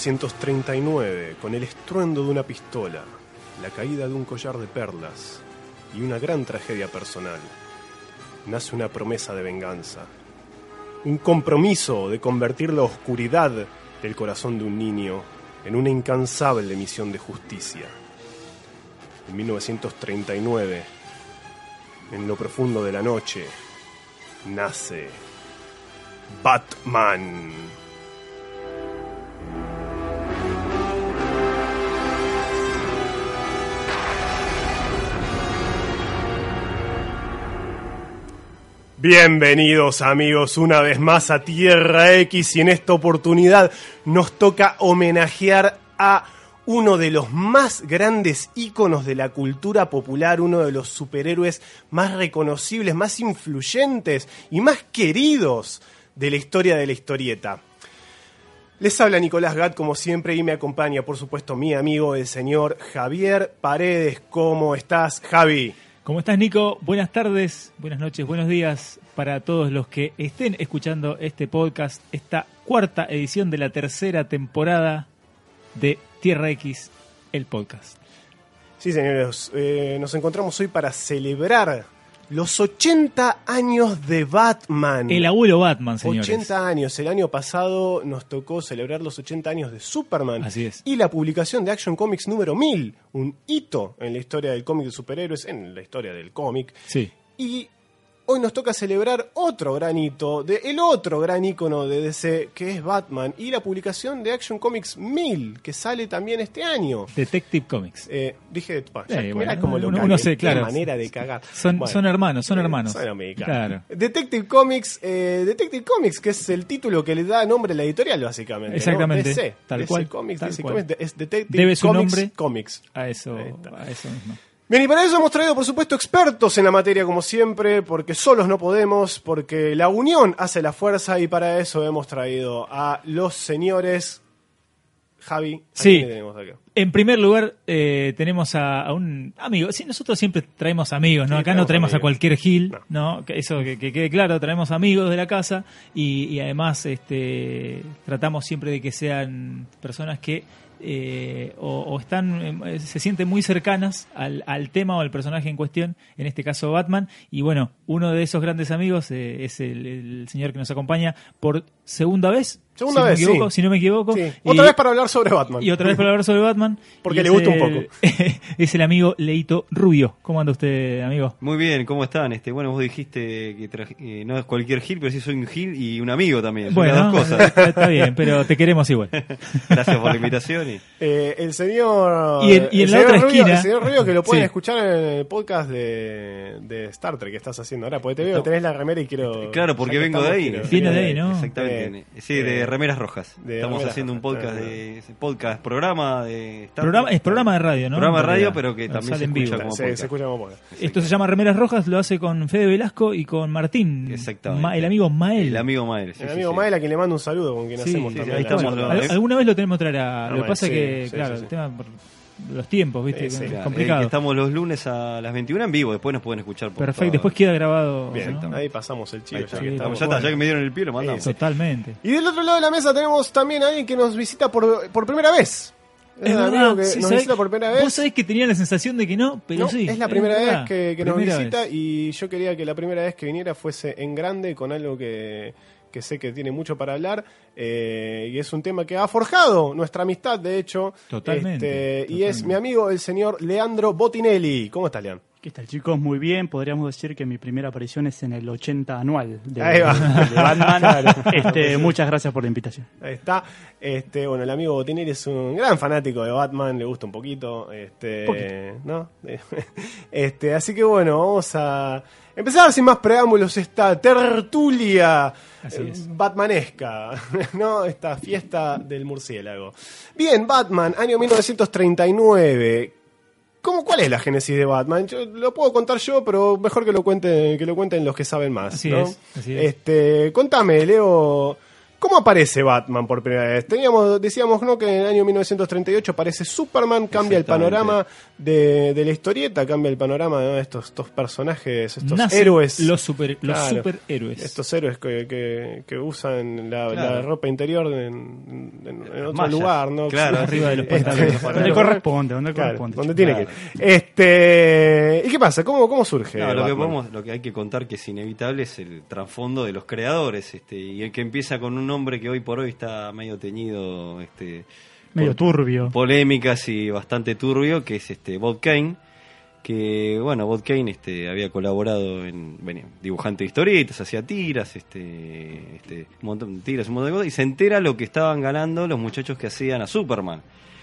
1939, con el estruendo de una pistola, la caída de un collar de perlas y una gran tragedia personal, nace una promesa de venganza, un compromiso de convertir la oscuridad del corazón de un niño en una incansable misión de justicia. En 1939, en lo profundo de la noche, nace Batman. Bienvenidos amigos una vez más a Tierra X y en esta oportunidad nos toca homenajear a uno de los más grandes íconos de la cultura popular, uno de los superhéroes más reconocibles, más influyentes y más queridos de la historia de la historieta. Les habla Nicolás Gat como siempre y me acompaña por supuesto mi amigo el señor Javier Paredes. ¿Cómo estás Javi? ¿Cómo estás, Nico? Buenas tardes, buenas noches, buenos días para todos los que estén escuchando este podcast, esta cuarta edición de la tercera temporada de Tierra X, el podcast. Sí señores, eh, nos encontramos hoy para celebrar los 80 años de Batman. El abuelo Batman, señores. 80 años. El año pasado nos tocó celebrar los 80 años de Superman. Así es. Y la publicación de Action Comics número 1000, un hito en la historia del cómic de superhéroes, en la historia del cómic. Sí. Y hoy nos toca celebrar otro gran hito, de, el otro gran ícono de DC, que es Batman, y la publicación de Action Comics 1000, que sale también este año. Detective Comics. Eh, dije, pa, ya, Eh, mirá bueno, cómo lo uno- cagué, uno se- qué claro. manera de cagar. Son, Bueno. son hermanos, son Eh, hermanos. son americanos. Claro. Detective Comics, eh, Detective Comics, que es el título que le da nombre a la editorial, básicamente. ¿no? Exactamente. DC, Tal DC cual, Comics, tal DC cual. Comics, es Detective Debe su Comics, nombre. Comics. A eso, Ahí está. a eso mismo. Bien, y para eso hemos traído, por supuesto, expertos en la materia, como siempre, porque solos no podemos, porque la unión hace la fuerza, y para eso hemos traído a los señores Javi. ¿a Sí. quién tenemos acá? En primer lugar, eh, tenemos a, a un amigo. Sí, nosotros siempre traemos amigos, ¿no? Sí, Acá no traemos traemos a amigos. cualquier Gil, ¿no? Que Eso que, que quede claro, traemos amigos de la casa y, y además este, tratamos siempre de que sean personas que eh, o, o están eh, se sienten muy cercanas al, al tema o al personaje en cuestión, en este caso Batman. Y bueno, uno de esos grandes amigos eh, es el, el señor que nos acompaña por segunda vez. Segunda si no vez, me equivoco, sí. si no me equivoco. Sí. Y- Otra vez para hablar sobre Batman. y otra vez para hablar sobre Batman. Porque Y le es gusta un el- es el amigo Leito Rubio. ¿Cómo anda usted, amigo? Muy bien, ¿cómo están? Este, bueno, vos dijiste que traje- eh, no es cualquier Gil, pero sí soy un Gil y un amigo también. Son las dos cosas. está, está bien, pero te queremos igual. Gracias por la invitación. y- Eh, el señor. Y en- y en el la señor otra Rubio- esquina- El señor Rubio, que lo pueden Sí. escuchar en el podcast de, de Star Trek que estás haciendo ahora, porque te veo que tenés la remera y quiero. Eh, Claro, porque ya que vengo de estamos, ahí. quiero- Viene de ahí, ¿no? Exactamente. Eh, sí, de eh, Remeras Rojas. de Estamos Remeras haciendo un Rojas, podcast, claro. de, podcast programa de... Star Programa, Trek. es programa de radio, ¿no? Programa de En realidad. radio, pero que Nos también sale se en vivo. escucha como se, podcast. se escucha como podcast. Esto se llama Remeras Rojas, lo hace con Fede Velasco y con Martín. Exactamente. Ma- el amigo Mael. El amigo Mael. sí, El sí, amigo sí. Mael, a quien le mando un saludo, con quien Sí, hacemos sí, también. ahí la estamos, charla. lo- Al- alguna vez lo tenemos que traer a. Ah, Lo que bueno, pasa sí, que, sí, claro, sí, sí. el tema por los tiempos, ¿viste? Sí, sí. Es Claro, eh, complicado. que estamos los lunes a las 21 en vivo, después nos pueden escuchar por Perfecto, todo. después queda grabado. Bien, ¿no? ahí pasamos el chivo. Ahí ya está. que Sí, estamos. Ya está, ya que me dieron el pie, lo mandamos. Totalmente. Y del otro lado de la mesa tenemos también a alguien que nos visita por, por primera vez. Es un verdad, amigo que sí, nos ¿sabés? visita por primera Vos vez. sabés que tenía la sensación de que no, pero No, sí. es la primera verdad, vez que, que nos primera visita vez. y yo quería que la primera vez que viniera fuese en grande con algo que, que sé que tiene mucho para hablar eh, y es un tema que ha forjado nuestra amistad, de hecho. Totalmente, Este, Y es totalmente. mi amigo el señor Leandro Botinelli. ¿Cómo estás, Leandro? ¿Qué tal chicos? Muy bien, podríamos decir que mi primera aparición es en el 80 anual de, Ahí va. de Batman. Este, muchas gracias por la invitación. Ahí está. Este, bueno, el amigo Botinelli es un gran fanático de Batman, le gusta un poquito. Este, ¿no? este, así que bueno, vamos a empezar sin más preámbulos esta tertulia Así eh, es. batmanesca, ¿no? Esta fiesta del murciélago. Bien, Batman, año 1939. ¿Cómo, ¿Cuál es la génesis de Batman? Yo- lo puedo contar yo, pero mejor que lo cuenten, que lo cuenten los que saben más. Este, Así ¿no? es, así es. Este, contame, Leo, ¿Cómo aparece Batman por primera vez? Teníamos, decíamos ¿no? que en el año 1938 aparece Superman, cambia el Exactamente. panorama de, de la historieta, cambia el panorama de estos, estos personajes, estos Nacen héroes. Los, super, los Claro. superhéroes. Estos héroes que, que- que usan la, Claro. la ropa interior en, en- en otro mallas. lugar, ¿no? Claro, Arriba de los Este, pantalones. Donde corresponde, donde Claro, corresponde. donde chico. tiene Claro. que ir. Este, ¿Y qué pasa? ¿Cómo, cómo surge? Claro, lo, que Batman? podemos- lo que hay que contar que es inevitable es el trasfondo de los creadores este, y el que empieza con un nombre que hoy por hoy está medio teñido, este, Medio por turbio. polémicas y bastante turbio, que es este Bob Kane, que bueno, Bob Kane este, había colaborado en venía, dibujante de historietas, hacía tiras, este, este, un montón de tiras, un montón de cosas, y se entera lo que estaban ganando los muchachos que hacían a Superman.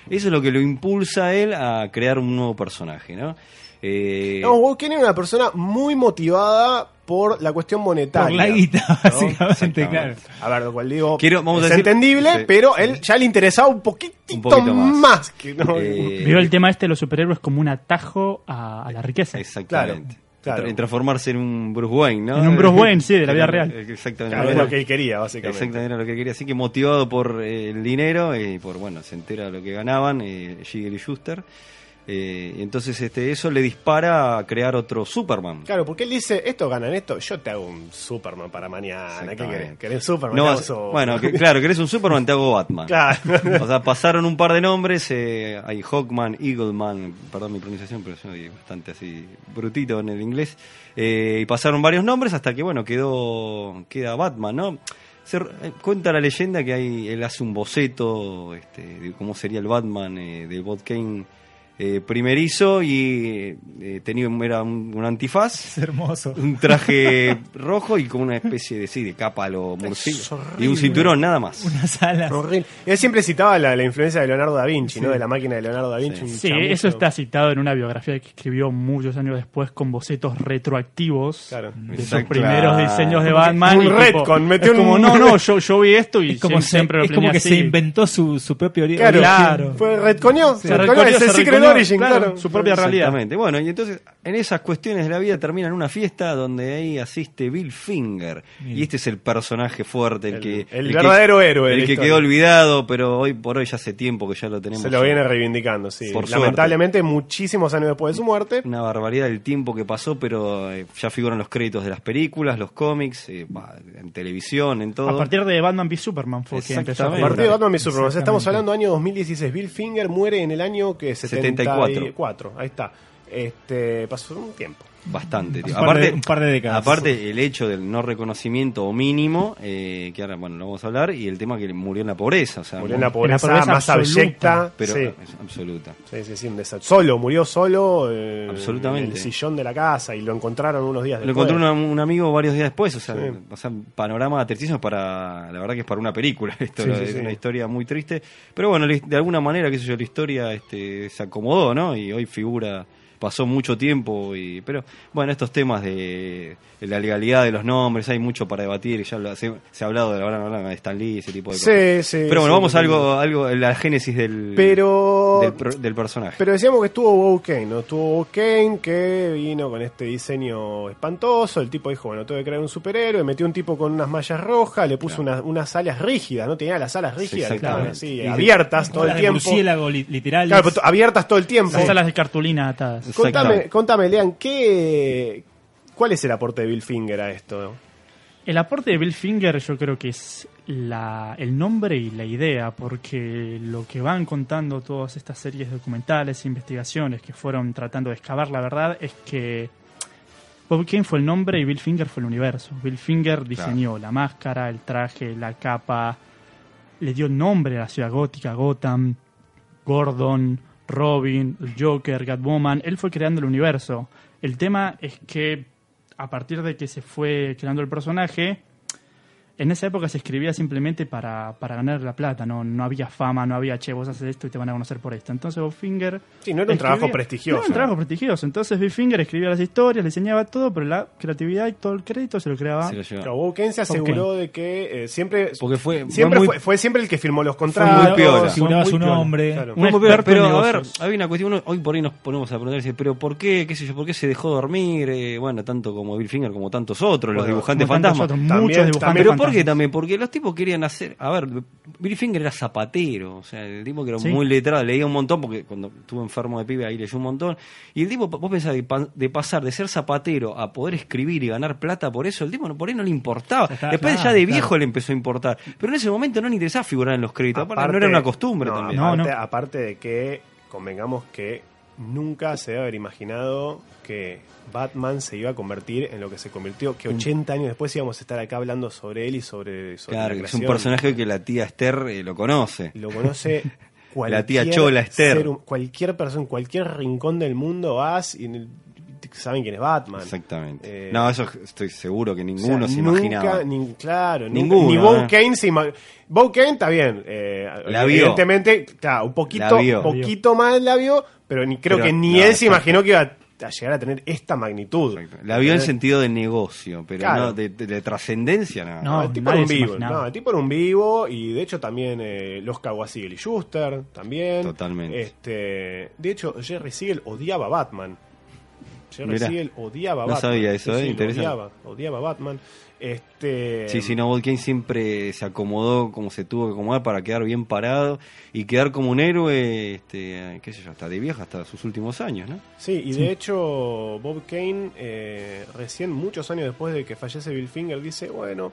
Eso es lo que lo impulsa a él a crear un nuevo personaje, ¿no? Eh, No, Bob Kane era una persona muy motivada por la cuestión monetaria. Por la guita, básicamente, Exactamente. claro. A ver, lo cual digo, Quiero- vamos es a decir- entendible, sí. pero él ya le interesaba un poquitito Un poquito más. más. que no- Eh, Vio el tema este de los superhéroes como un atajo a, a la riqueza. Exactamente. Claro, claro. En transformarse en un Bruce Wayne, ¿no? En un Bruce Wayne, sí, de la vida Era- real. Exactamente. Claro, es Era- lo que él quería, básicamente. Exactamente era lo que quería. Así que motivado por eh, el dinero y por, bueno, se entera lo que ganaban, eh, Siegel y Schuster. Eh, y entonces este, eso le dispara a crear otro Superman. Claro, porque él dice, esto ganan esto, yo te hago un Superman para mañana. ¿Qué Exactamente. querés? ¿Querés un Superman? No Te hago vas- Superman. bueno, que- claro, querés un Superman, te hago Batman. Claro. O sea, pasaron un par de nombres, eh, hay Hawkman, Eagleman, perdón mi pronunciación, pero soy bastante así brutito en el inglés, eh, y pasaron varios nombres hasta que, bueno, quedó, queda Batman, ¿no? Se r- eh, cuenta la leyenda que hay, él hace un boceto este, de cómo sería el Batman eh, de Bob Kane eh, primerizo y eh, tenía, un- era un, un antifaz. Es hermoso. Un traje rojo y con una especie de, sí, de capa a lo murciélago. Y un horrible. cinturón, nada más. Unas alas. Horrible. Él siempre citaba la, la influencia de Leonardo da Vinci, ¿no? De la máquina de Leonardo da Vinci. un Sí, chamuyo. eso está citado en una biografía que escribió muchos años después con bocetos retroactivos Claro. de sus Exacto. primeros diseños de Como que- Batman. un y tipo, retcon, metió es como, un- no, no, yo, yo vi esto y Es como, sie- se- siempre lo es como planeé que así. se inventó su, su propia ori- Claro. origen. Fue retconeó. Se retconeó, retconeó, es se el Secret retconeó, Origin, claro, claro. su propia realidad. Exactamente. Bueno, y entonces en esas cuestiones de la vida terminan una fiesta donde ahí asiste Bill Finger. Bien. Y este es el personaje fuerte, el, El- que. el verdadero que- héroe de El la que historia. quedó olvidado, pero hoy por hoy ya hace tiempo que ya lo tenemos. Se lo viene reivindicando, sí. Por suerte. Lamentablemente, muchísimos años después de su muerte. Una barbaridad del tiempo que pasó, pero eh, ya figuran los créditos de las películas, los cómics, eh, bah, en televisión, en todo. A partir de Batman v Superman fue que empezó a Exactamente. Partido de figurar. Batman y Superman. O sea, estamos hablando Exactamente. año 2016. Bill Finger muere en el año que 74. 74. Ahí está. Este, pasó un tiempo. Bastante, tío. Un par de- un par de décadas. Aparte, el hecho del no reconocimiento o mínimo, eh, que ahora, bueno, lo vamos a hablar, y el tema que murió en la pobreza. O sea, Murió en la mu- pobreza, pobreza más absoluta. abyecta. Pero sí. es absoluta. Sí, sí, sí, un desastre. Solo, murió solo eh, Absolutamente. en el sillón de la casa y lo encontraron unos días Lo después. encontró una- un amigo varios días después, o sea, Sí. o sea, panorama atercicio para, la verdad que es para una película, esto Sí, sí, es sí. una historia muy triste, pero bueno, le- de alguna manera, qué sé yo, la historia este, se acomodó, ¿no? Y hoy figura, pasó mucho tiempo, y pero bueno, estos temas de, de la legalidad de los nombres, hay mucho para debatir, ya lo- se, se ha hablado de la verdad de Stan Lee, ese tipo de cosas. Sí, sí. pero bueno, sí, vamos a sí. algo, algo, la génesis del, Pero. del, pro- del personaje. Pero decíamos que estuvo Bob Kane, ¿no? Estuvo Bob Kane que vino con este diseño espantoso. El tipo dijo, bueno, tengo que crear un superhéroe. Metió un tipo con unas mallas rojas, le puso unas, unas alas rígidas, ¿no? Tenía las alas rígidas, que estaban exactamente. así, Y de- abiertas todo el Alas de tiempo. murciélago, li- literal. Claro, pero to- abiertas todo el tiempo. Las alas de cartulina atadas. Contame, Exactamente. contame, Lean, ¿qué, ¿cuál es el aporte de Bill Finger a esto? El aporte de Bill Finger yo creo que es la, el nombre y la idea, porque lo que van contando todas estas series documentales e investigaciones que fueron tratando de excavar la verdad es que Bob Kane fue el nombre y Bill Finger fue el universo. Bill Finger diseñó la máscara, el traje, la capa, le dio nombre a la ciudad gótica, Gotham, Gordon, Robin, el Joker, Catwoman. Él fue creando el universo. El tema es que a partir de que se fue creando el personaje, en esa época se escribía simplemente para, para ganar la plata. No, no había fama, no había, che, vos haces esto y te van a conocer por esto. Entonces Bob Finger... Sí, no era un escribía- trabajo prestigioso. No era un trabajo prestigioso. Entonces Bill Finger escribía las historias, le diseñaba todo, pero la creatividad y todo el crédito se lo creaba Se lo lleva. Pero Bob Kane se aseguró de que eh, siempre, Porque fue, siempre muy- fue, fue siempre el que firmó los muy contratos. piola. Figuraba Muy su piola, nombre. Claro. un No, pero, experto en pero, a ver, negocios. hay una cuestión, uno- hoy por ahí nos ponemos a preguntarse, pero ¿por qué, qué sé yo, por qué se dejó dormir, eh, bueno, tanto como Bill Finger como tantos otros, los Bueno, dibujantes como tantos fantasmas? otros, También- muchos dibujantes también- Pero ¿Por qué también? Porque los tipos querían hacer. A ver, Bill Finger era zapatero, o sea, el tipo que era Sí. muy letrado, leía un montón, porque cuando estuvo enfermo de pibe ahí leyó un montón. Y el tipo, vos pensás, de, pa- de pasar de ser zapatero a poder escribir y ganar plata por eso, el tipo no- por ahí no le importaba. Ya está, Después claro, ya de claro. viejo le empezó a importar. Pero en ese momento no le interesaba figurar en los créditos, aparte, no era una costumbre no, también. Aparte, No, no. aparte de que, convengamos que nunca se debe haber imaginado que Batman se iba a convertir en lo que se convirtió, que 80 años después íbamos a estar acá hablando sobre él y sobre, sobre Claro, la es un creación. personaje que la tía Esther eh, lo conoce. Lo conoce cualquier La tía Chola, Esther. ser hum- cualquier persona, en cualquier rincón del mundo vas y en el- saben quién es Batman. Eh, Exactamente. no, eso estoy seguro que O ninguno sea, se nunca, imaginaba. ni- claro, nunca- Ninguno, Ni Bob eh. Kane se ima- Bob Kane está bien. eh, La vio. evidentemente, claro, un poquito, La vio. poquito más la vio, pero ni, creo Pero, que ni no, él se exacto. imaginó que iba a llegar a tener esta magnitud. La vio en ¿Entendés? sentido de negocio, pero Eh, Claro. no de, de- de trascendencia nada. No, No, el tipo era nadie un se vivo. imaginaba. No, el tipo era un vivo y de hecho también eh, los Kawasegel y Schuster también. Totalmente. Este, de hecho, Jerry Siegel odiaba a Batman. Jerry Mirá. Siegel odiaba a No Batman. sabía Sí, eso, eh, sí, lo interesante. Odiaba, odiaba a Batman. Este, Sí, sí, no, Bob Kane siempre se acomodó como se tuvo que acomodar para quedar bien parado y quedar como un héroe, este, qué sé yo, hasta de vieja, hasta sus últimos años, ¿no? Sí, y de hecho Bob Kane, eh, recién muchos años después de que fallece Bill Finger, dice, bueno,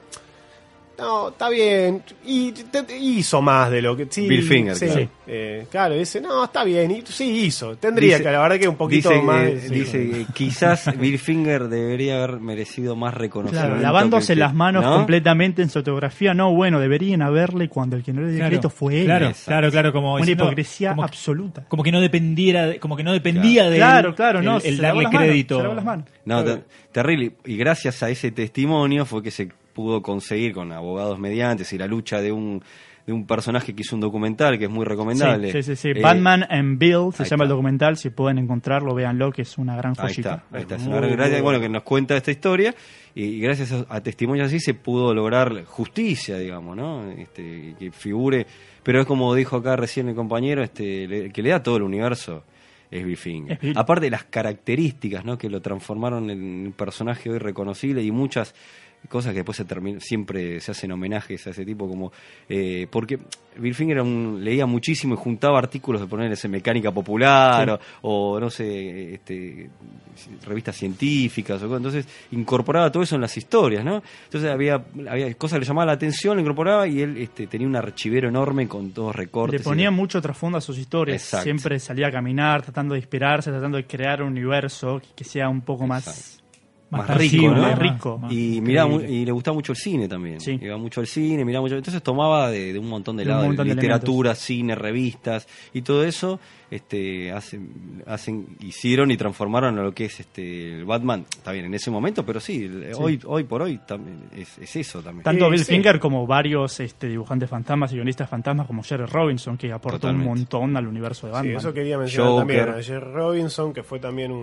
no, está bien, y te- te- hizo más de lo que... Sí, Bill Finger, sí, claro. eh, claro, dice, no, está bien, y sí hizo, tendría Dice- que, la verdad que un poquito dice, más... eh, sí. dice que quizás Bill Finger debería haber merecido más reconocimiento. Claro, lavándose que- las manos ¿no? completamente en su autografía. No, bueno, deberían haberle cuando el que no le dio Claro, crédito fue él. Claro, Exacto. claro, claro, como Una diciendo- hipocresía como, absoluta. como que no dependiera, de- como que no dependía de él Claro, claro, no. el, se el lavó darle las manos, crédito. se lavó las manos. No, ter- terrible. Y gracias a ese testimonio fue que se pudo conseguir con abogados mediantes y la lucha de un, de un personaje que hizo un documental que es muy recomendable. Sí, sí, sí. Eh, Batman and Bill se ahí llama está. el documental. Si pueden encontrarlo, véanlo, que es una gran Ahí está, joyita. ahí está. Es Es una muy, gran- muy bueno, bueno. que nos cuenta esta historia y, y gracias a, a testimonios así se pudo lograr justicia, digamos, ¿no? Este, y que figure, pero es como dijo acá recién el compañero, este, le- que le da todo el universo es Bill Finger. Es Bill. Aparte de las características, ¿no? Que lo transformaron en un personaje hoy reconocible y muchas cosas que después se termin- siempre se hacen homenajes a ese tipo como eh, porque Bill Finger era un- leía muchísimo y juntaba artículos de poner ese mecánica popular o, o, no sé este, revistas científicas o cosas. entonces incorporaba todo eso en las historias no entonces había había cosas que le llamaban la atención lo incorporaba y él este, tenía un archivero enorme con todos recortes y- Le ponía mucho trasfondo a sus historias. Exacto. Siempre salía a caminar, tratando de inspirarse, tratando de crear un universo que, que sea un poco más. más tangible, rico, ¿no? más rico. Más- y mirá, mu- increíble. y le gustaba mucho el cine también Sí. iba mucho al cine miraba mucho entonces tomaba de, de un montón de De un lados montón de literatura cine revistas y todo eso este hacen hacen hicieron y transformaron a lo que es este el Batman está bien en ese momento pero sí, el- hoy hoy por hoy también es, es eso también Tanto Sí, Bill sí. Finger como varios este, dibujantes fantasmas y guionistas fantasmas como Jerry Robinson, que aportó Totalmente. un montón al universo de Sí, Batman. eso quería mencionar Joker. también. Ayer Robinson, que fue también un,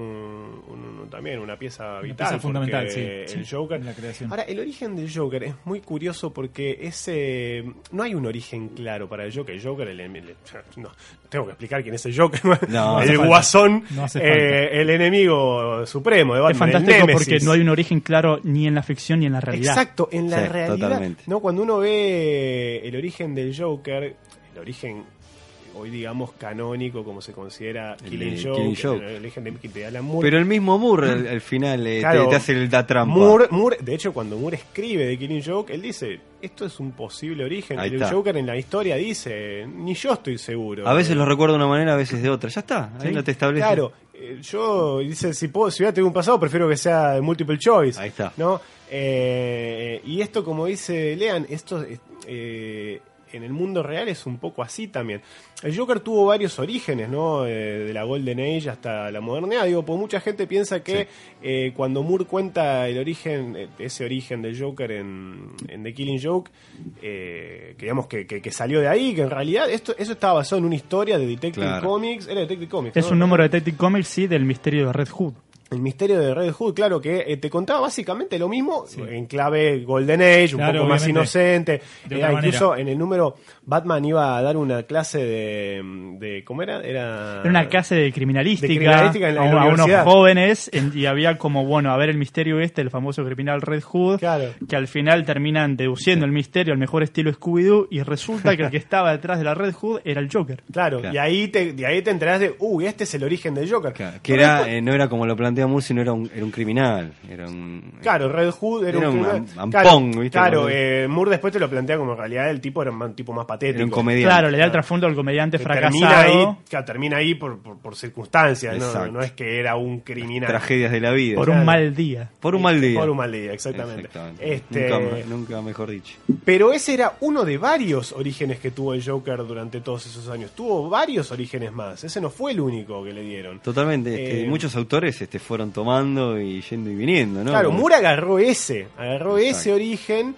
un- un- también una pieza vital. pieza fundamental, porque sí, El sí, Joker. en la creación. Ahora, el origen del Joker es muy curioso porque ese no hay un origen claro para el Joker. El Joker, el, el- el- no, tengo que explicar quién es el Joker. No, el hace falta. guasón, No hace eh, el enemigo supremo de Batman. es el fantástico Némesis. porque no hay un origen claro ni en la ficción ni en la realidad. Exacto, en la Sí, realidad. totalmente. No, cuando uno ve el origen del Joker, el origen hoy digamos canónico como se considera El Killing de Joke, Killing Joke. el origen de, de Alan Moore. pero el mismo Moore al, al final eh, te- Claro, te, hace el da trampa Moore, Moore- de hecho, cuando Moore escribe de Killing Joke, él dice, esto es un posible origen. Ahí el está. Joker en la historia dice, ni yo estoy seguro. a veces lo recuerdo de una manera a veces de otra ya está ahí Sí, no te establece Claro, eh, yo dice, si puedo, si hubiera tenido un pasado, prefiero que sea de multiple choice. Ahí está. ¿no? Eh, y esto, como dice Lean, esto es, eh, en el mundo real es un poco así también. El Joker tuvo varios orígenes, ¿no? Eh, de la Golden Age hasta la modernidad. Digo, pues mucha gente piensa que eh, cuando Moore cuenta el origen, eh, ese origen del Joker en, en The Killing Joke, eh, que digamos que, que- que salió de ahí, que en realidad esto, eso estaba basado en una historia de Detective Claro. Comics. Era Detective Comics. Es ¿no? un número de Detective Comics, sí, del misterio de Red Hood. El misterio de Red Hood, claro que eh, te contaba básicamente lo mismo en clave Golden Age, un Claro, poco más obviamente. inocente. De Era otra incluso en el número Batman iba a dar una clase de, de ¿cómo era? Era, Era una clase de criminalística, Ah. De criminalística en la- a, en la a unos universidad. jóvenes en- y había como, bueno, a ver el misterio este, el famoso criminal Red Hood, Claro. que al final terminan deduciendo el misterio al mejor estilo Scooby-Doo y resulta que el que estaba detrás de la Red Hood era el Joker. Claro, Claro. y ahí te, de ahí te enterás de, uy, este es el origen del Joker. Claro, que era, eh, no era como lo plantea Moore, sino era un, era un criminal. Era un, Claro, Red Hood era, Era un un criminal. am- claro, ampón, ¿viste? claro, Como- eh, Moore después te lo plantea como en realidad el tipo era un tipo más patético. era un comediante. Claro, le da el trasfondo al comediante Que fracasado. Termina ahí, claro, termina ahí por, por- por circunstancias, ¿no? Exacto. no es que era un criminal. Tragedias de la vida. Por un mal día. Por un mal día. Por un mal día, exactamente. Exactamente. Este, Nunca, nunca mejor dicho. Pero ese era uno de varios orígenes que tuvo el Joker durante todos esos años. Tuvo varios orígenes más. Ese no fue el único que le dieron. Totalmente. este, Eh, muchos autores este, fueron tomando y yendo y viniendo, ¿no? Claro, Como- Moore agarró ese, agarró Exacto. ese origen,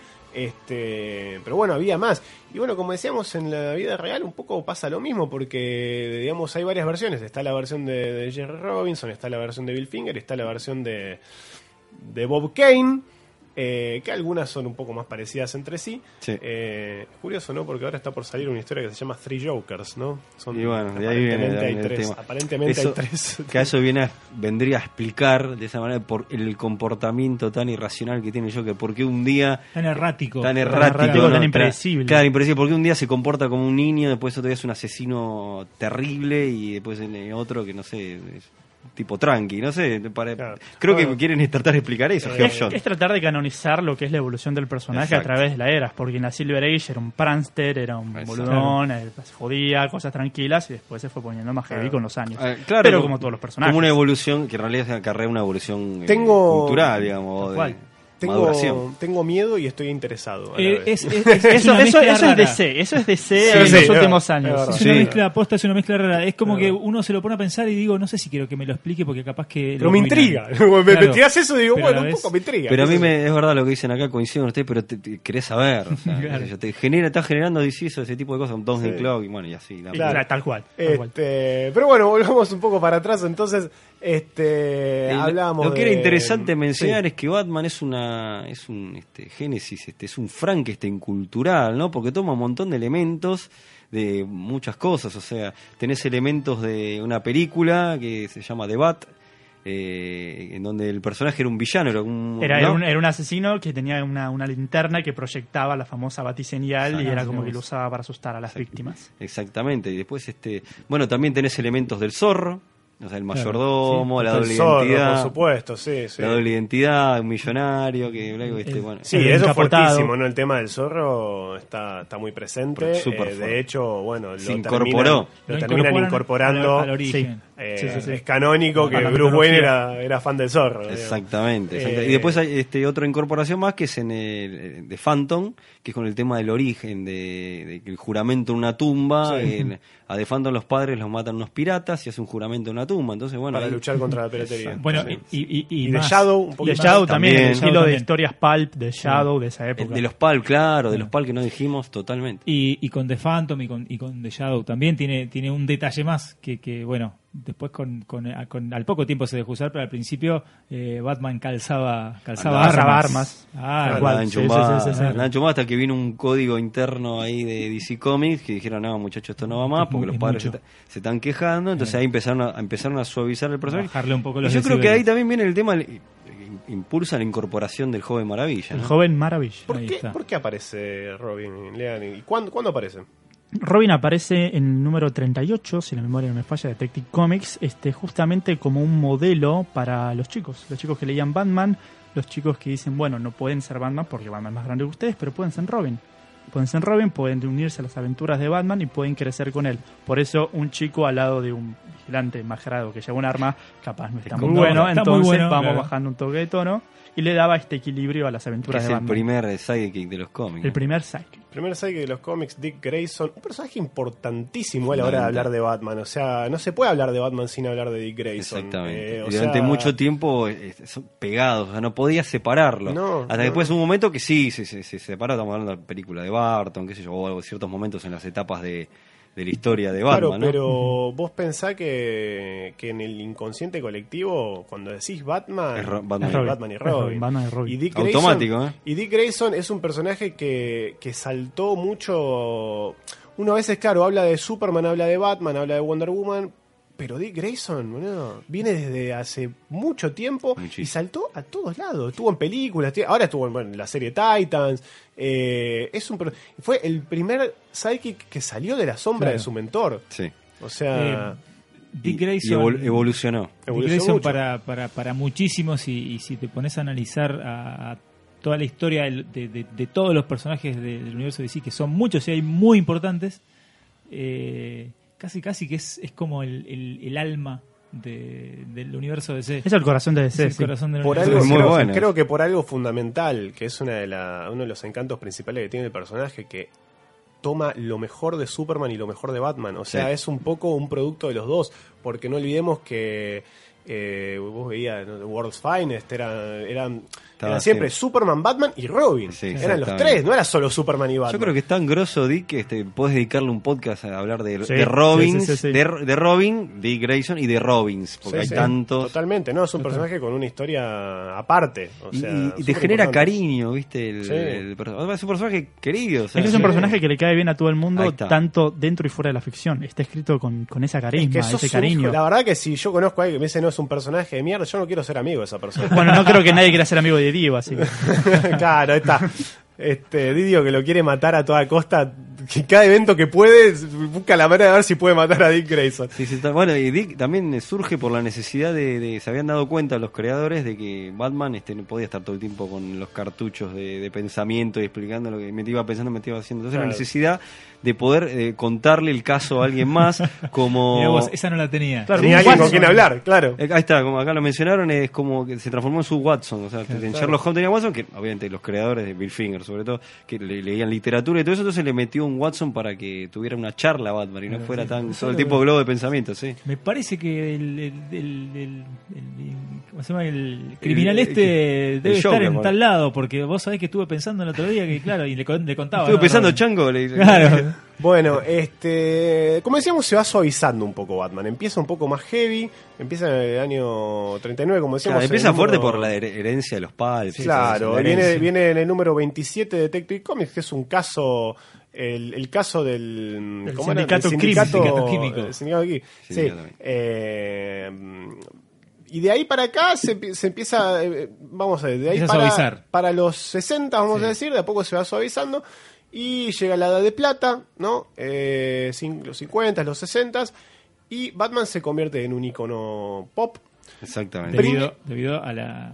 este, pero bueno, había más. Y bueno, como decíamos, en la vida real un poco pasa lo mismo, porque digamos hay varias versiones. Está la versión de, de Jerry Robinson, está la versión de Bill Finger, está la versión de, de Bob Kane. eh, que algunas son un poco más parecidas entre sí. Sí. Eh, curioso, ¿no? Porque ahora está por salir una historia que se llama Three Jokers, ¿no? Son, Y bueno, de ahí viene, aparentemente hay el tres. tema. Aparentemente Eso- hay tres. Que a eso viene a- vendría a explicar de esa manera por el comportamiento tan irracional que tiene el Joker. Porque un día Tan errático. tan errático, errático, ¿no? tan Tra- impredecible. Claro, impredecible, porque un día se comporta como un niño, después otro día es un asesino terrible y después en otro que no sé, es tipo tranqui, no sé. para- Claro. Creo Bueno. Eh, que quieren tratar de explicar eso, Geoff Es, John. es tratar de canonizar lo que es la evolución del personaje Exacto. a través de la era, porque en la Silver Age era un prankster, era un Exacto. boludón, eh, se jodía, cosas tranquilas, y después se fue poniendo más heavy Claro. con los años. Ah, claro, Pero como todos los personajes. Como una evolución que en realidad se acarrea una evolución eh, Tengo- cultural, digamos, Tal de cual. maduración. Tengo, tengo miedo y estoy interesado. a la Eh, vez. es, es- es Eso, una eso, mezcla eso es rara. DC, eso es DC Sí, sí, en es los últimos verdad, es años. verdad. Es una Sí. mezcla aposta, es una mezcla rara. Es como Es que verdad. uno se lo pone a pensar y digo, no sé si quiero que me lo explique porque capaz que. Pero lo me arruinan. intriga. me, me Claro. tirás eso y digo, Pero a bueno, la un vez- poco me intriga. Pero a mí Entonces, me, es verdad lo que dicen acá, coincido con ustedes, pero te, te- querés saber. O sea, Claro. qué sé yo, te genera, está generando decisos, ese tipo de cosas, un Don't Sí. Clock y bueno, y así. la- Y Claro. claro, Tal cual. tal cual. Este, pero bueno, volvamos un poco para atrás. Entonces, este, Eh, lo- hablábamos. Lo que era de- interesante mencionar Sí. es que Batman es una es un este, génesis, este, es un Frankenstein cultural, ¿no? Porque toma un montón de elementos de muchas cosas, o sea, tenés elementos de una película que se llama The Bat, eh, en donde el personaje era un villano, era un... Era, era ¿no? un, era un asesino que tenía una, una linterna que proyectaba la famosa batiseñal y Exacto. era como que lo usaba para asustar a las víctimas. Exactamente, y después, este bueno, también tenés elementos del zorro, o sea, el mayordomo, la El doble zorro, identidad... por supuesto, sí, sí. La doble identidad, un millonario, que... este, bueno. Sí, El eso es encapotado. fuertísimo, ¿no? El tema del zorro está, está muy presente. Pero súper Eh, de fuerte. hecho, bueno, lo Se terminan- incorporó. Lo, Lo terminan incorporan incorporando. al- al origen. Eh, Sí, sí, sí. Es canónico que A la Bruce Wayne mitología. era, era fan del zorro. digamos. Exactamente. exacta- Eh, y después hay este, otra incorporación más que es en el eh, de Phantom, que es con el tema del origen, de, de que el juramento en una tumba. en- a The Phantom los padres los matan unos piratas y hace un juramento en una tumba. Entonces, bueno, para ahí- luchar contra la piratería. Exacto. Bueno, Sí. y, y, y, Y de más. Shadow, un Y poquito. el Shadow también, También. el estilo Shadow de también. historias pulp de Shadow de esa el época. de los PAL, claro, de los PAL que no dijimos totalmente. Y, y con The Phantom y con, y con The Shadow también tiene, tiene un detalle más que, que bueno, después con, con- a- con- al poco tiempo se dejó usar, pero al principio eh, Batman calzaba, calzaba Calzaba armas. armas. Ah, Tal Andaba cual. en sí, sí, chumbada, sí, sí, sí. andaba en chumbada hasta que vino un código interno ahí de DC Comics que dijeron, no, muchachos, esto no va más mu- porque los es padres se, mucho. ta- se están quejando. Entonces ahí empezaron a, empezaron a suavizar el personaje. Bajarle un poco Y los yo creo que decibeles. ahí también viene el tema, el- impulsa la incorporación del joven maravilla. El ¿no? joven maravilla. ¿Por Ahí qué, está. ¿Por qué aparece Robin Lean? ¿Y cuándo, cuándo aparece? Robin aparece en el número 38, si la memoria no me falla, de Detective Comics, este, justamente como un modelo para los chicos. Los chicos que leían Batman, los chicos que dicen, bueno, no pueden ser Batman porque Batman es más grande que ustedes, pero pueden ser Robin. Pueden ser Robin, pueden unirse a las aventuras de Batman y pueden crecer con él. Por eso, un chico al lado de un vigilante majrado que lleva un arma, capaz no está Es muy como- bueno, está muy entonces bueno, vamos claro. bajando un toque de tono y le daba este equilibrio a las Que aventuras es de el Batman. primer eh, sidekick de los cómics. el primer psyche. Primer serie de los cómics, Dick Grayson, un personaje importantísimo a la hora de Fundamental. hablar de Batman. O sea, no se puede hablar de Batman sin hablar de Dick Grayson. Exactamente. Eh, o Y durante sea, mucho tiempo eh, son pegados, o sea, no podía separarlo. No, Hasta no. después un momento que sí, se, se, se separó, estamos hablando de la película de Barton, qué sé yo, o ciertos momentos en las etapas de, de la historia de Batman. claro, ¿no? pero vos pensás que, que en el inconsciente colectivo, cuando decís Batman, Es Ro- Batman. es Batman y Es Robin. Robin, Batman y Robin. Dick Automático, Grayson- ¿eh? Y Dick Grayson es un personaje que, que saltó mucho. Uno a veces, claro, habla de Superman, habla de Batman, habla de Wonder Woman. Pero Dick Grayson, boludo, viene desde hace mucho tiempo Muchísimo. y saltó a todos lados. Estuvo en películas, tie- ahora estuvo en bueno, la serie Titans. eh, es un per- fue el primer psychic que salió de la sombra Claro. de su mentor. Sí. O sea, Eh, Dick Y- y Grayson. evol- evolucionó. Dick evolucionó Grayson mucho. para, para, para muchísimos y, y si te pones a analizar a, a toda la historia del- de, de- de todos los personajes del universo DC, que son muchos y hay muy importantes, eh, casi casi que es, es como el, el- el alma de- del universo DC. Es el corazón de Es DC. el sí. corazón del Por universo algo, Es muy creo, bueno. creo que por algo fundamental, que es una de la- uno de los encantos principales que tiene el personaje, que toma lo mejor de Superman y lo mejor de Batman. O sea, Sí. es un poco un producto de los dos, porque no olvidemos que eh, vos veías ¿no? The World's Finest, eran, eran, Estaba eran siempre siempre. Superman, Batman y Robin. Sí, eran los exactamente. tres, no era solo Superman y Batman. Yo creo que es tan grosso, Dick, que este, podés dedicarle un podcast a hablar de, Sí, de Robin, sí, sí, sí, sí. De, de Robin, Dick Grayson y de Robins, porque Sí, hay sí. tantos. Totalmente, no, es un personaje con una historia aparte. o Y- sea, y, y te súper genera importante. cariño, ¿viste? El, Sí. el perso- Además, es un personaje querido. o sea, Este Es que es un Sí. personaje que le cae bien a todo el Ahí mundo, está. tanto dentro y fuera de la ficción. Está escrito con, con esa Es carisma, que sos ese un cariño. hijo- La verdad que si yo conozco a alguien que me dice no es un personaje de mierda, yo no quiero ser amigo de esa persona. Bueno, no creo que nadie quiera ser amigo de Diego, así que. claro, ahí está. Este, Didio que lo quiere matar a toda costa, que cada evento que puede, busca la manera de ver si puede matar a Dick Grayson. Sí, sí, está- bueno, y Dick también surge por la necesidad de, de- Se habían dado cuenta los creadores de que Batman este, no podía estar todo el tiempo con los cartuchos de, de pensamiento y explicando lo que me iba pensando, me iba haciendo. Entonces, la Claro. necesidad de poder eh, contarle el caso a alguien más, Mirá como. vos, esa no la tenía. Claro, Ni un alguien con Watson. quien hablar, claro. Eh, Ahí está, como acá lo mencionaron, es como que se transformó en su Watson. O sea, en Sherlock Holmes tenía Watson, que obviamente los creadores de Bill Finger, sobre todo, que le- leían literatura y todo eso, entonces le metió un Watson para que tuviera una charla a Batman y no fuera tan solo tipo globo de pensamiento, sí. Me parece que el, el- el- el- el- ¿cómo se llama? El criminal El- el- este el debe estar Joker, en bueno. tal lado, porque vos sabés que estuve pensando el otro día que, claro, y le, con- le contaba. Estuve ¿no? pensando, Robin. Chango, le dice. Claro. Bueno, este, como decíamos, se va suavizando un poco Batman. Empieza un poco más heavy, empieza en el año 39, como decíamos. Claro, empieza el número- fuerte por la her- herencia de los padres. Claro, la viene, herencia. viene en el número 27 de Detective Comics, que es un caso, el, el caso del Del ¿cómo era? sindicato Del crimen. Sindicato químico. el sindicato químico. Sí, Sindicato químico. eh, y de ahí para acá se, empie- se empieza, eh, vamos a ver, de ahí Empieza a para, suavizar. para los 60, vamos a decir, de a poco se va suavizando. Y llega la edad de plata, ¿no? Eh, cin- los 50, los 60. Y Batman se convierte en un icono pop, Exactamente. Debido, debido a la.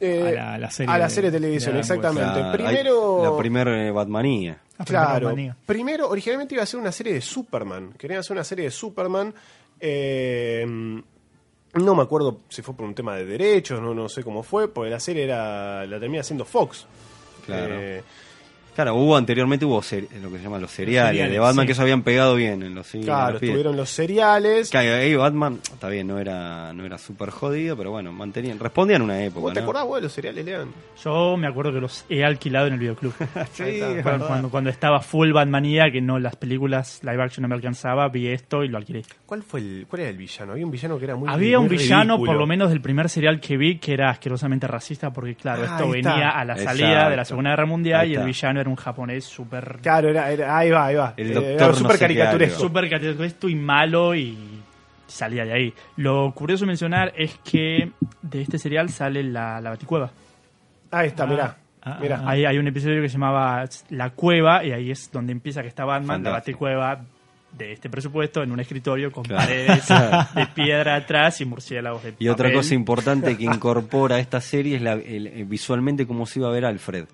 Eh, a la, a la serie a la de- serie de televisión, de Adam exactamente. Claro, hay Primero- La primera Batmanía. La primera Claro. manía. Primero, originalmente iba a ser una serie de Superman. Querían hacer una serie de Superman. eh, no me acuerdo si fue por un tema de derechos, no, no sé cómo fue, porque la serie era la termina haciendo Fox. Claro. Eh, Claro, hubo anteriormente hubo ser- lo que se llaman los cereales, cereales, de Batman sí. que se habían pegado bien en los cines, en claro, los pies. estuvieron los seriales. Claro, ahí Batman, está bien, no era, no era súper jodido, pero bueno, mantenían, respondían a una época. ¿Vos te ¿no? acordás vos de los seriales, Lean? Yo me acuerdo que los he alquilado en el videoclub. Sí, Ahí está. es cuando, verdad. cuando, cuando estaba full Batmanía, que no las películas live action no me alcanzaba, vi esto y lo alquilé. ¿Cuál fue el, cuál era el villano? Había un villano que era muy Había muy un villano, ridículo. por lo menos del primer serial que vi, que era asquerosamente racista, porque claro, Ah, esto ahí está. venía a la salida de Exacto. la Segunda Guerra Mundial Ahí y está. el villano era un japonés súper... Claro, era, era- ahí va, ahí va. El Eh, doctor era no súper sé qué caricaturesco. algo. súper esto y malo y salía de ahí. Lo curioso mencionar es que de este serial sale la, la Baticueva. Ahí está, mirá. ah, mirá. Ahí hay un episodio que se llamaba La Cueva y ahí es donde empieza que está Batman, la Fantástico. Baticueva de este presupuesto en un escritorio con Claro. paredes Claro. de piedra atrás y murciélagos de Y otra papel. cosa importante que incorpora esta serie es la- el- el- visualmente cómo se iba a ver Alfred.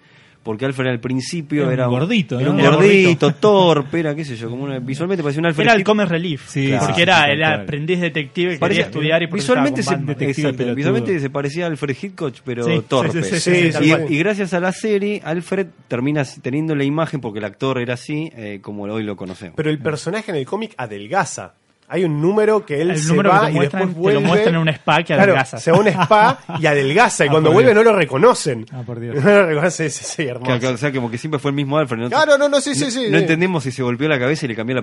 Porque Alfred al principio Era un era, gordito, era ¿no? un Era gordito, torpe, era qué sé yo, como una- visualmente parecía un Alfred. Era el tipo- comic relief, Sí, porque sí, era sí, el tal cual. aprendiz detective que parecía- quería estudiar y visualmente se, protestaba con Batman. Detective exacto, pelotudo. visualmente se parecía a Alfred Hitchcock, pero Sí, sí, torpe. sí, Sí, sí, sí, sí, tal sí. cual. Y gracias a la serie, Alfred termina teniendo la imagen, porque el actor era así, eh, como hoy lo conocemos. Pero el personaje en el cómic adelgaza. Hay un número que él el se número va que te y después muestran, te vuelve. lo muestran en un spa que Claro, adelgaza. se va a un spa y adelgaza. Y Ah, cuando por vuelve Dios. no lo reconocen. Ah, por No Dios. lo reconocen, sí, sí, sí, hermoso. Que- que- o sea, como que siempre fue el mismo Alfred. No, Claro, no, no, sí, sí, sí. No sí. entendemos si se golpeó la cabeza y le cambió la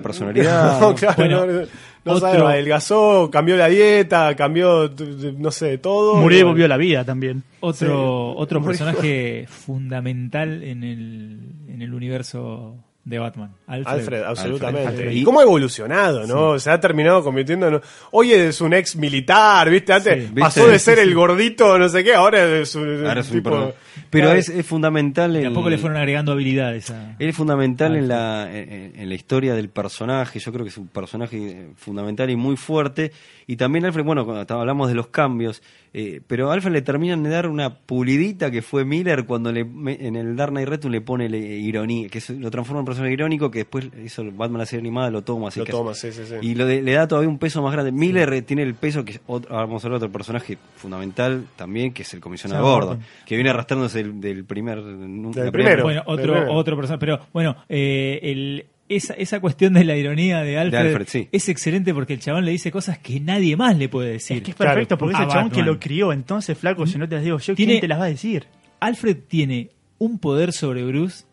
personalidad. No, claro, Bueno, no, no sabe, otro- adelgazó, cambió la dieta, cambió, t- t- no sé, todo. Murió y Bueno. volvió a la vida también. Otro, Sí. otro Muy personaje fundamental en el, en el universo de Batman. Alfred. Alfred, absolutamente. Alfred. Y cómo ha evolucionado, ¿no? Se ha terminado convirtiendo en... Hoy es un ex militar, ¿viste? Antes Sí, ¿viste? pasó de Sí, ser el gordito, no sé qué, ahora es un Ahora es un tipo... perdón. Pero Claro. es, es fundamental. en- Tampoco le fueron Ah, agregando habilidades a... Él es fundamental en la, en, en la historia del personaje, yo creo que es un personaje eh, fundamental y muy fuerte. Y también Alfred, bueno, cuando estaba- hablamos de los cambios, eh, pero a Alfred le terminan de dar una pulidita que fue Miller cuando le, me- en el Dark Knight Return le pone la ironía, que es- lo transforma en un personaje irónico que después hizo Batman la serie animada, lo toma. Así Lo que toma, hace- sí, sí, sí. Y lo de- le da todavía un peso más grande. Miller eh, tiene el peso que es otro, ahora vamos a hablar de otro personaje fundamental también, que es el comisionado Sam Gordon, Gordon. que viene arrastrándose del, del primer... Del primero. Bueno, otro, Pero- otro personaje. Pero bueno, eh, el, esa, esa cuestión de la ironía de Alfred, Alfred, sí. es excelente porque el chabón le dice cosas que nadie más le puede decir. Es que es Claro. perfecto, porque es Ah, el A chabón que Batman. lo crió. Entonces, flaco, si no te las digo yo, Tiene- ¿quién te las va a decir? Alfred tiene un poder sobre Bruce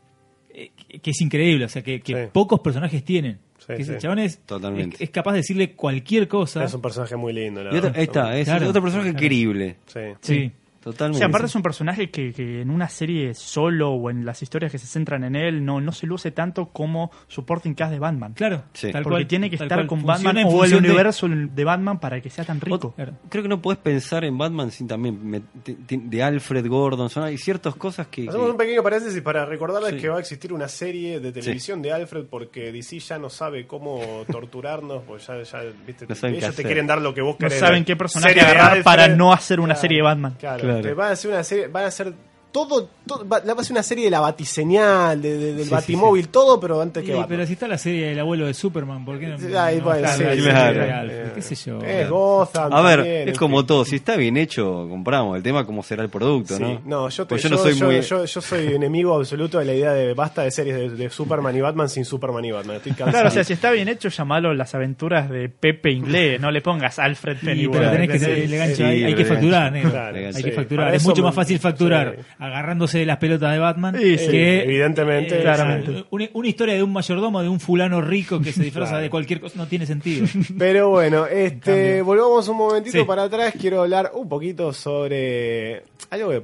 eh, que- que es increíble, o sea, que, que Sí. pocos personajes tienen. Sí, Que ese sí. chabón es, Totalmente. es- es capaz de decirle cualquier cosa. Es un personaje muy lindo, la Y otra- verdad. ahí está, eh. es Claro. otro personaje Claro. querible. Sí. Sí. O Totalmente. sea, aparte es un personaje que, que en una serie solo o en las historias que se centran en él no, no se luce tanto como supporting cast de Batman. Claro, Sí. tal porque cual, tiene que tal estar cual. con Funciona Batman en o el función de- universo de Batman para que sea tan rico. Claro. Creo que no podés pensar en Batman sin también me- te- te- de Alfred Gordon. Son, hay ciertas cosas que. Hacemos que- un pequeño paréntesis para recordarles Sí. que va a existir una serie de televisión de Alfred porque DC ya no sabe cómo torturarnos, porque ya, ya, viste, No saben qué ellos te hacer. quieren dar lo que vos No querés. saben qué personaje Serie de agarrar Alfred. para no hacer una Claro, serie de Batman. Claro, Claro. te van a hacer una serie, van a hacer todo, todo- va, va a ser una serie de la batiseñal, de- de- del Sí, sí, batimóvil, todo, pero antes que Y, Batman. pero si está la serie del abuelo de Superman, ¿por qué no? Ahí no va, está sí, la sí, serie claro. de Alfred? ¿Qué sé yo? Es Gotham. A ver, también, este. en es como fin. todo. Si está bien hecho, compramos. El tema es cómo será el producto, Sí, ¿no? no, yo, te- Pues yo, yo no soy yo- muy. yo- yo soy enemigo absoluto de la idea de basta de series de, de Superman y Batman sin Superman y Batman. Estoy cansado. Claro, o sea, si está bien hecho, llamalo las aventuras de Pepe Inglés, no le pongas Alfred Y, Pennyworth. pero tenés que sí, ser sí, elegante, sí, hay, hay que elegante. facturar, negro. Claro, hay sí. que facturar. Para Es eso mucho me- más fácil facturar sí. agarrándose de las pelotas de Batman Sí, sí, que Eh, eh, evidentemente, eh, claramente. Una, una historia de un mayordomo, de un fulano rico que se disfraza Claro. de cualquier cosa, no tiene sentido. Pero bueno, este, cambio. volvamos un momentito Sí. para atrás. Quiero hablar un poquito sobre algo que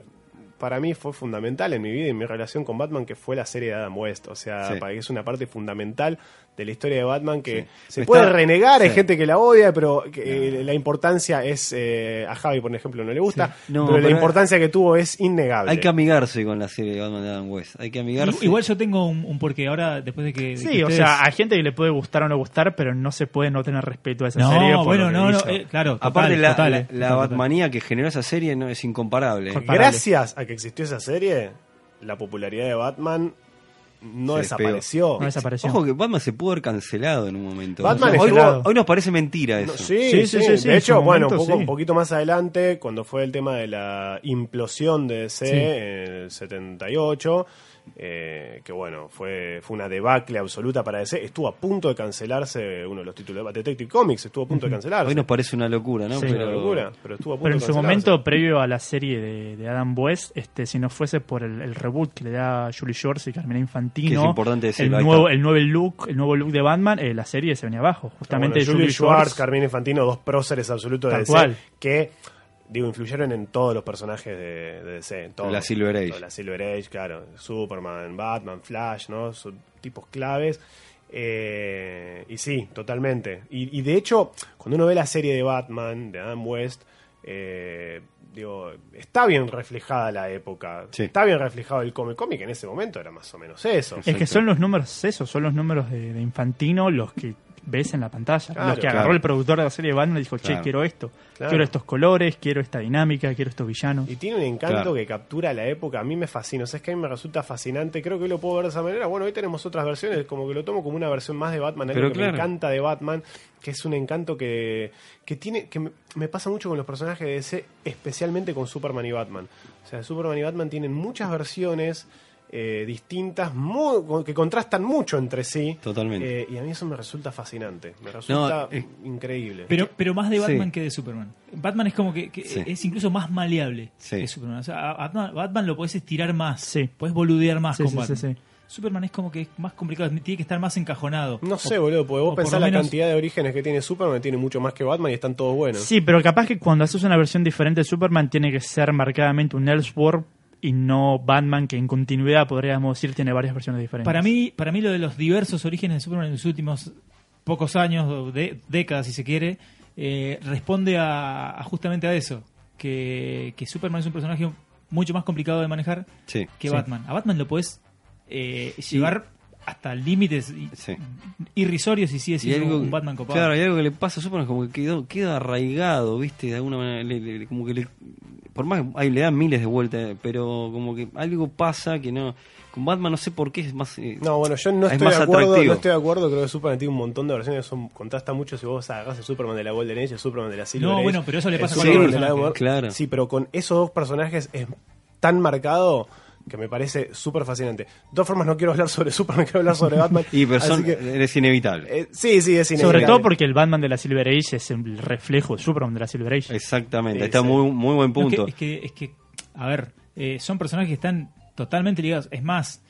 para mí fue fundamental en mi vida y en mi relación con Batman, que fue la serie de Adam West. O sea, Sí. para que es una parte fundamental de la historia de Batman que Sí. se Me puede está- renegar, hay sí. gente que la odia, pero que, eh, la importancia es, eh, a Javi por ejemplo no le gusta, No, pero, la pero- importancia que tuvo es innegable. Hay que amigarse con la serie de Batman de Adam West. Hay que amigarse. Igual yo tengo un, un porqué ahora, después de que. de Sí, que o ustedes- sea, hay gente que le puede gustar o no gustar, pero no se puede no tener respeto a esa No, serie. por bueno, lo que no, no, hizo. eh, claro. total, Aparte, la, total, la- eh, la total, total. Batmanía que generó esa serie no es incomparable. Con- Gracias a que existió esa serie, la popularidad de Batman no Se despegó. desapareció. No desapareció. Ojo que Batman se pudo haber cancelado en un momento. Batman hoy, es hoy- claro. hoy nos parece mentira eso. No, sí, sí, Sí, sí, sí, sí, De en hecho, su bueno, momento, un, poco- sí. un poquito más adelante, cuando fue el tema de la implosión de DC Sí. en el 78, eh, que bueno, fue, fue una debacle absoluta para DC, estuvo a punto de cancelarse uno de los títulos de Detective Comics, estuvo a punto de cancelarse. Hoy nos parece una locura, ¿no? Sí. Una locura, pero estuvo a punto Pero en de su cancelarse. momento, previo a la serie de, de Adam West, este, si no fuese por el, el reboot que le da Julie Shorts y Carmela Infantino, Que es importante decirlo, el, ahí nuevo, está. el, nuevo look, el nuevo look de Batman, eh, la serie se venía abajo. Bueno, Justamente Julie Julie Schwartz, Schwartz, Carmine Infantino, dos próceres absolutos de Tal DC cual. que digo influyeron en todos los personajes de, de DC, en todos. La Silver Age. Toda La Silver Age, claro, Superman, Batman, Flash, ¿no? Son tipos claves. Eh, y sí, totalmente. Y, y de hecho, cuando uno ve la serie de Batman, de Adam West, eh, digo, está bien reflejada la época. Sí. Está bien reflejado el cómic. Cómic en ese momento era más o menos eso. es que son los números, esos son los números de, de Infantino los que ves en la pantalla. Claro, los que claro. agarró el productor de la serie de Batman y dijo, che, Claro. quiero esto. Claro. Quiero estos colores, quiero esta dinámica, quiero estos villanos. Y tiene un encanto Claro. que captura la época. A mí me fascina. O sea, es que a mí me resulta fascinante. Creo que hoy lo puedo ver de esa manera. Bueno, hoy tenemos otras versiones. Como que lo tomo como una versión más de Batman. Algo Pero que claro. me encanta de Batman. Que es un encanto que, que tiene que me, me pasa mucho con los personajes de DC. Especialmente con Superman y Batman. O sea, Superman y Batman tienen muchas versiones. eh, distintas mu- que contrastan mucho entre sí. Totalmente. Eh, y a mí eso me resulta fascinante, me resulta eh, increíble. Pero, pero más de Batman Sí. que de Superman. Batman es como que, que Sí. es incluso más maleable Sí. que Superman. O sea, a Batman, Batman lo podés estirar más, Sí. podés boludear más Sí, con sí, Batman. sí, sí. Superman es como que es más complicado, tiene que estar más encajonado. no O- sé, boludo, porque o vos por pensás lo la menos- cantidad de orígenes que tiene Superman, tiene mucho más que Batman y están todos buenos. Sí, pero capaz que cuando haces una versión diferente de Superman tiene que ser marcadamente un Elseworld y no Batman, que en continuidad podríamos decir tiene varias versiones diferentes. Para mí, para mí lo de los diversos orígenes de Superman en los últimos pocos años, o de, décadas si se quiere, eh, responde a, a justamente a eso, que, que Superman es un personaje mucho más complicado de manejar Sí. que Sí. Batman. A Batman lo podés eh, llevar hasta límites i- Sí. irrisorios y sigue siendo un Batman copado. Claro, y algo que le pasa a Superman es como que quedó, queda arraigado, ¿viste? De alguna manera, le- le- como que le, por más que ahí le dan miles de vueltas, pero como que algo pasa que no. Con Batman no sé por qué es más. eh, No, bueno, yo no Es estoy más de acuerdo, atractivo. no estoy de acuerdo, creo que Superman tiene un montón de versiones, son, contrasta mucho si vos agarrás el Superman de la Golden Age, el Superman de la Silver No, Age, bueno, pero eso le el pasa con Superman los de la personajes. War- Claro. Sí, pero con esos dos personajes es tan marcado que me parece súper fascinante. De todas formas, no quiero hablar sobre Superman, quiero hablar sobre Batman. y pero así son- que, es inevitable. eh, sí, sí, es Sobre inevitable. todo porque el Batman de la Silver Age es el reflejo de Superman de la Silver Age. Exactamente, Sí, está sí. muy, muy buen No, que- punto. es, que, es que, a ver, eh, son personajes que están totalmente ligados. Es más,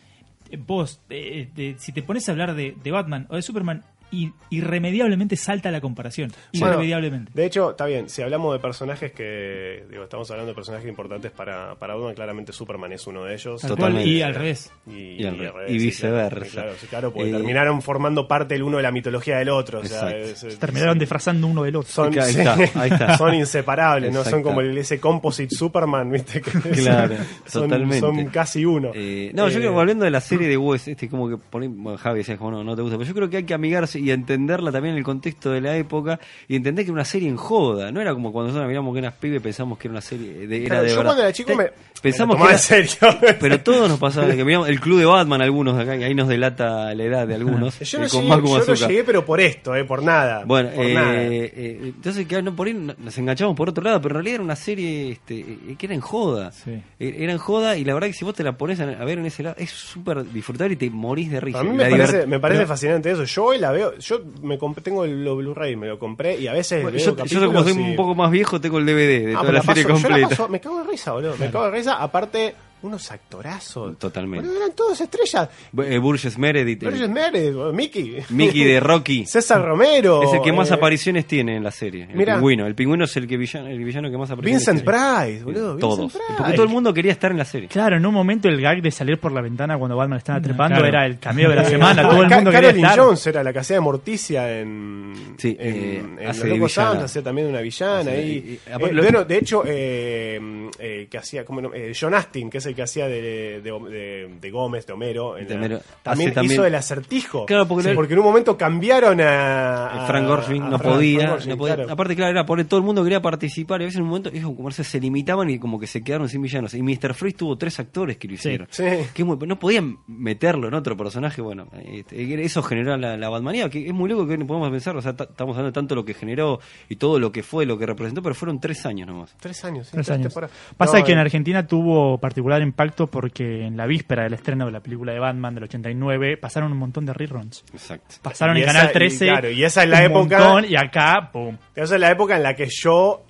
eh, vos, eh, eh, de- si te pones a hablar de, de Batman o de Superman, i- irremediablemente salta la comparación. Bueno, Irremediablemente. de hecho, está bien, si hablamos de personajes que. Digo, estamos hablando de personajes importantes para, para Batman, claramente Superman es uno de ellos. Tal cual, totalmente. y al revés. y, Y al revés, y sí, claro, viceversa. sí, Claro, sí, claro, porque Eh, terminaron formando parte el uno de la mitología del otro. o sea, Exacto. es- es- Terminaron disfrazando uno del otro. son, Ahí está, sí, ahí está. son inseparables, ¿no? Son Exacto. como el- ese composite Superman, ¿viste? Que Claro, son, totalmente. Son casi uno. Eh, no, yo Eh, creo que volviendo de la serie de West, este como que pone, bueno, Javi decía como no, no te gusta, pero yo creo que hay que amigarse y entenderla también en el contexto de la época y entender que era una serie en joda, no era como cuando nosotros miramos que eras pibe y pensamos que era una serie de, era claro, de yo verdad. cuando era chico me. pensamos me la tomaba que en era- serio. pero todos nos pasaba que miramos el club de Batman algunos de acá y ahí nos delata la edad de algunos Yo eh, no, con llegué, Malcolm yo no Azúcar. llegué, pero por esto, eh, por nada. Bueno, por eh, nada. eh, entonces que, no, por ahí nos enganchamos por otro lado, pero en realidad era una serie este, eh, que era en joda. Sí. Eh, Era en joda y la verdad que si vos te la pones a a ver en ese lado, es súper disfrutar y te morís de risa. A mí me La divert- parece, me parece Pero- fascinante eso. Yo hoy la veo. Yo me comp- tengo el lo Blu-ray, me lo compré y a veces. Bueno, veo yo, yo como soy capítulos y- un poco más viejo, tengo el DVD de Ah, toda pero la la, paso- serie yo la completa. paso- me cago de risa, boludo. Me cago de risa. Aparte, unos actorazos. Totalmente. Boludo, eran todos estrellas. Eh, Burgess Meredith, eh, Burgess Meredith, boludo, Mickey. Mickey de Rocky, es César Romero. el que más eh, apariciones tiene en la serie. El mirá. pingüino, el pingüino es el que villano, el villano que más apariciones Vincent tiene. Price, boludo. Vincent Todos. Price. Porque todo el mundo quería estar en la serie. Claro, en un momento el gag de salir por la ventana cuando Batman estaba trepando Mm, claro. era el cameo de la Eh, semana. bueno, Todo el Ca- mundo quería Carolyn estar. Jones era la que hacía de Morticia en, Sí, en, eh, en hace Los de Locos villana. Adams, hacía también una villana. Hace- ahí. y- y- aparte Eh, lo- bueno, de hecho, eh, eh, que hacía, ¿cómo no? Eh, John Astin, que es el que hacía de, de, de- de Gómez, de Homero, en De la- Homero. también, Hace también- hizo el acertijo. Claro, porque Sí, lo- en un momento cambiaron a. a- Eh, Frank Gorshin a no Frank- podía, Frank Gorshin, no podía. claro. aparte claro, era por todo el mundo quería participar y a veces en un momento ellos como se, se limitaban y como que se quedaron sin villanos. Y Mr. Freeze tuvo tres actores que lo hicieron. Sí. Que es muy- no podían meterlo en otro personaje, bueno, este, eso generó la, la Batmanía, que es muy loco que no podemos pensar, o sea, ta- estamos hablando de tanto lo que generó y todo lo que fue, lo que representó, pero fueron tres años nomás. Tres años, sí, Tres tres años. temporadas. Pasa No, que en eh, Argentina tuvo particular impacto porque en la víspera del estreno de la película de Batman del 89 pasaron un montón de reruns. Exacto. Pasaron Y en esa- Canal y 13. claro, y esa es la un época- montón, y acá, pum. Esa es la época en la que yo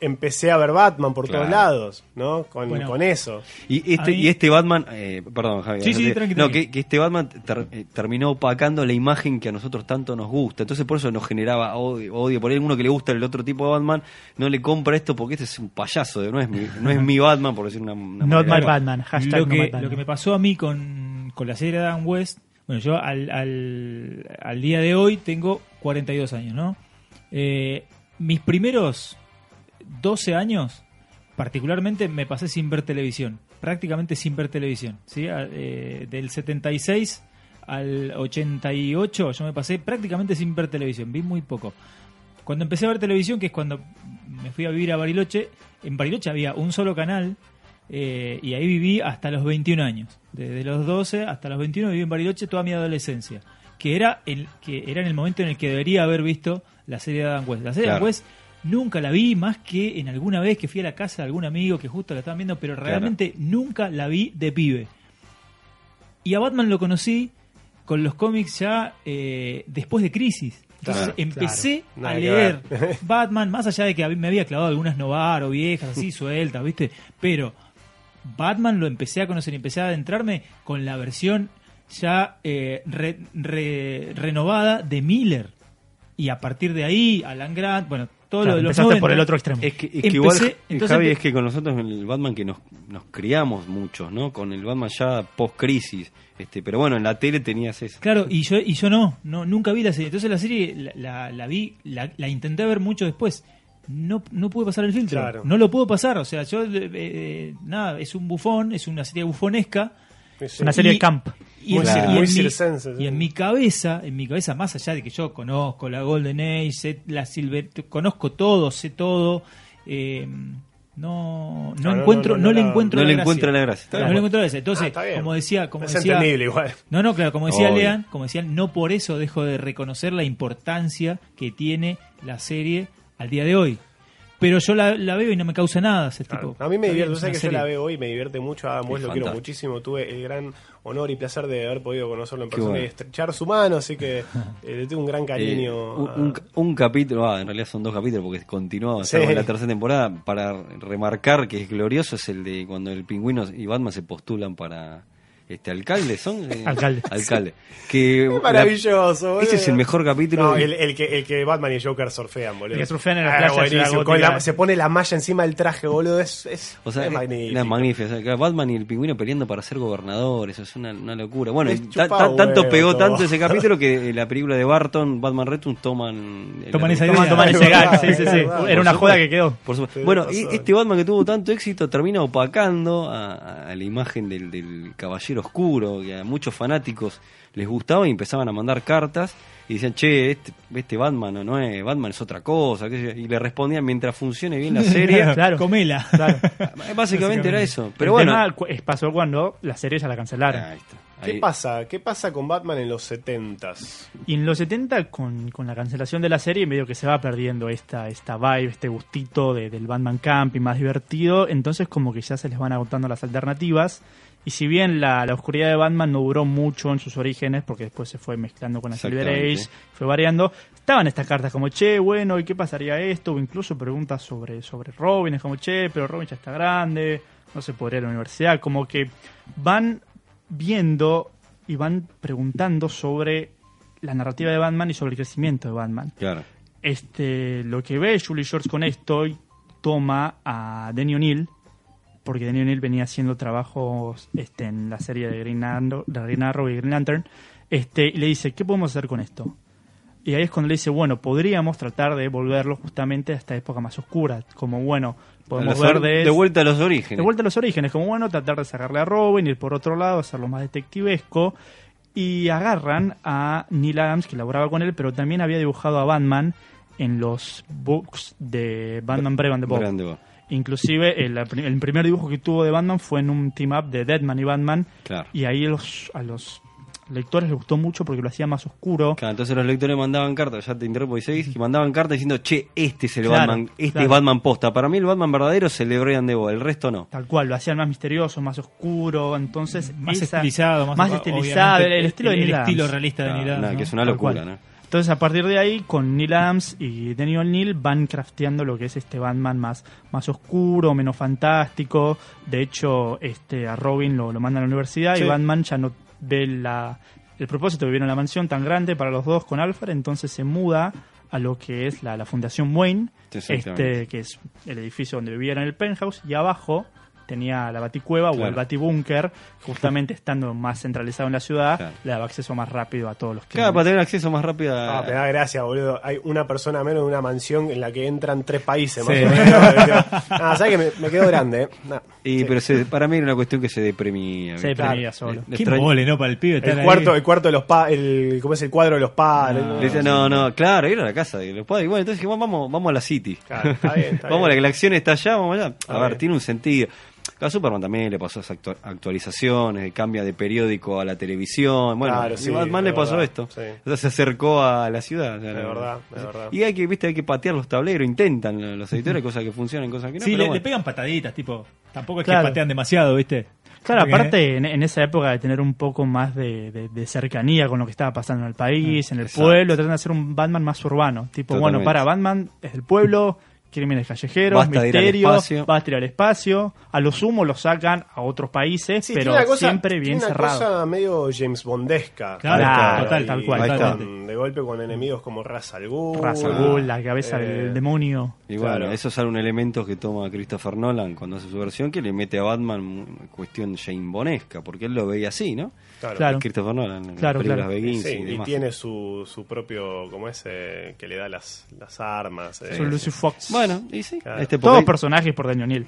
empecé a ver Batman por Claro. todos lados, ¿no? Con, Bueno. con eso. Y este, A mí- y este Batman, eh, perdón Javier, Sí, sí, no, te- tranqui, no, tranqui. que, que este Batman ter- eh, terminó opacando la imagen que a nosotros tanto nos gusta, entonces por eso nos generaba odio, odio. por ahí uno que le gusta el otro tipo de Batman, no le compra esto porque este es un payaso, no es mi, no es mi Batman, por decir una, una Not manera. my Batman. Hashtag lo, not que, my Batman. lo que me pasó a mí con, con la serie de Adam West, bueno, yo al, al, al día de hoy tengo 42 años, ¿no? Eh, mis primeros 12 años, particularmente, me pasé sin ver televisión, prácticamente sin ver televisión, ¿sí? A- eh, del 76 al 88 yo me pasé prácticamente sin ver televisión, vi muy poco. Cuando empecé a ver televisión, que es cuando me fui a vivir a Bariloche, en Bariloche había un solo canal eh, y ahí viví hasta los 21 años. Desde los 12 hasta los 21 viví en Bariloche toda mi adolescencia. Que era, el, que era en el momento en el que debería haber visto la serie de Adam West. La serie de Adam Claro. West nunca la vi más que en alguna vez que fui a la casa de algún amigo que justo la estaban viendo, pero realmente nunca la vi de pibe. Y a Batman lo conocí con los cómics ya eh, después de Crisis. Entonces Claro, empecé claro. Nada a que leer ver. Batman, más allá de que hab- me había clavado algunas Novaro viejas, así sueltas, ¿viste? Pero Batman lo empecé a conocer y empecé a adentrarme con la versión ya eh, re- re- renovada de Miller. Y a partir de ahí, Alan Grant, bueno, todo Claro, lo de los empezaste por 90. el otro extremo. Es que, es que Empecé- igual, entonces Javi, empe- es que con nosotros en el Batman que nos, nos criamos muchos, ¿no? Con el Batman ya post-crisis. Este, pero bueno, en la tele tenías eso. Claro, y yo, y yo no, no, nunca vi la serie. Entonces la serie la, la- la vi, la, la intenté ver mucho después. No, no pude pasar el filtro. Claro. No lo puedo pasar. O sea, yo, eh, eh, nada, es un bufón, es una serie bufonesca. Sí. Una serie Y- de camp. Y, Muy en- cir- y en muy mi- circense, sí. y en mi cabeza, en mi cabeza, más allá de que yo conozco la Golden Age, sé la Silver, conozco todo, sé todo, eh, no, no, No, no, encuentro, no, no, no, le no, encuentro no la le gracia. encuentra la gracia. Está No bien. le encuentro la gracia. Entonces, Ah, está bien. como decía, como es decía, entendible igual. no, no, claro, como decía Obvio. Lean, como decía, no por eso dejo de reconocer la importancia que tiene la serie al día de hoy. Pero yo la, la veo y no me causa nada ese tipo. A mí me Está bien, divierte, es sé una que serie. yo la veo hoy, y me divierte mucho, Adam West Es lo quiero fantástico. muchísimo, tuve el gran honor y placer de haber podido conocerlo en Qué persona y bueno. estrechar su mano, así que eh, le tengo un gran Eh, cariño. un, a- un- un capítulo, ah, en realidad son dos capítulos porque continuó Sí. en la tercera temporada. Para remarcar que es glorioso es el de cuando el pingüino y Batman se postulan para este alcalde, son eh, Alcalde. alcalde. Que Qué maravilloso, la- ese boludo. es el mejor capítulo. No, el, el que, el que Batman y Joker surfean, boludo. Ah, El que surfean en la playa, buenísimo, en la con gótica. la- se pone la malla encima del traje, boludo. Es, es, O sea, es es- magnífico. era magnífico. O sea, Batman y el pingüino peleando para ser gobernador, eso es una, una locura. Bueno, Es y ta- chupado ta- tanto huevo pegó todo. tanto ese capítulo que eh, la película de Barton, Batman Returns, toman... eh, Toman la- esa idea. Toma, toma ese gag, sí, sí, sí. Ah, Por Era una supuesto. joda que quedó. Por supuesto. Sí, Bueno, pasó. y este Batman que tuvo tanto éxito termina opacando a, a la imagen del, del Caballero Oscuro, que a muchos fanáticos les gustaba y empezaban a mandar cartas y decían, che, este, este Batman no, no es, Batman es otra cosa. qué sé yo. Y le respondían, mientras funcione bien la serie. Claro. Comela. Claro. Básicamente era eso. Pero El bueno. tema cu- es- pasó cuando la serie ya la cancelaron. Ahí está. ¿Qué Ahí- pasa? ¿Qué pasa con Batman en los 70s? Y en los 70, con, con la cancelación de la serie, medio que se va perdiendo esta, esta vibe, este gustito de- del Batman Camp y más divertido. Entonces, como que ya se les van agotando las alternativas. Y si bien la, la oscuridad de Batman no duró mucho en sus orígenes, porque después se fue mezclando con la Silver Exactamente. Age, fue variando, estaban estas cartas como, che, bueno, ¿y qué pasaría esto? O incluso preguntas sobre, sobre Robin, es como, che, pero Robin ya está grande, no se podría ir a la universidad. Como que van viendo y van preguntando sobre la narrativa de Batman y sobre el crecimiento de Batman. Claro. Este, lo que ve Julie Shorts con esto y toma a Denny O'Neill, porque Denny O'Neill venía haciendo trabajos este, en la serie de Green, Arrow, de Green Arrow y Green Lantern, este, y le dice, ¿qué podemos hacer con esto? Y ahí es cuando le dice, bueno, podríamos tratar de volverlo justamente a esta época más oscura, como bueno, podemos Los ver or- de... de vuelta a los orígenes. De vuelta a los orígenes, como bueno, tratar de sacarle a Robin, ir por otro lado, hacerlo más detectivesco. Y agarran a Neil Adams, que laboraba con él, pero también había dibujado a Batman en los books de Batman Brave and the Bold. Grande, vos. Inclusive el, el primer dibujo que tuvo de Batman fue en un team up de Deadman y Batman. Claro. Y ahí los, a los lectores les gustó mucho porque lo hacía más oscuro. Claro, entonces los lectores mandaban cartas, ya te interrumpo y seguís, que mandaban cartas diciendo, che, este es el Claro, Batman, este claro. es Batman posta. Para mí el Batman verdadero es el de Brian Debo, el resto no. Tal cual, lo hacían más misterioso, más oscuro. Entonces, Más esa- estilizado, más, más estilizado. El, obviamente, el estilo de el, Neil Adams. estilo realista de Ah, Neil Adams, nada, ¿no? que es una Tal locura, cual. ¿no? Entonces, a partir de ahí, con Neil Adams y Denny O'Neill van crafteando lo que es este Batman más, más oscuro, menos fantástico. De hecho, este a Robin lo, lo mandan a la universidad Sí. y Batman ya no ve la, el propósito de vivir en la mansión tan grande para los dos con Alfred, entonces se muda a lo que es la, la Fundación Wayne, Exactamente. este que es el edificio donde vivían en el penthouse, y abajo tenía la baticueva o el Claro. batibúnker, justamente estando más centralizado en la ciudad, Claro. le daba acceso más rápido a todos los Claro, crímenes. para tener acceso más rápido a... Ah, me da gracia, boludo. Hay una persona menos en una mansión en la que entran tres países, más Sí. o menos. ah, ¿sabes que me, me quedó grande, eh? Nah. y, Pero se- para mí era una cuestión que se deprimía. Se ¿viste? deprimía solo. Le- Qué le- mole, ¿no? Para el pibe. estar El ahí. cuarto, el cuarto de los pa el ¿Cómo es el cuadro de los padres? Ah. le decía, no, no, claro, ir a la casa de los padres. Y Bueno, entonces dijimos, vamos, vamos a la City. Claro, está bien, está vamos a la bien. que la acción está allá, vamos allá. A Está ver, bien. tiene un sentido. A Superman también le pasó esas actua- actualizaciones, eh, cambia de periódico a la televisión. Bueno, Claro, y sí, Batman de le pasó verdad, esto. sí. Entonces se acercó a la ciudad. De verdad, de verdad. Y hay que, viste, hay que patear los tableros, intentan los editores, cosas que funcionan, cosas que no. Sí, pero le, bueno. le pegan pataditas, tipo. Tampoco es Claro. que patean demasiado, ¿viste? Claro, Porque- aparte en, en esa época de tener un poco más de, de- de cercanía con lo que estaba pasando en el país, en el Ah, Exacto. pueblo, tratan de hacer un Batman más urbano. Tipo, bueno, Totalmente. para Batman es del pueblo, crímenes callejeros, Basta de ir al misterios, espacio. va a tirar espacio. A lo sumo lo sacan a otros países, Sí, pero tiene una cosa- siempre bien tiene una cerrado. cosa medio James Bondesca. Claro, Claro, total, y- tal ahí cual. está. Tal con- cual. de golpe con enemigos como Ra's al Ghul. Raza Ghul, la cabeza eh, del demonio. Y bueno, Claro. esos son elementos que toma Christopher Nolan cuando hace su versión, que le mete a Batman una cuestión Jane Bonesca, porque él lo veía así, ¿no? Claro. Claro. Christopher Nolan, en las Claro, películas claro. de Begins Sí, y y demás. tiene su, su propio, como ese, que le da las, las armas. eh. Son Lucius Fox. Bueno, y sí, Claro. este todos por ahí- personajes por Daniel Neal.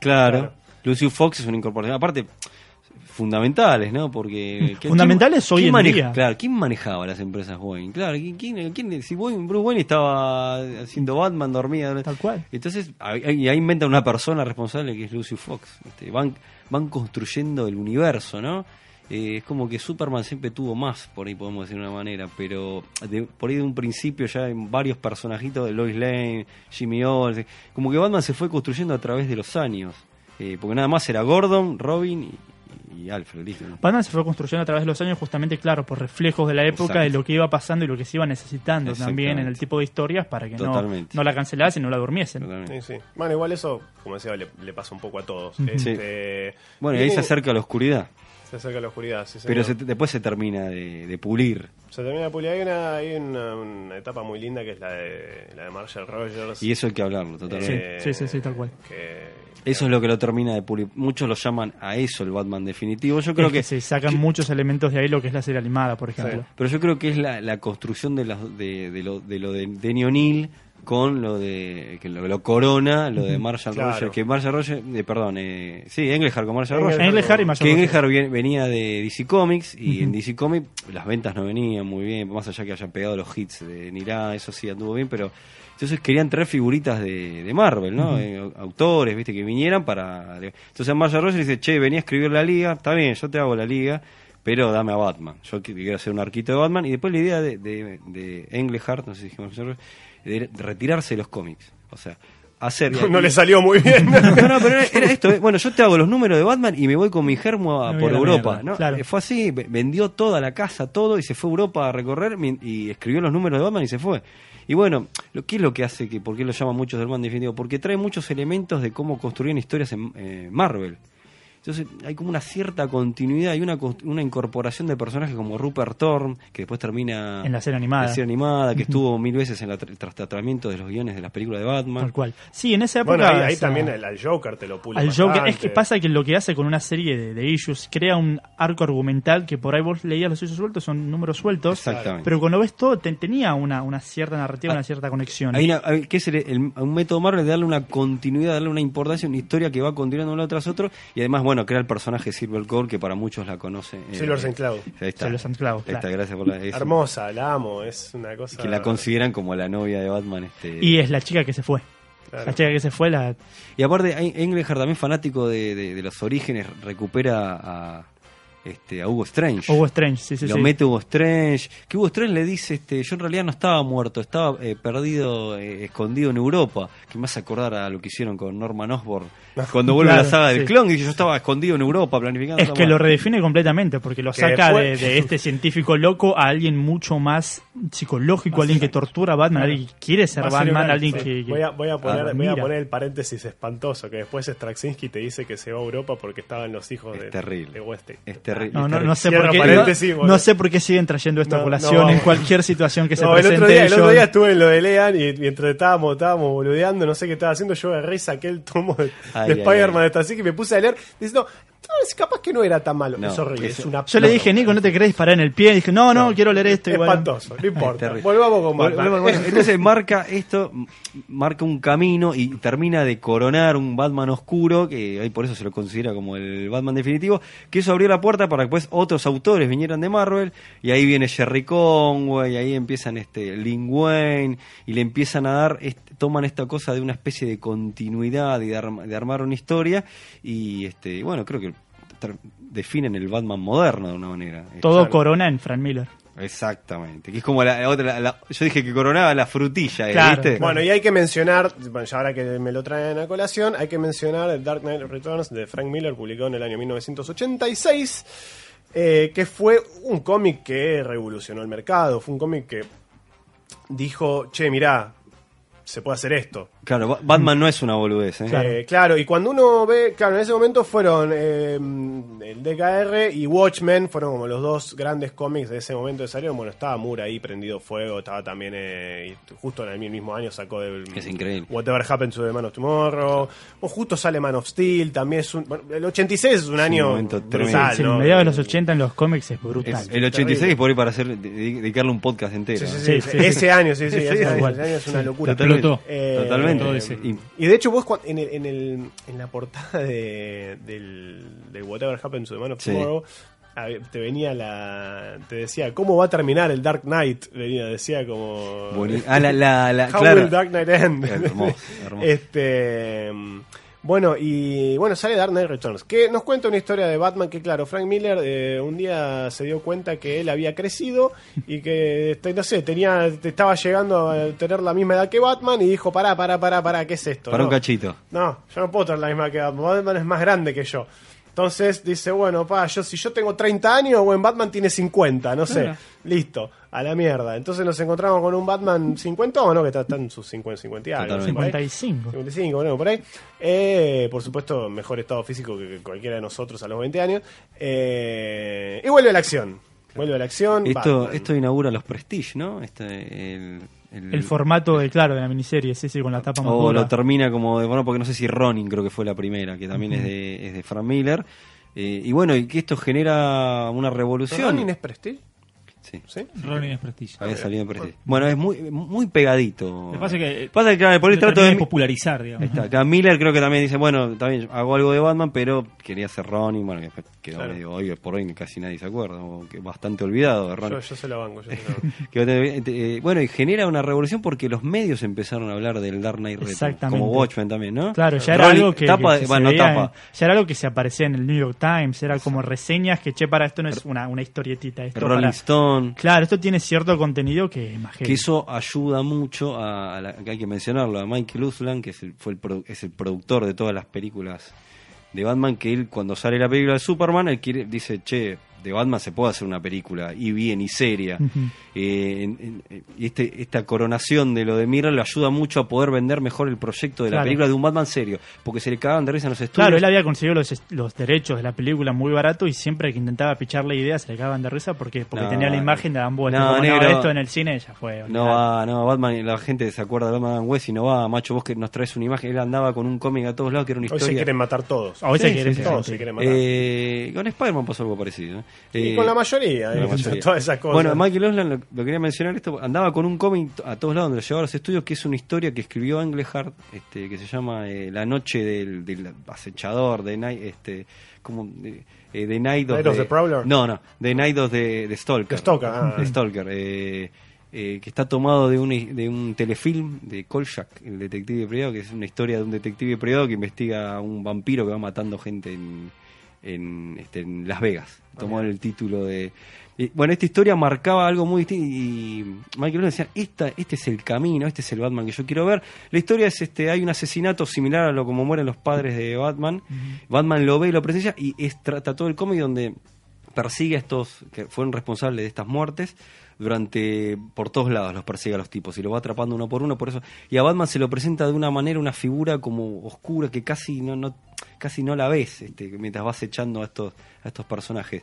Claro. Claro. Lucius Fox es una incorporación. Aparte, fundamentales, ¿no? Porque. ¿quién- Fundamentales hoy en maneja- día. Claro, ¿quién manejaba las empresas Wayne? Claro, ¿quién, quién, quién- si Wayne- Bruce Wayne estaba haciendo Batman, dormía. Tal cual. Entonces, ahí, ahí- ahí inventan una persona responsable que es Lucius Fox. Este, van, van construyendo el universo, ¿no? Eh, es como que Superman siempre tuvo más, por ahí podemos decir de una manera, pero de- por ahí de un principio ya en varios personajitos de Lois Lane, Jimmy Olsen, como que Batman se fue construyendo a través de los años, Eh, porque nada más era Gordon, Robin y, y Alfred, listo, ¿no? Batman se fue construyendo a través de los años justamente, claro, por reflejos de la época, Exacto. de lo que iba pasando y lo que se iba necesitando también en el Exactamente. tipo de historias para que no, Totalmente. no la cancelasen, no la durmiesen. Totalmente. Sí, sí. Bueno, igual eso, como decía, le, le pasa un poco a todos. Ujú. Mm. Sí. Este, Bueno, y ahí se tiene- acerca a la oscuridad, se acerca la oscuridad, sí, señor. pero se- después se termina de, de pulir. Se termina la publicidad. Hay, una, hay una, una etapa muy linda que es la de, la de Marshall Rogers. Y eso hay que hablarlo, totalmente. eh, Sí, sí, sí, sí, tal cual. que- Eso es lo que lo termina de pulir. Muchos lo llaman a eso el Batman definitivo. Yo creo Creo que, que se sacan muchos elementos de ahí, lo que es la serie animada, por ejemplo. Pero yo creo que es la, la construcción de, las- de, de lo de, lo de Denny O'Neill con lo de que lo, lo corona, lo de Marshall Claro. Rogers, que Marshall Rogers, eh, perdón, eh, sí, Englehart con Marshall Englehart. Rogers. Englehart y Marshall Que Rogers. Englehart vien- venía de DC Comics y en DC Comics las ventas no venían muy bien, más allá que hayan pegado los hits de Nirá, eso sí anduvo bien, pero entonces querían traer figuritas de, de Marvel, ¿no? Eh, autores, viste, que vinieran para... Entonces a Marshall Rogers dice, che, venía a escribir la liga, está bien, yo te hago la liga, pero dame a Batman. Yo qui- quiero hacer un arquito de Batman. Y después la idea de, de, de Englehart, no sé si dijimos Marshall Rogers, de retirarse de los cómics. O sea, hacer... No le salió muy bien. No, no, pero era, era esto. eh. Bueno, yo te hago los números de Batman y me voy con mi germo a- Me voy por a la Europa. mierda, ¿no? claro. Eh, Fue así, ve- vendió toda la casa, todo, y se fue a Europa a recorrer mi- y escribió los números de Batman y se fue. Y bueno, lo, ¿qué es lo que hace? Que, ¿Por qué lo llaman muchos del Batman definitivo? Porque trae muchos elementos de cómo construían historias en eh, Marvel. Entonces hay como una cierta continuidad y una, cons- una incorporación de personajes como Rupert Thorne, que después termina En la serie animada. la serie animada, que estuvo mil veces en la tra- el tratamiento de los guiones de las películas de Batman. Tal cual. Sí, en esa época. bueno, ahí, ahí esa- también al, al Joker te lo pula. al Joker. Es bastante. que pasa que lo que hace con una serie de, de issues crea un arco argumental que por ahí vos leías los issues sueltos, son números sueltos. Exactamente. Pero cuando ves todo, te- tenía una, una cierta narrativa, Ah, una cierta conexión. Hay una, hay- ¿Qué es el, el- un método Marvel de darle una continuidad, darle una importancia, una historia que va continuando uno tras otro? Y además, bueno, crea el personaje Silver Core, que para muchos la conoce. eh, Silver St. Cloud. Ahí está. Silver St. Cloud, Ahí claro. está, gracias por la. es- Hermosa, la amo, es una cosa. Que la consideran como la novia de Batman. Este, Y eh, es la chica que se fue. Claro. La chica que se fue, la Y aparte, hay- Englehart, también fanático de, de- de los orígenes, recupera a, este, a Hugo Strange. Hugo Strange, sí, sí, lo sí. mete Hugo Strange. Que Hugo Strange le dice, este, yo en realidad no estaba muerto, estaba eh, perdido, eh, escondido en Europa. Que me hace acordar a lo que hicieron con Norman Osborn. Cuando vuelve Ah, Claro, la saga del sí. clon, dice, yo estaba escondido en Europa planificando. Es esa que lo muerte". redefine completamente, porque lo Que saca fue- de, de este científico loco a alguien mucho más psicológico, alguien que tortura a Batman, alguien que quiere ser Más Batman, cerebral, alguien sí. que... que- Voy a, voy a poner, Ah, voy a mira. poner el paréntesis espantoso, que después Straczynski te dice que se va a Europa porque estaban los hijos Es de, terrible. de West State. Es terrible. No, es no, terrible. no sé Cierro por qué, paréntesis, no, boludo. no sé por qué siguen trayendo esta No, no, colación en vamos. cualquier situación que se No, el presente. otro, día, el otro yo- día estuve en lo de Lean y mientras estábamos, estábamos boludeando, no sé qué estaba haciendo, yo agarré y saqué el tomo de, de Ay, ay, Spider-Man ay. de así que me puse a leer diciendo, "Ah, es capaz que no era tan malo. No, es horrible, eso- es una yo le no, dije, no, Nico, no te querés disparar en el pie. Y dije, no, no, no, quiero leer este". esto. igual. Espantoso, no importa. terrible. Volvamos con Batman. Bueno, bueno, entonces marca esto, m- marca un camino y termina de coronar un Batman oscuro, que ahí por eso se lo considera como el Batman definitivo, que eso abrió la puerta para que pues otros autores vinieran de Marvel, y ahí viene Jerry Conway, y ahí empiezan este Lin Wayne, y le empiezan a dar, est- toman esta cosa de una especie de continuidad y de, arm- de armar una historia, y este bueno, creo que ter- definen el Batman moderno de una manera. Todo Claro. corona en Frank Miller. Exactamente. Que es como la, la otra. la- la- yo dije que coronaba la frutilla, eh, Claro, ¿viste? Bueno, y hay que mencionar, bueno, ya ahora que me lo traen a colación, hay que mencionar el Dark Knight Returns de Frank Miller, publicado en el año 1986, eh, que fue un cómic que revolucionó el mercado, fue un cómic que dijo, che, mirá, se puede hacer esto. Claro, Ba- Batman no es una boludez, ¿eh? Claro. claro, y cuando uno ve, claro, en ese momento fueron eh, el DKR y Watchmen, fueron como los dos grandes cómics de ese momento que salieron. Bueno, estaba Moore ahí prendido fuego, estaba también, eh, y justo en el mismo año sacó del, Es increíble. Whatever Happened to the Man of Tomorrow, o justo sale Man of Steel, también es un, bueno, el 86 es un año momento brutal, tremendo. Sí, ¿no? en mediados de los 80 en los cómics es brutal. Es- el 86 por ahí para hacer, de- dedicarle un podcast entero. Sí, sí, ¿eh? sí, Sí, sí, ese año, sí, sí, Sí, ese, año, igual. ese año es una Sí, locura. Totalmente. Explotó. Eh, Totalmente. Todo ese. Y- Y de hecho vos cuan- en, el- en, el- en la portada de, del, del Whatever Happened to the Man of Sí. Tomorrow a ver, te venía la... te decía ¿Cómo va a terminar el Dark Knight? Venía, decía como... Boni- ah, la, la, la- How claro. will Dark Knight end? Hermoso, hermoso. Este, mm, bueno, y bueno, sale Dark Knight Returns, que nos cuenta una historia de Batman que, claro, Frank Miller eh, un día se dio cuenta que él había crecido y que, este, no sé, tenía, estaba llegando a tener la misma edad que Batman y dijo, pará, pará, pará, pará, ¿qué es esto? Para un No. cachito. No, yo no puedo tener la misma que Batman. Batman es más grande que yo. Entonces dice, bueno, pa, yo si yo tengo 30 años, en Batman tiene 50, no sé. Claro. Listo, a la mierda. Entonces nos encontramos con un Batman 50 o no, que está, está en sus 50, 50 y algo. Totalmente. por ahí. 55. 55, bueno, por ahí. Eh, por supuesto, mejor estado físico que cualquiera de nosotros a los 20 años. Eh, y vuelve a la acción. Vuelve a la acción. Esto, Batman. esto inaugura los Prestige, ¿no? Este, el, El formato de, claro, de la miniserie, sí, sí, con la tapa más O dura. lo termina como de, bueno, porque no sé si Ronin creo que fue la primera, que también es, de, es de Frank Miller. Eh, y bueno, y que esto genera una revolución. ¿Ronin es Prestige? Sí, ¿Sí? Ronin es Prestige. había salido en Prestige. Bueno, es muy, muy pegadito. Lo que pasa es eh, que- Pasa que, claro, por ahí Lo trato termina de... popularizar, Ahí digamos. está. Acá Miller creo que también dice, bueno, también hago algo de Batman, pero quería hacer Ronin, bueno, que después quedó Claro. medio hoy por hoy casi nadie se acuerda, o que bastante olvidado de Ronin. Yo, yo se la banco, yo se la banco. Que va a tener- eh, bueno, y genera una revolución porque los medios empezaron a hablar del Dark Knight Returns, Exactamente. como Watchmen también, ¿no? Claro, ya era Rolling- algo que, tapa, que se bueno, no veía tapa. en- ya era algo que se aparecía en el New York Times, era como reseñas que, che, para esto no es una, una historietita. Esto Rolling para- Stone, Claro, esto tiene cierto contenido que imagino. que eso ayuda mucho a, a la- que hay que mencionarlo, a Michael Uslan, que es el, fue el, pro- es el productor de todas las películas de Batman, que él cuando sale la película de Superman, él quiere, dice, che, de Batman se puede hacer una película, y bien, y seria. Ujú. Eh, en- en- y este, esta coronación de lo de Mirra lo ayuda mucho a poder vender mejor el proyecto de la Claro. película de un Batman serio, porque se le cagaban de risa en los estudios. Claro, él había conseguido los, est- los derechos de la película muy barato y siempre que intentaba picharle ideas se le cagaban de risa porque, porque No, tenía la imagen de Dan Boyle. no, Como, No, negro. esto en el cine ya fue. No olvidate. va, no, Batman, la gente se acuerda de Batman West y no va, macho, vos que nos traes una imagen, él andaba con un cómic a todos lados que era una Hoy se historia. quieren matar todos. Hoy se Sí, quieren sí, matar. todos se quieren matar. Eh, con Spider-Man pasó algo parecido. ¿eh? Y Eh, con la mayoría, con la eh, mayoría. todas esas cosas. Bueno, Michael Oslan, lo, lo quería mencionar esto, andaba con un cómic a todos lados donde lo llevaba a los estudios, que es una historia que escribió Englehart, este, que se llama eh, La noche del, del acechador, de Night, este, como eh, eh, The Night of Night of the- the Prowler. No, no, The Night of the, the Stalker. The Stalker, ah. The Stalker, eh, eh, que está tomado de un, de un telefilm de Kolchak, el detective privado, que es una historia de un detective privado que investiga a un vampiro que va matando gente en, en, este, en Las Vegas. Ah, Tomó el título de... y, bueno, esta historia marcaba algo muy distinto y Michael Owen decía, Esta, este es el camino, este es el Batman que yo quiero ver. La historia es, este hay un asesinato similar a lo como mueren los padres de Batman. Batman lo ve y lo presencia y es, trata todo el cómic donde persigue a estos que fueron responsables de estas muertes durante por todos lados los persigue a los tipos y lo va atrapando uno por uno por eso y a Batman se lo presenta de una manera una figura como oscura que casi no no casi no la ves este, mientras vas echando a estos a estos personajes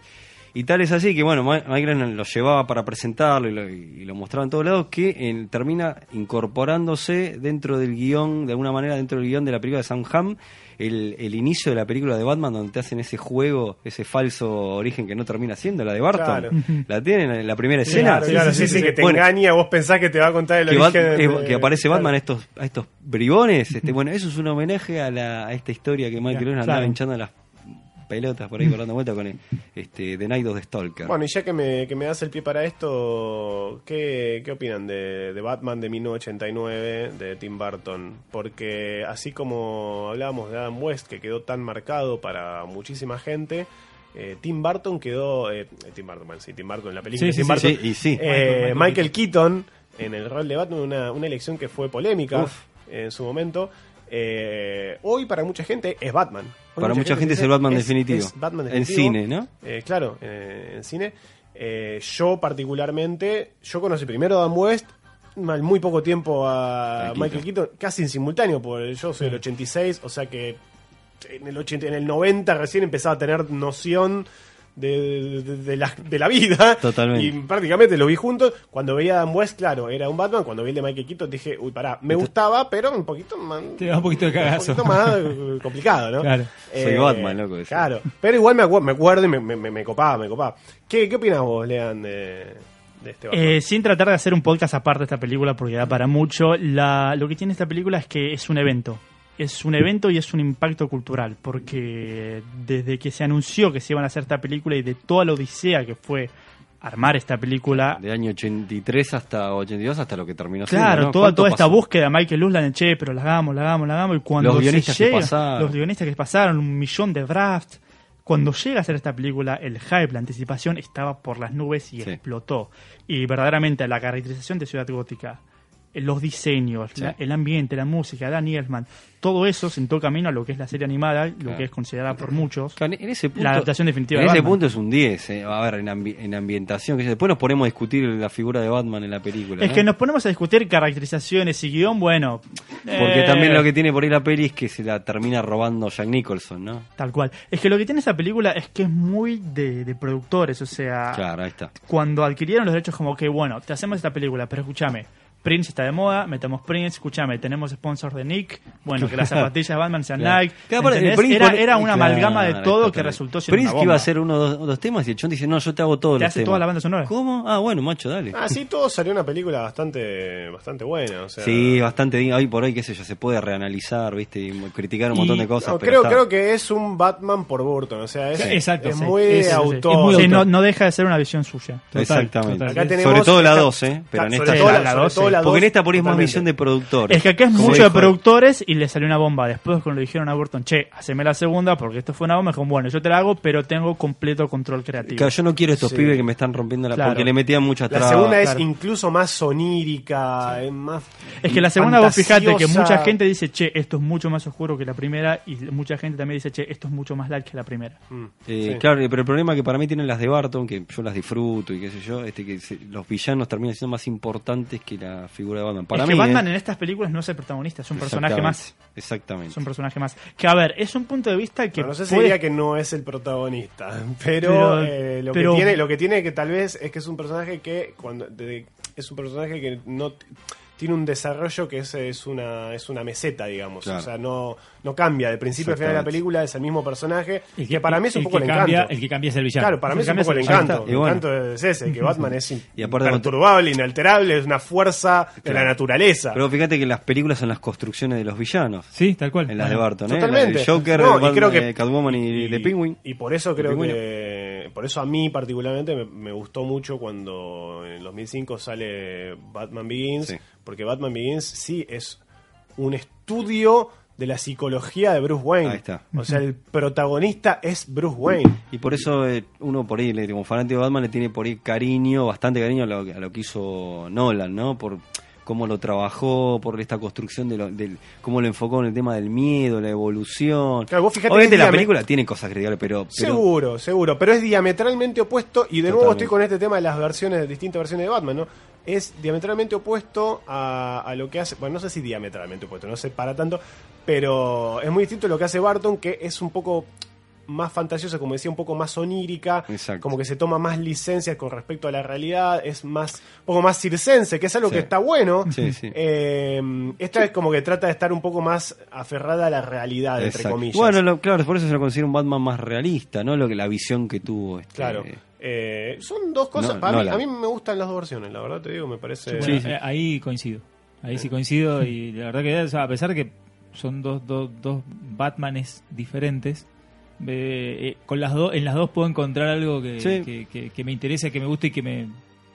y tal es así que bueno Ma- Mike Lennon lo llevaba para presentarlo y lo, y lo mostraba en todos lados que en- termina incorporándose dentro del guión de alguna manera dentro del guión de la película de Sam Hamm el, el inicio de la película de Batman donde te hacen ese juego ese falso origen que no termina siendo la de Barton Claro. la tienen en la primera escena Claro, claro, sí, sí, que te Bueno, engaña, vos pensás que te va a contar el que, Bat- origen. eh, de- que aparece Batman a claro. estos, a estos bribones. Este, bueno, eso es un homenaje a, la, a esta historia que Michael Claro. Owen andaba hinchando las pelotas por ahí volando vuelta con el, este, The Night of the Stalker. Bueno, y ya que me, que me das el pie para esto, ¿qué, qué opinan de, de Batman de 1989 de Tim Burton? Porque así como hablábamos de Adam West, que quedó tan marcado para muchísima gente, eh, Tim Burton quedó. eh, Tim Burton, bueno, sí, Tim Burton en la película. Sí, Tim sí, Burton, sí, y sí. eh, Michael- Michael Michael Keaton en el rol de Batman, una, una elección que fue polémica Uf. en su momento. Eh, hoy para mucha gente es Batman. Hoy Para mucha gente es el Batman definitivo. es Batman En definitivo. cine, ¿no? Eh, claro, eh, en cine. Eh, yo particularmente, yo conocí primero a Dan West, mal- muy poco tiempo a A Keaton. Michael Keaton, casi en simultáneo, porque yo soy del 86, o sea que en el, 80, en el 90 recién empezaba a tener noción de, de- de la, de la vida. Totalmente. Y prácticamente lo vi juntos. Cuando veía a Dan West, claro, era un Batman. Cuando vi el de Michael Keaton dije, uy, pará, Este me gustaba, pero un poquito más... Te da un poquito de cagazo. Un poquito más eh, complicado, ¿no? Eh, Claro. Soy Batman, loco, decía. Claro, pero igual me, acu- me acuerdo y me, me, me- me copaba, me copaba. ¿Qué, qué opinas vos, Lean, de, de este Batman? Eh, sin tratar de hacer un podcast aparte de esta película, porque da para mucho, la- lo que tiene esta película es que es un evento. Es un evento y es un impacto cultural, porque desde que se anunció que se iban a hacer esta película y de toda la odisea que fue armar esta película, De año 83 hasta 82, hasta lo que terminó siendo, claro, ¿no? toda, ¿Cuánto toda esta pasó? búsqueda, Michael Uslan, de, che, pero la hagamos, la hagamos, la hagamos, y cuando Los se guionistas que llega- pasaron. los guionistas que pasaron, un millón de drafts, cuando llega a ser esta película, el hype, la anticipación estaba por las nubes y Sí. explotó. Y verdaderamente la caracterización de Ciudad Gótica, eh, los diseños, Sí. la- el ambiente, la música, Dan Elfman, todo eso sentó camino a lo que es la serie animada, lo Claro. que es considerada por muchos. Claro, En ese punto, La adaptación definitiva En de ese Batman. punto es un 10. eh. A ver, en, ambi- en ambientación. que ya- Después nos ponemos a discutir la figura de Batman en la película. Es que nos ponemos a discutir caracterizaciones y guión, bueno. Porque eh, también lo que tiene por ahí la peli es que se la termina robando Jack Nicholson, ¿no? Tal cual. Es que lo que tiene esa película es que es muy de, de productores, o sea, Claro, ahí está. cuando adquirieron los derechos como que, bueno, te hacemos esta película, pero escúchame, Prince está de moda, metamos Prince, escúchame, tenemos sponsors de Nick, bueno, que las zapatillas de Batman sean Claro. Nike, Claro, aparte, ¿entendés? el Prince era, pone- era una Claro, amalgama de todo que totalmente. resultó siendo Prince una que iba a bomba. hacer uno o dos, dos temas y el chon dice, no, yo te hago todos Te los hace temas. toda la banda sonora. ¿Cómo? Ah, bueno, macho, dale. Así todo salió una película bastante, bastante buena. O sea, sí, bastante. digna. Hoy por hoy, qué sé yo, se puede reanalizar, ¿viste, y mo- criticar un montón Y- de cosas. No, pero oh, creo, está- creo que es un Batman por Burton. O sea, es, Sí, exacto, es sí. muy Sí, sí, sí, sí. autor. Es muy Sí, no, autor. no deja de ser una visión suya. Total, Exactamente. total. Acá tenemos- sobre todo la acá- 12, ¿eh? pero en sobre esta todo ya- la- sobre todo la Porque en 12, esta por ahí es más totalmente. visión de productores. Es que acá es Como mucho de dijo- productores y le salió una bomba. Después cuando le dijeron a Burton, che, haceme la segunda porque esto fue una bomba, dijo, bueno, yo te la hago, pero tengo completo control creativo. Claro, yo no quiero estos Sí. pibes que me están rompiendo la. Claro. Porque le metían muchas La trabas. segunda es claro. incluso más sonírica, es más. Es que la segunda vos fijate que fantasiosa. mucha gente dice, che, esto es mucho más oscuro que la primera y mucha gente también dice, che, esto es mucho más light que la primera. Mm, Eh, sí. Claro, pero el problema que para mí tienen las de Barton, que yo las disfruto y qué sé yo, este que se- los villanos terminan siendo más importantes que la figura de Batman. Para es mí, que Batman ¿eh? en estas películas no es el protagonista, es un personaje más. Exactamente. Es un personaje más. Que a ver, es un punto de vista que Bueno, no sé si puede- diría que no es el protagonista, pero, Pero- eh, lo, pero- que tiene, lo que tiene que tal vez es que es un personaje que cuando de- es un personaje que no t- tiene un desarrollo que es, es una es una meseta, digamos, Claro. o sea, no no cambia de principio al final de la Exactamente. película es el mismo personaje, El que para mí es un el poco que el cambia, encanto. El que cambia es el villano. Claro, para mí es un cambia poco el es el encanto. encanto. El Y bueno. encanto es ese, que Batman es Y aparte- imperturbable, inalterable, es una fuerza de la Claro. naturaleza. Pero fíjate que las películas son las construcciones de los villanos. Sí, tal cual. En las de Barton, ¿eh? Totalmente. La de Joker, No, y Batman, creo que- eh, Catwoman y, The Penguin. Y por eso The creo Penguin. que. Por eso a mí particularmente me, me gustó mucho cuando en 2005 sale Batman Begins. Sí. Porque Batman Begins sí es un estudio de la psicología de Bruce Wayne. Ahí está. O sea, el protagonista es Bruce Wayne. Y por eso eh, uno por ahí, le- como fanático de Batman, le tiene por ahí cariño, bastante cariño a lo, a lo que hizo Nolan, ¿no? Por cómo lo trabajó, por esta construcción de lo- del, cómo lo enfocó en el tema del miedo, la evolución. Claro, vos fíjate Obviamente que la dígame- película tiene cosas criticables, pero, pero Seguro, seguro, pero es diametralmente opuesto y de nuevo Totalmente. estoy con este tema de las versiones, distintas versiones de Batman, ¿no? Es diametralmente opuesto a, a lo que hace, bueno, no sé si diametralmente opuesto, no sé para tanto, pero es muy distinto lo que hace Barton, que es un poco más fantasiosa, como decía, un poco más onírica, Exacto. como que se toma más licencias con respecto a la realidad, es más, un poco más circense, que es algo Sí. que está bueno. Sí, sí. Eh, esta es como que trata de estar un poco más aferrada a la realidad, entre Exacto. comillas. Bueno, lo- claro, por eso se lo considera un Batman más realista, ¿no? Lo que, la visión que tuvo. Este, Claro. Eh, son dos cosas. No, para mí, Nolan. a mí me gustan las dos versiones, la verdad te digo, me parece. Bueno, eh, Ahí coincido. Ahí sí coincido y la verdad que o sea, a pesar que son dos, dos, dos Batmanes diferentes, eh, eh, con las dos en las dos puedo encontrar algo que, Sí. que, que- que me interesa, que me guste y que me,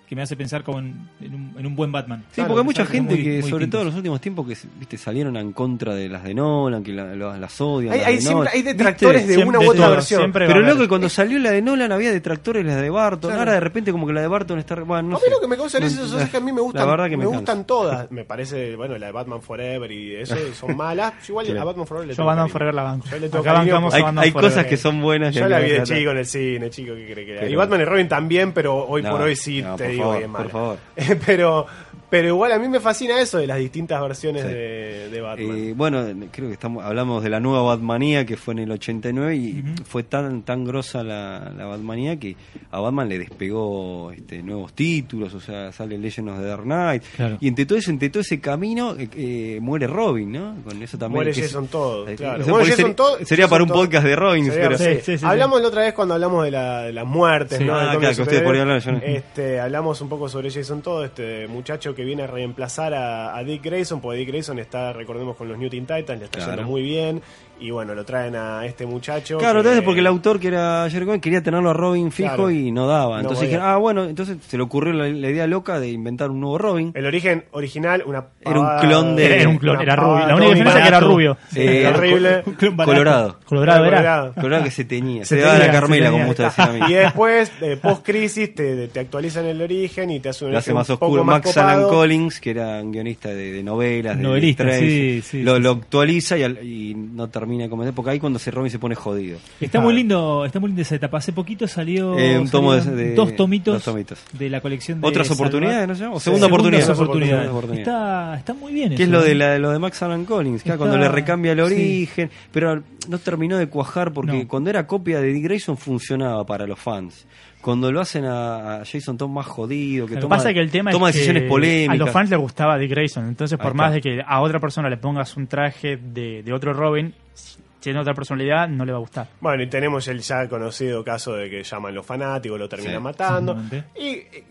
que me hace pensar como en, en un, en un buen Batman. Sí, Claro, porque hay mucha exacto, gente muy- que, muy sobre todo en distintos. los últimos tiempos, que viste, salieron en contra de las de Nolan, que la- la- las odian. Hay, las hay de siempre- Nolan. hay detractores de Siempre- una de u otra todo, versión. siempre Pero va a loco, haber. que cuando salió la de Nolan había detractores las de Barton. Claro. Ahora de repente, como que la de Barton está. Bueno, no a mí sé. lo que me causa No- gracia es eso, es que a mí me la gustan, verdad que me me cansa. gustan todas. Me parece, bueno, la de Batman Forever y eso son malas. Yo igual a Batman Forever le Yo tengo Batman cariño. Forever la banco. Yo le tengo Acá cariño bancamos porque- Hay, a Batman hay Forever. cosas que son buenas. y Yo hay la que vi de tratar. chico en el cine, chico, ¿qué cree que era? Y Pero- Batman y Robin también, pero hoy No, por hoy sí no, te por digo favor, que es mala. por favor. pero, pero igual a mí me fascina eso de las distintas versiones Sí. de, de Batman. Eh, bueno, creo que estamos, hablamos de la nueva Batmanía que fue en el 89 y fue tan tan grosa la, la Batmanía que a Batman le despegó este, nuevos títulos, o sea, sale Legends of the Dark Knight. Claro. Y entre todo eso, entre todo ese camino, eh, eh, muere Robin, ¿no? Con eso también. Muere que es- Jason Todd, eh, claro. o Muere sea, por ahí Jason seri- Todd, Sería para un Jason Todd. podcast de Robin, Sería- pero sí, sí, sí, sí. hablamos la otra vez cuando hablamos de, la, de las muertes, Sí. ¿no? Ah, De claro, cómics que ustedes superhéroes. podrían hablar, yo no. Este, hablamos un poco sobre Jason Todd, este muchacho que viene a reemplazar a, a Dick Grayson, porque Dick Grayson está, recordemos, con los New Teen Titans, le está Claro. yendo muy bien, y bueno, lo traen a este muchacho. Claro, que- entonces porque el autor que era Jerry Cohen quería tenerlo a Robin fijo Claro. y no daba. No Entonces podía. dijeron, ah, bueno, entonces se le ocurrió la, la idea loca de inventar un nuevo Robin. El origen original, una Era un pavada- clon de- Era un clon, una era pavada rubio. La única atómica. diferencia es que era rubio. Eh, Terrible. co- Un clon barato. Colorado. Colorado era. Colorado. Colorado que se teñía. Se, Se daba la teñía, se Carmela, como teñía. gusta decir a mí. Y después, eh, post-crisis, te, te actualizan el origen y te hacen un Lo hace origen más un poco oscuro. más Max Alan copado. Collins, que era un guionista de, de novelas, de Novelista, Tracy, sí, sí, lo, sí, lo actualiza y, al- y no termina de comentar, porque ahí cuando se Robin se pone jodido. Está muy lindo, está muy linda esa etapa. Hace poquito salió Ah. Eh, un tomo salieron de- de- dos, tomitos dos tomitos. de la colección de Otras Salvat- oportunidades, ¿no se llama? O Sí, segunda oportunidad. segundas Segunda oportunidades. oportunidad. Está, está muy bien. Que es eso, lo ¿eh? de, la, lo de Max Alan Collins, que Está- cuando le recambia el sí. origen, pero no terminó de cuajar porque No. cuando era copia de Dick Grayson funcionaba para los fans. Cuando lo hacen a, a Jason Todd más jodido, que Lo que Lo que toma, pasa es que el tema toma es que decisiones polémicas. a los fans les gustaba Dick Grayson, entonces Ahí por más de está. que a otra persona le pongas un traje de, de otro Robin, si tiene otra personalidad, no le va a gustar. Bueno, y tenemos el ya conocido caso de que llaman los fanáticos, lo terminan Sí. matando. Exactamente. Y eh,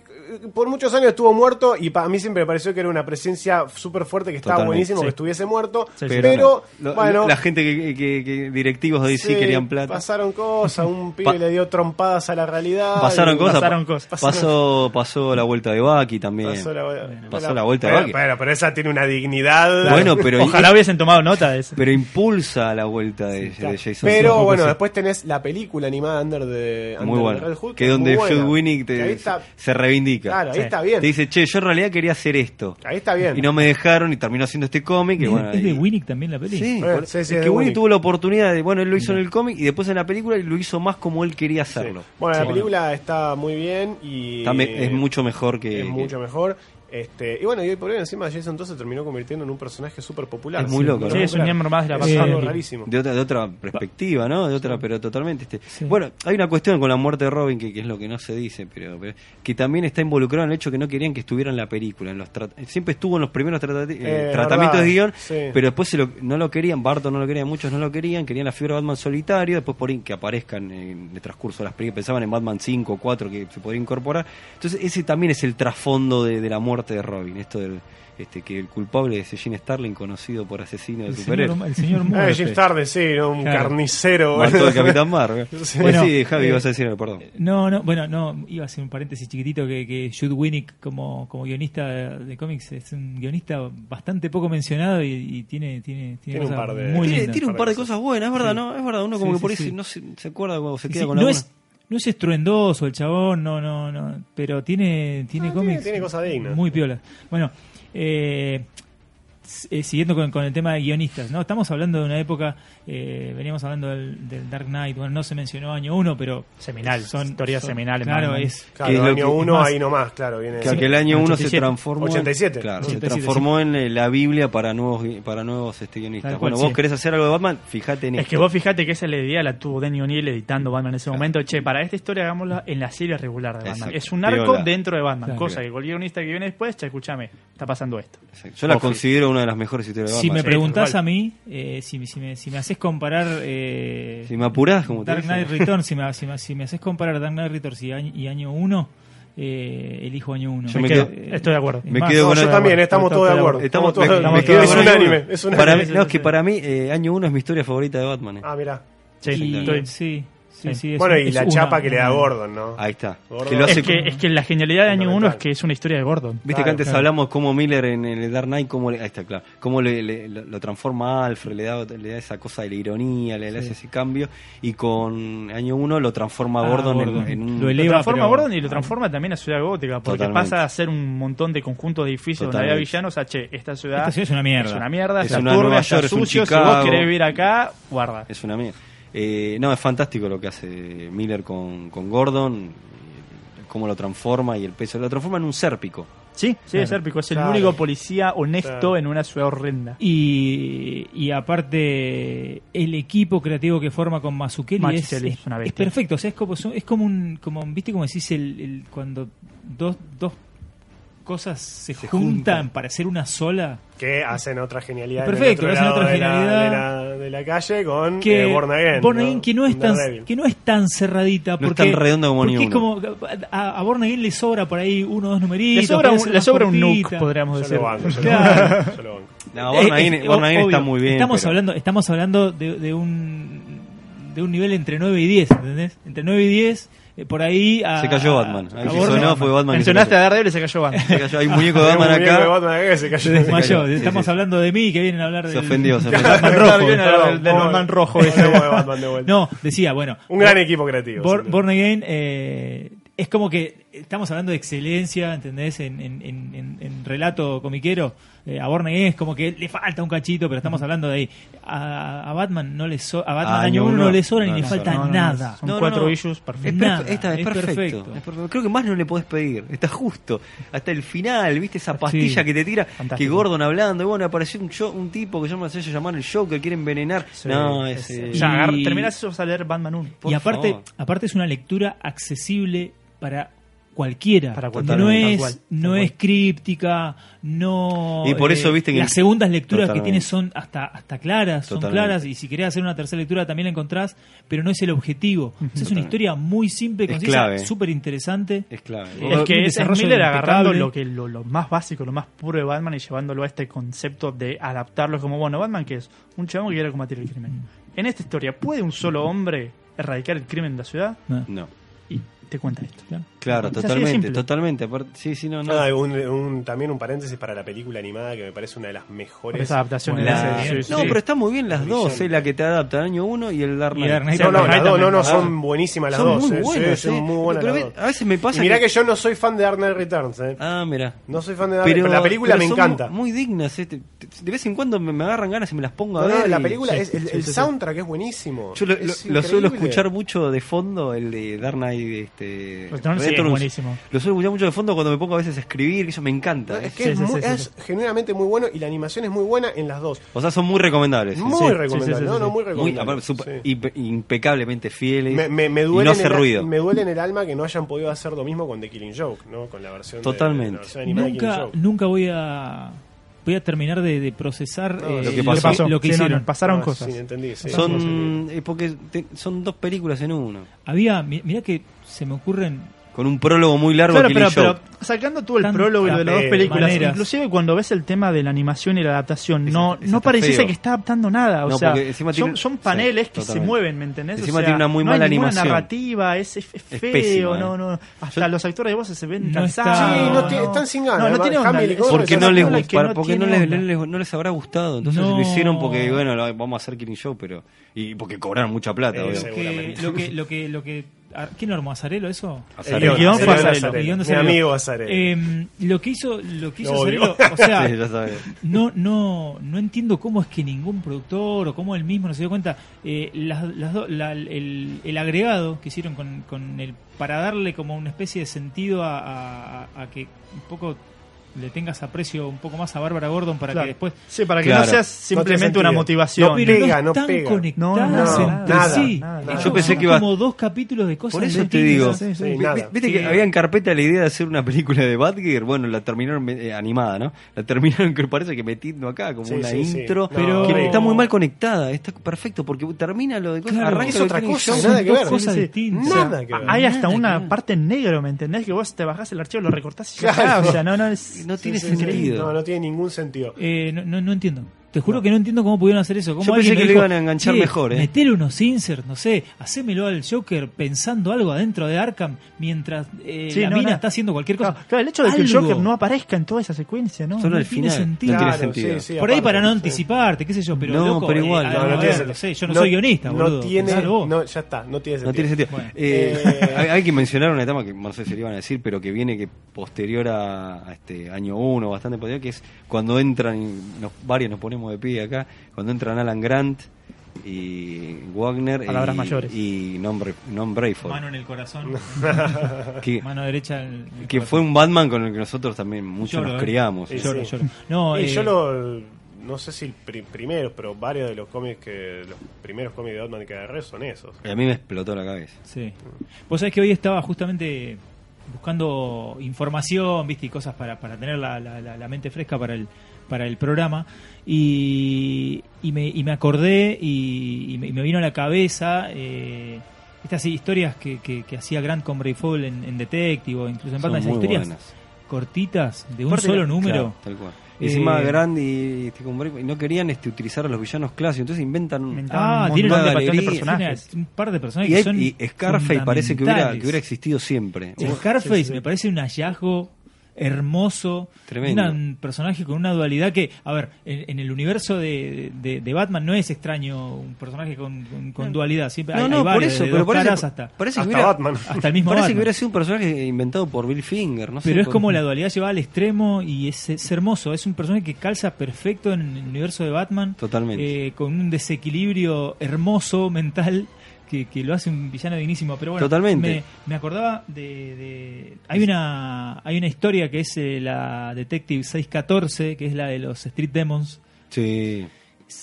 por muchos años estuvo muerto y para mí siempre me pareció que era una presencia súper fuerte, que estaba Totalmente. buenísimo Sí. que estuviese muerto. Sí, sí. Pero, no. Lo- bueno, la gente que, que- que directivos de DC sí, querían plata. Pasaron cosas, un pibe Pa- le dio trompadas a la realidad. Pasaron y- cosas. pasaron cosas. Pasó, pasó la vuelta de Bucky también. Pasó la, Pasó la vuelta de pero, Bucky. pero, pero esa tiene una dignidad. Bueno, pero, Ojalá hubiesen tomado nota de eso. pero impulsa la vuelta de, Claro. de Jason Pero Todd. bueno, Sí. después tenés la película animada Under de Muy bueno. que donde Phil Winnick te- se reivindica. Claro, ahí Sí. está bien. Te dice, che, yo en realidad quería hacer esto. Ahí está bien. Y no me dejaron y terminó haciendo este cómic. y ¿Es, bueno, es de ahí- Winnick también la peli? Sí, Eh, por- sí, es sí, que de Winnie Winnick. tuvo la oportunidad de, bueno, él lo hizo en el cómic y después en la película y lo hizo más como él quería Sí. hacerlo. Bueno, Sí. la película está muy bien y Está me- es mucho mejor que... es mucho mejor. Este, y bueno, y hoy por hoy encima Jason Todd se terminó convirtiendo en un personaje súper popular. Es muy loco, Sí, ¿no? es un miembro más de Es la Sí. algo pasada. rarísimo. de otra, de otra perspectiva, ¿no? De otra, pero totalmente. Este. Sí. Bueno, hay una cuestión con la muerte de Robin, que, que es lo que no se dice, pero, pero que también está involucrado en el hecho que no querían que estuviera en la película. En los trat- siempre estuvo en los primeros tratati- Eh, eh, tratamientos verdad, de guión, sí. pero después se lo- no lo querían, Barton no lo quería, muchos no lo querían, querían la figura de Batman solitario, después por ahí que aparezcan en el transcurso de las películas, pensaban en Batman 5 o 4 que se podría incorporar. Entonces ese también es el trasfondo de, de la muerte de Robin, esto del... Este, que el culpable es Gene Starling, conocido por asesino de El superhéroes. señor, el señor Ah, Murphy. Jim Starlin, sí, ¿no? un Claro. carnicero. Mató el Capitán Marvel. Sí. Sí, Bueno, Javi, eh, vas a decir algo, perdón. No, no, bueno, no, iba a hacer un paréntesis chiquitito que, que Jude Winnick como, como guionista de, de cómics es un guionista bastante poco mencionado y, y tiene, tiene, tiene, Tiene un cosas par de- muy Tiene- lindas. tiene un par de cosas buenas, es verdad, ¿no? Es verdad, uno como que por ahí se- no se, acuerda cuando se Sí, sí, no, es, no es estruendoso el chabón, no, no, no, pero tiene, tiene Ah, tiene- cómics. tiene cosas dignas. Muy piola. Bueno, eh, s- eh, siguiendo con, con el tema de guionistas, ¿no? Estamos hablando de una época, eh, veníamos hablando del, del Dark Knight, bueno, no se mencionó año uno, pero Seminal, Son- historia son- seminal. en claro, Batman. es- Que es Claro, lo año que- uno más- ahí nomás, claro. Viene Que aquel año uno se 87. transformó. en- 87. Claro, 87, se transformó en eh, la Biblia para nuevos, gui- para nuevos este, guionistas. Tal cual, bueno, vos sí. querés hacer algo de Batman, fíjate en Es esto. que vos fijate que esa idea la tuvo Danny O'Neill editando Batman en ese momento. Che, para esta historia hagámosla en la serie regular de Batman. Exacto. Es un arco Piola. dentro de Batman. Claro. Cosa que cualquier guionista que viene después, che, escúchame, está pasando esto. Exacto. Yo la Ojo. considero una de las mejores historias de si Batman. me sí, preguntás tal a mí, eh, si, si me, si me haces comparar... eh, Si me apurás, como te Dark dicen. Knight Returns, si me, si me- si me haces comparar Dark Knight Returns y año, y año 1, eh, elijo año 1. Yo Me me quedo- quedo- estoy de acuerdo. me quedo No, con yo el- también, estamos todos de acuerdo. Estamos, todos- me- estamos me todos- quedo es con un año anime, uno. es un Para anime. mí- no, es que para mí eh, año uno es mi historia favorita de Batman. eh. Ah, mirá. Sí, Y- estoy- sí, Sí, sí, es bueno, un- y es la una- chapa que le da una- Gordon, ¿no? Ahí está. Gordon. Que lo hace Es que, como- es que la genialidad de año 1 es que es una historia de Gordon. Viste Claro, que antes claro. hablamos cómo Miller en el Dark Knight, cómo le, ahí está, claro, cómo le, le- lo, lo transforma a Alfred, le da, le da esa cosa de la ironía, le, le hace ese cambio, y con año 1 lo transforma a Ah, Gordon, en- Gordon. En, un... Lo Mm. Lo eleva, transforma pero- ah. a Gordon y lo transforma también a Ciudad Gótica, porque Totalmente. pasa a ser un montón de conjuntos de edificios donde Totalmente. había villanos a che, esta ciudad, Esta ciudad es una mierda. es una mierda, Es está una turbia, Nueva está York, es un sucio, si Chicago. vos querés vivir acá, guarda. Es una mía. Eh, no, es fantástico lo que hace Miller con, con Gordon, eh, cómo lo transforma y el peso. Lo transforma en un sérpico. Sí, sí, Claro. es Sérpico, es el Claro. único policía honesto Claro. en una ciudad horrenda. Y, y aparte, el equipo creativo que forma con Mazzucchelli es, Mazzucchelli es- es una es bestia. perfecto. O sea, es como, son- es como un. Como, ¿Viste como decís el, el- cuando dos, dos cosas se, juntan, juntan. para ser una sola? Que hacen otra genialidad. Perfecto, en el otro lado hacen otra de la- genialidad. De la, de la calle con Que eh, Born Again. Born Again, que, no es tan, Daredevil. que no es tan cerradita. No es porque, tan redonda como porque ni es uno. como- a, a Born Again le sobra por ahí uno o dos numeritos. Le sobra puede un, ser le más sobra un nuke, cortita. podríamos Yo decir. lo banco, yo lo Claro. banco, yo lo banco. No, Born Eh, Again- eh, Born Again obvio. está muy bien. Estamos pero- hablando, estamos hablando de, de un de un nivel entre 9 y 10, ¿entendés? Entre 9 y 10, eh, por ahí a- Se cayó Batman. a- Ahí a sí Born- sonó, fue Batman. que se Mencionaste a cayó. Daredevil y se cayó Batman. Se cayó. Hay un muñeco de Tengo Batman un muñeco de acá. Batman acá que se cayó. se desmayó. Sí, sí, estamos sí. hablando de mí que vienen a hablar Se del- ofendió, se del ofendió. Batman Claro, rojo. viene a hablar del- del Perdón, Batman voy- rojo voy ese. de Batman de vuelta. No, decía, bueno, Un gran equipo creativo. Bor- sin duda. Born Again eh, es como que estamos hablando de excelencia, ¿entendés? En, en- en- en- en relato comiquero, eh, a Born Again es como que le falta un cachito, pero estamos hablando de ahí. A, a Batman no le so- a Batman Ah, año año uno no uno. le sobra No, ni le no, falta no, no, nada. Son No, no, cuatro no. issues Es perfectos. Nada, perfecto, esta es, es perfecto. perfecto. es perfecto. Creo que más no le podés pedir. Está justo. Hasta el final, ¿viste? Esa pastilla Sí. que te tira. Que Fantástico. Gordon hablando. Y bueno, apareció un, yo- un tipo que llama, se hace llamar el Joker, quiere envenenar. no, eh, es- ese. Ya, agar- Y- terminás eso vas a leer Batman 1. Por y aparte, favor. aparte es una lectura accesible para cualquiera. Para Donde cualquiera, no tal es, cual, tal no cual. es críptica, no. eh, Y por eso, viste, que- las segundas lecturas Totalmente. que tiene son hasta, hasta claras, son Totalmente. claras, y si querés hacer una tercera lectura también la encontrás, pero no es el objetivo. O sea, es una Totalmente. historia muy simple, Es concisa, clave. súper interesante. Es clave. Es Un que es, es desarrollo Miller impecable. agarrando lo, que, lo, lo más básico, lo más puro de Batman y llevándolo a este concepto de adaptarlo como, bueno, Batman que es un chabón que quiere combatir el crimen. Mm. En esta historia, ¿puede un solo hombre erradicar el crimen de la ciudad? No. Y te cuentan esto. Claro, Es así de totalmente, simple. totalmente. Aparte, sí, sí, no, no. Ah, un- un- también un paréntesis para la película animada que me parece una de las mejores. Esa adaptación Bueno, que La- hace, bien. sí, no, sí. pero está muy bien las dos, Brillante. eh, la que te adapta año 1 y el Dark Y Knight. Dark Knight No, no, también. las dos, no, no, Ah. son buenísimas las son dos. muy eh, sí, buenas, son eh. muy buenas Pero las ve- dos. a veces me pasa Y mirá que- que yo no soy fan de Dark Knight Returns, eh. Ah, mira. No soy fan de Dark Knight, pero, la película pero me son encanta. Muy, muy dignas, eh. Te- te- de vez en cuando me, me agarran ganas y me las pongo a No, no, ver. la y- película, Sí. es, el, el soundtrack es buenísimo. Yo lo, Es lo- lo suelo increíble. escuchar mucho de fondo, el de Dark Knight. Este, Returns, Pues, sí, es Returns. buenísimo. Lo suelo escuchar mucho de fondo cuando me pongo a veces a escribir, que eso me encanta. No, eh. es que Sí, es, sí, muy- sí, sí, es sí. genuinamente muy bueno y la animación es muy buena en las dos. O sea, son muy recomendables. eh. Muy sí, sí, recomendable. sí, no, sí, no, muy sí. Muy, recomendable. aparte, super- Sí. impe- impecablemente fieles. me, me- me duele y no en hace el, ruido. me duele en el alma que no hayan podido hacer lo mismo con The Killing Joke, ¿no? Con la versión de- Totalmente. la versión animada de Killing Nunca, Joke. nunca voy a voy a terminar de, de procesar No, eh, lo que lo Le pasó. que- lo que Sí, no, no, hicieron. pasaron Ah, cosas. Sí, entendí. sí. Son, eh, porque te- son dos películas en uno. Había, mi- mirá que se me ocurren Con un prólogo muy largo Claro, que pero, pero sacando tú el Tantas prólogo y lo de las dos pe- películas, maneras. inclusive cuando ves el tema de la animación y la adaptación, Ese- no, ese no está pareciese feo. que está adaptando nada. O No, sea, porque encima son, tiene- son paneles sí, que se totalmente. mueven, ¿me entendés? Encima o sea, tiene una muy no mala hay ninguna animación. narrativa, es, es- es feo, pésima, no, eh. no. Hasta los actores de voces se ven No está- cansados. Sí, no ti- están sin ganas, No, no además, tiene onda. Hamill y Es Gordon Porque Esa una no es les, la película gust- que no porque no tiene les, onda. no les- no les habrá gustado. Entonces No. lo hicieron porque, bueno, lo- vamos a hacer Killing Show, pero. Y porque cobraron mucha plata, Eh, obvio. seguro. que Seguramente. lo que lo que lo que a- quién lo armó Azarelo eso Hacer- El guión fue Azzarello. Azzarello. El guión de Mi Azzarello. amigo Azzarello. Em, lo que hizo lo que hizo Lo odio. Azzarello, o sea Sí, ya sabes. no no no entiendo cómo es que ningún productor o cómo él mismo no se dio cuenta eh, las, las do- la- el, el agregado que hicieron con, con el para darle como una especie de sentido a, a- a- a que un poco le tengas aprecio un poco más a Bárbara Gordon para Claro. que después Sí, para que Claro. no seas simplemente una sentido. motivación. No, pero pega, no están pega. conectadas No, no, entre nada, sí. nada, Es nada. como- Yo pensé que iba- como dos capítulos de cosas Por eso te distintas. digo. Sí, Vi- nada. Viste Sí. que había en carpeta la idea de hacer una película de Badger. Bueno, la terminaron eh, animada, ¿no? La terminaron, que parece que metiendo acá, como Sí, una sí, sí. intro. No, pero- Que horrible. está muy mal conectada. Está perfecto porque termina lo de cosas. Claro, arranca es lo de otra Killing cosa, Joke. nada que dos ver. cosas Sí, sí. distintas. Nada O sea, que ver. Ah, Hay hasta Nada, una claro. parte en negro, ¿me entendés? Que vos te bajás el archivo, lo recortás y ya Claro. está. O sea, no, no es. No tiene Sí, sí, sí. sentido. No, no tiene ningún sentido. eh, no, no, no entiendo. Te juro que no entiendo cómo pudieron hacer eso. ¿Cómo Yo pensé alguien que me le dijo, iban a enganchar "Che, mejor, ¿eh?" Metele unos inserts, no sé, hacémelo al Joker pensando algo adentro de Arkham mientras eh, Sí, la no, mina no. está haciendo cualquier cosa. Claro, claro, el hecho de que el Algo. Joker no aparezca en toda esa secuencia, ¿no? Solo no al tiene final. sentido. No tiene Claro, sentido. sí, sí, Por ahí para no aparte, sí. anticiparte, qué sé yo, pero No, loco, pero eh, igual, a- no, a- no a- tiene- no sé, yo no, soy guionista, boludo. No tiene, pensalo vos. no, ya está, no tiene sentido. No tiene sentido. Bueno. Eh, Eh, hay, hay que mencionar una etapa que no sé si le iban a decir, pero que viene que posterior a, a este año 1, bastante posterior, que es cuando entran, y nos- varios nos ponemos de pie acá, cuando entran Alan Grant y Wagner Palabras y, mayores. y Non, Bre- Non Mano Brayford, en el corazón, que, mano derecha. en el que corazón. fue un Batman con el que nosotros también mucho Lloro, nos eh. criamos. Sí, Lloro, sí. lloro. No, y eh, yo lo, no sé si pri- primeros, pero varios de los cómics que los primeros cómics de Batman que agarré son esos. Y a mí me explotó la cabeza. Sí. Vos sabés que hoy estaba justamente buscando información, viste, y cosas para, para tener la, la- la- la mente fresca para el, para el programa. Y, y, me, y me acordé y, y me, y me vino a la cabeza eh, estas historias que, que- que hacía Grant con Brayfall en, en Detective o incluso en Son Batman, esas muy historias buenas. cortitas de un Aparte, solo claro, número. tal cual. Eh, Encima Grant y, este, con Brayford, y no querían este, utilizar a los villanos clásicos, entonces inventan Inventaban Ah, un montón tiene una de patrón de galería, personajes. Tiene un par de personajes Y, que hay- son y Scarface parece que hubiera, que hubiera fundamentales. existido siempre. Sí, Uf, Scarface sí, sí. me parece un hallazgo hermoso. Tremendo. Una- un personaje con una dualidad que, a ver, en, en el universo de, de- de Batman no es extraño un personaje con, con- con dualidad. Siempre hay, No, hay no, por varios, eso, de pero dos parece, caras hasta, parece que Hasta hubiera, Batman. hasta el mismo parece que Batman. hubiera sido un personaje inventado por Bill Finger, no sé. Pero es con- como la dualidad llevada al extremo y es, es hermoso. Es un personaje que calza perfecto en el universo de Batman. Totalmente. eh, con un desequilibrio hermoso mental que, que lo hace un villano dignísimo. Pero bueno, Totalmente. Me, me acordaba de, de- Hay una hay una historia que es eh, la Detective 614, que es la de los Street Demons. Sí.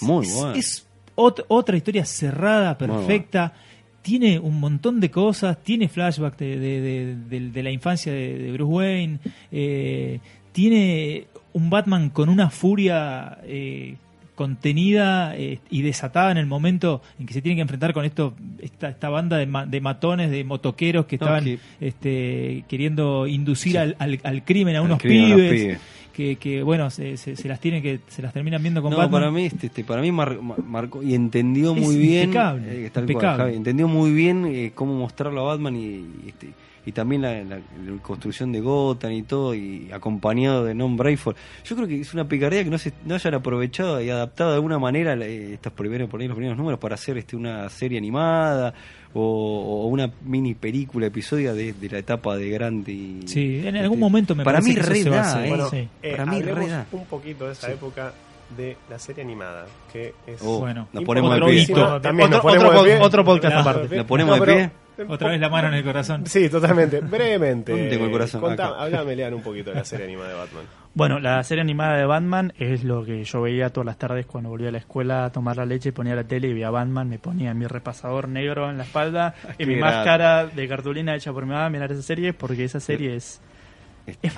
Muy Es- bueno. Es ot- otra historia cerrada, Muy perfecta. Tiene un montón de cosas. Tiene flashback de, de- de- de- de la infancia de, de Bruce Wayne. eh, tiene un Batman con una furia eh, contenida eh, y desatada en el momento en que se tiene que enfrentar con esto esta, esta banda de, ma- de matones, de motoqueros que No, estaban que- este, queriendo inducir Sí. al, al- al crimen a Al unos crimen a unos pibes. pibes. Que, que, bueno, se, se- se las tienen que se las terminan viendo con No, Batman. para mí, este, este, para mí mar- mar- marcó y entendió Es muy bien. eh, impecable, tal cual, impecable. Javi, entendió muy bien eh, cómo mostrarlo a Batman y, y este, y también la, la- la construcción de Gotham y todo, y acompañado de Non Brayford. Yo creo que es una picardía que no, se, no hayan aprovechado y adaptado de alguna manera eh, estos primeros, por ahí los primeros números para hacer este, una serie animada o, o una mini película episodia de, de la etapa de Grande. Y, Sí, en este, algún momento me para parece mí que eso re se va a da, hacer. eh. Bueno, sí. eh, Para mí, hablemos re da. un poquito de esa época de la serie animada, que es Oh, Bueno. nos ponemos Otro de pie. hito. Otro- También nos otro- ponemos otro de pod- pie. otro podcast Nos aparte. ponemos ¿Lo ponemos No, de pero- Otra vez la mano en el corazón. Sí, totalmente. Brevemente. ¿Dónde tengo el corazón? Contá- Acá. hablame, Lean, un poquito de la serie animada de Batman. Bueno, la serie animada de Batman es lo que yo veía todas las tardes cuando volvía a la escuela a tomar la leche, ponía la tele y veía a Batman, me ponía mi repasador negro en la espalda y qué mi grande. máscara de cartulina hecha por mi mamá a mirar esa serie porque esa serie es, es fantástica, es,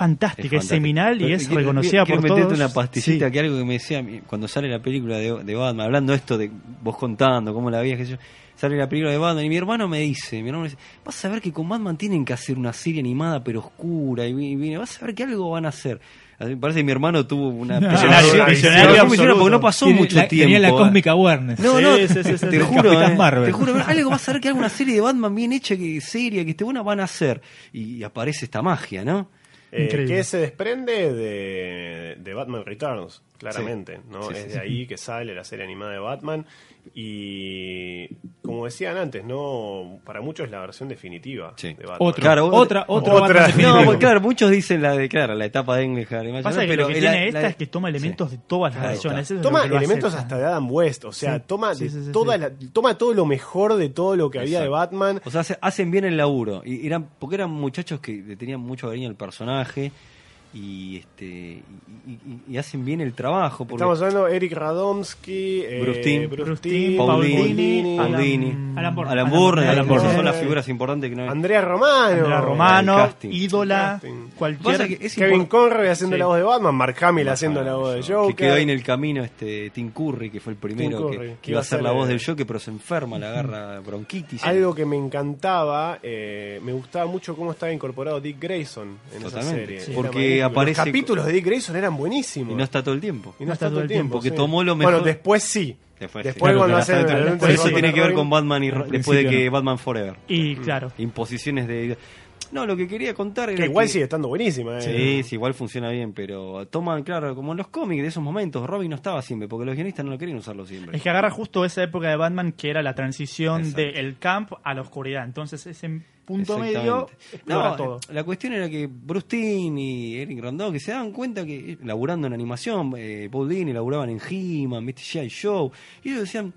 fantástico. seminal y Pero es quiero- reconocida quiero por meterte todos. una pastillita Sí. que algo que me decía a mí, cuando sale la película de, de Batman, hablando esto de vos contando cómo la veías, qué sé yo, sale la película de Batman y mi hermano me dice, mi hermano me dice, vas a ver que con Batman tienen que hacer una serie animada pero oscura y, vi- y viene, vas a ver que algo van a hacer. A mí Me parece que mi hermano tuvo una... No, visionario, visionario Pero fue muy absoluto. porque no pasó Tiene mucho la- tiempo. Tenía la ¿eh? cósmica Warner. No, Sí, no, sí, sí, sí, te sí. juro, Capitán eh, Marvel. te juro, algo vas a ver que alguna serie de Batman bien hecha, que seria, que esté buena, van a hacer. Y, y aparece esta magia, ¿no? Eh, Increíble. que se desprende de, de Batman Returns, claramente. ¿no? Sí, sí, es de sí. ahí que sale la serie animada de Batman. Y como decían antes, no para muchos es la versión definitiva Sí. de Batman. Otro, Claro, otra, otro otra. Batman definitivo. No, porque claro, muchos dicen la de, claro, la etapa de Engelhard. y Pasa Mayer, que pero lo que el- tiene la- esta la- es que toma elementos de todas las Ahí está. versiones. eso es lo Toma que lo hace elementos tan- hasta de Adam West, o sea, Sí. toma Sí, de sí, sí, toda sí. la- toma todo lo mejor de todo lo que había de Exacto. Batman. O sea, hace- hacen bien el laburo. Y eran, porque eran muchachos que le tenían mucho cariño al personaje y este y, y- y- y hacen bien el trabajo. Porque Estamos hablando de Eric Radomski, eh, Bruce Timm. Bruce Bruce Timm, Timm, Paul Paulini, Dini, Alan- Paulini, Alan Born. Alan Born, Alan esas Born. son las figuras importantes que no hay. Andrea Romano, Andrea el Romano, casting. ídola, Casting. Pasa cualquier... que es Kevin impor- Conroy haciendo Sí. la voz de Batman, Mark Hamill haciendo la voz de Joker. Que quedó ahí en el camino este Tim Curry, que fue el primero Curry, que, que iba a ser la el- voz del Joker, pero se enferma, le agarra bronquitis. Algo que me encantaba, eh, me gustaba mucho cómo estaba incorporado Dick Grayson en esa Totalmente. serie. sí. Era Porque magnífico. aparece- Los capítulos de Dick Grayson eran buenísimos. Y no está todo el tiempo. Y no está todo el tiempo. porque sí. tomó lo mejor- Bueno, después sí. Después, Después Claro, sí. cuando pero hacen... hasta- el- hasta- Por eso Robin- tiene que ver con Batman y Al Ro- después de principio que no. Batman Forever. Y claro, Imposiciones de... No, lo que quería contar era Que igual que- sigue estando buenísima. eh. Sí, sí, igual funciona bien, pero toman, claro, como en los cómics de esos momentos, Robin no estaba siempre, porque los guionistas no lo querían usarlo siempre. es que agarra justo esa época de Batman que era la transición Exacto. del camp a la oscuridad. Entonces ese punto medio Exactamente. explora No, eh, todo. La cuestión era que Bruce Timm y Eric Randó que se daban cuenta que eh, laburando en animación, eh, Paul Dini laburaban en He-Man, ¿viste? G.I. Show, y ellos decían,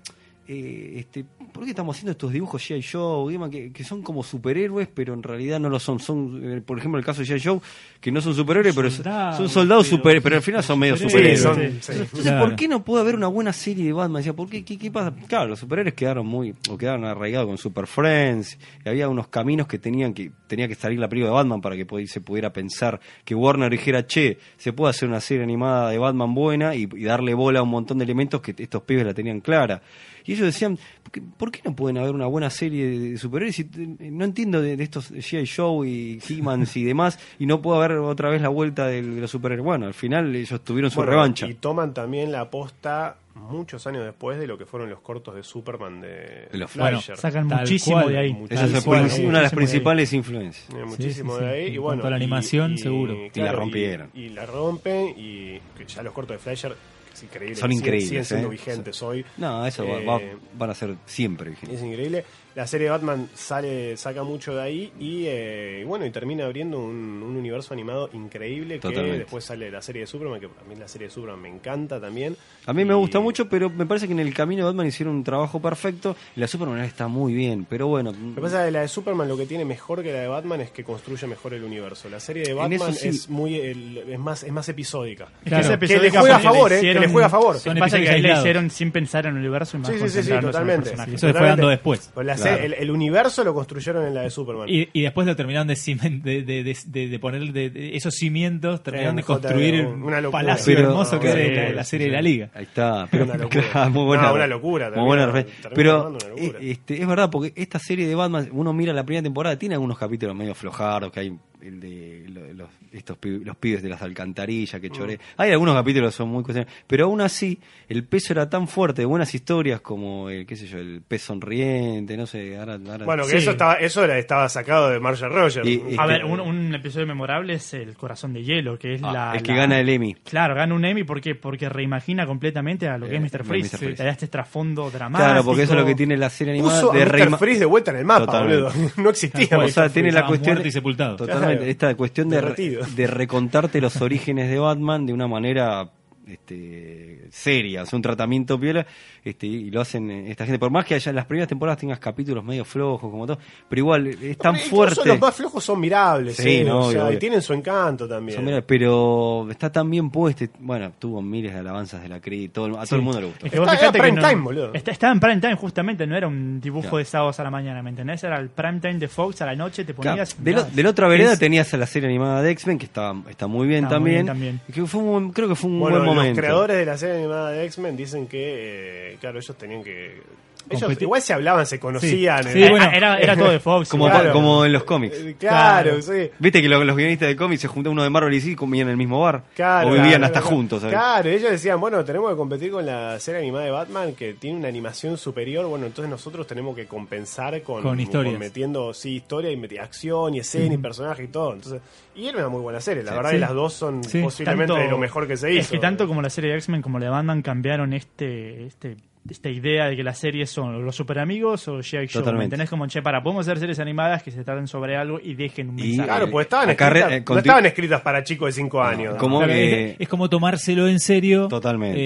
eh, este, ¿por qué estamos haciendo estos dibujos G.I. Show, He-Man, que, que son como superhéroes, pero en realidad no lo son? Son, eh, por ejemplo, el caso de G.I. Show, que no son superhéroes, pero son- Soldados, son soldados pero- superhéroes, pero al final son medio Sí, superhéroes. son- Sí. sí. Entonces, Claro. ¿por qué no puede haber una buena serie de Batman? Decía, ¿por qué? ¿Qué, qué pasa? Claro, los superhéroes quedaron muy, o quedaron arraigados con Super Friends, y había unos caminos que tenían que, tenía que salir la película de Batman para que pod- se pudiera pensar, que Warner dijera, che, se puede hacer una serie animada de Batman buena y, y darle bola a un montón de elementos que estos pibes la tenían clara. Y ellos decían, ¿por qué, por qué no pueden haber una buena serie de, de superhéroes? Y, eh, no entiendo de, de estos G.I. Show y He-Mans y demás, y no puedo haber otra vez la vuelta del- de los superhéroes. Bueno, al final ellos tuvieron su Bueno, revancha. Y toman también la aposta muchos años después de lo que fueron los cortos de Superman de, De los Fleischer. Fleischer. Sacan Tal muchísimo cual. de ahí. Mucho. Esa Tal es la cual, princi- sí, una de las muchísimo de ahí. principales influencias. Tiene muchísimo Sí, sí, de sí. ahí. Y En bueno, cuanto a la y- animación, y- seguro. claro, Y la rompieron. Y, y la rompen. Y que ya los cortos de Fleischer, que es increíble. Son que siguen- increíbles, Siguen siendo eh. vigentes hoy. No, eso va- Eh, va- van a ser siempre vigentes. Es increíble. La serie de Batman sale, saca mucho de ahí y, eh, y bueno, y termina abriendo un, un universo animado increíble que Totalmente. después sale la serie de Superman, que a mí la serie de Superman me encanta también. A mí me gusta Y- mucho, pero me parece que en el camino de Batman hicieron un trabajo perfecto. y La Superman está muy bien, pero bueno. Lo que pasa es que la de Superman lo que tiene mejor que la de Batman es que construye mejor el universo. La serie de En Batman eso sí. es muy el- es más es más episódica. Es Claro. que ese Que le episodio juega a capaz favor, eh, que hicieron- le juega a favor. Son Pasa que ahí le episodios hicieron sin pensar en el universo y más Sí, sí, sí, sí, concentrándose en el totalmente. personaje. Eso le fue dando Totalmente. después. Pues la Claro. serie- el, el universo lo construyeron en la de Superman. Y, y después lo terminaron de, cimen- de, de, de- de- de poner de- de esos cimientos, terminaron de Eh, En JD, construir una un locura. palacio Pero- hermoso que es Sí, la, la sí, serie sí. de la liga. Ahí está, pero Una locura. claro, muy buena. No, una locura, Muy buena termina- referencia. termina Pero formando una locura. eh, este, es verdad, porque esta serie de Batman, uno mira la primera temporada, tiene algunos capítulos medio flojados, que hay el de lo- los, estos pi- los pibes de las alcantarillas Mm. que choré. Hay algunos capítulos que son muy cuestionables, pero aún así el peso era tan fuerte de buenas historias como el, qué sé yo, el pez sonriente, no sé, ahora, ahora- bueno, que Sí. eso estaba eso era, estaba sacado de Marshall Rogers. Y- y- A Este- ver, un, un episodio memorable es el Corazón de Hielo, que es Ah, la... es que la- gana el Emmy. Claro, gana un Emmy porque, porque reimagina completamente a lo que Eh, es Mr. Freeze. Mr. Freeze. Le da este trasfondo dramático. Claro, porque eso es lo que tiene la serie animada Puso a de Mr. reima- Freeze de vuelta en el mapa, Totalmente. boludo. No existía. Tal O cual. sea, tiene la Estaba cuestión. muerto y sepultado. Totalmente. Claro. Esta cuestión de, Derretido. de recontarte los orígenes de Batman de una manera este, seria. Es un tratamiento piola. Este, y lo hacen eh, esta gente. Por más que allá en las primeras temporadas tengas capítulos medio flojos, como todo. Pero igual, eh, es tan Incluso fuerte. Los más flojos son mirables, Sí, sí, no, o sea, obvio, obvio. y tienen su encanto también. Son mira- pero está tan bien puesto. este, Bueno, tuvo miles de alabanzas de la crítica. Todo, a todo el mundo le gustó. Es que vos Está- fijate era que prime no- time, boludo. está- estaba en prime time justamente, no era un dibujo Claro. de sábados a la mañana, ¿me entendés? Era el prime time de Fox a la noche, te Claro, ponías... de, lo- mirabas. de la otra vereda Es- tenías a la serie animada de X-Men, que está, está muy bien Está muy también. bien también. Que fue un buen- creo que fue un Bueno, buen momento. los creadores de la serie animada de X-Men dicen que, eh, claro, ellos tenían que... Ellos Competir. igual se hablaban, se conocían. Sí, eh, sí, eh, bueno. era, era todo de Fox. Como, igual. Claro. como en los cómics. eh, Claro, sí. Viste que lo- los guionistas de cómics se juntaban uno de Marvel y sí comían en el mismo bar. Claro, o vivían claro, hasta claro. juntos. ¿sabes? Claro, ellos decían, bueno, tenemos que competir con la serie animada de Batman que tiene una animación superior, bueno, entonces nosotros tenemos que compensar con, Con historias. metiendo, sí, historia y meti- acción y escena y personaje y todo. Entonces, y era una muy buena serie, la verdad sí. que las dos son Sí. posiblemente Tanto- de lo mejor que se hizo. Es que tanto como la serie de X-Men como la de Batman cambiaron este, este esta idea de que las series son los superamigos o G.I. Joe. Totalmente. ¿Me entendés? Como, che, para, podemos hacer series animadas que se traten sobre algo y dejen un Y- mensaje. Claro, pues estaban, Acá re- escritas, eh, no conti- estaban escritas para chicos de 5 años. como- Claro, que- es, es como tomárselo en serio. Totalmente.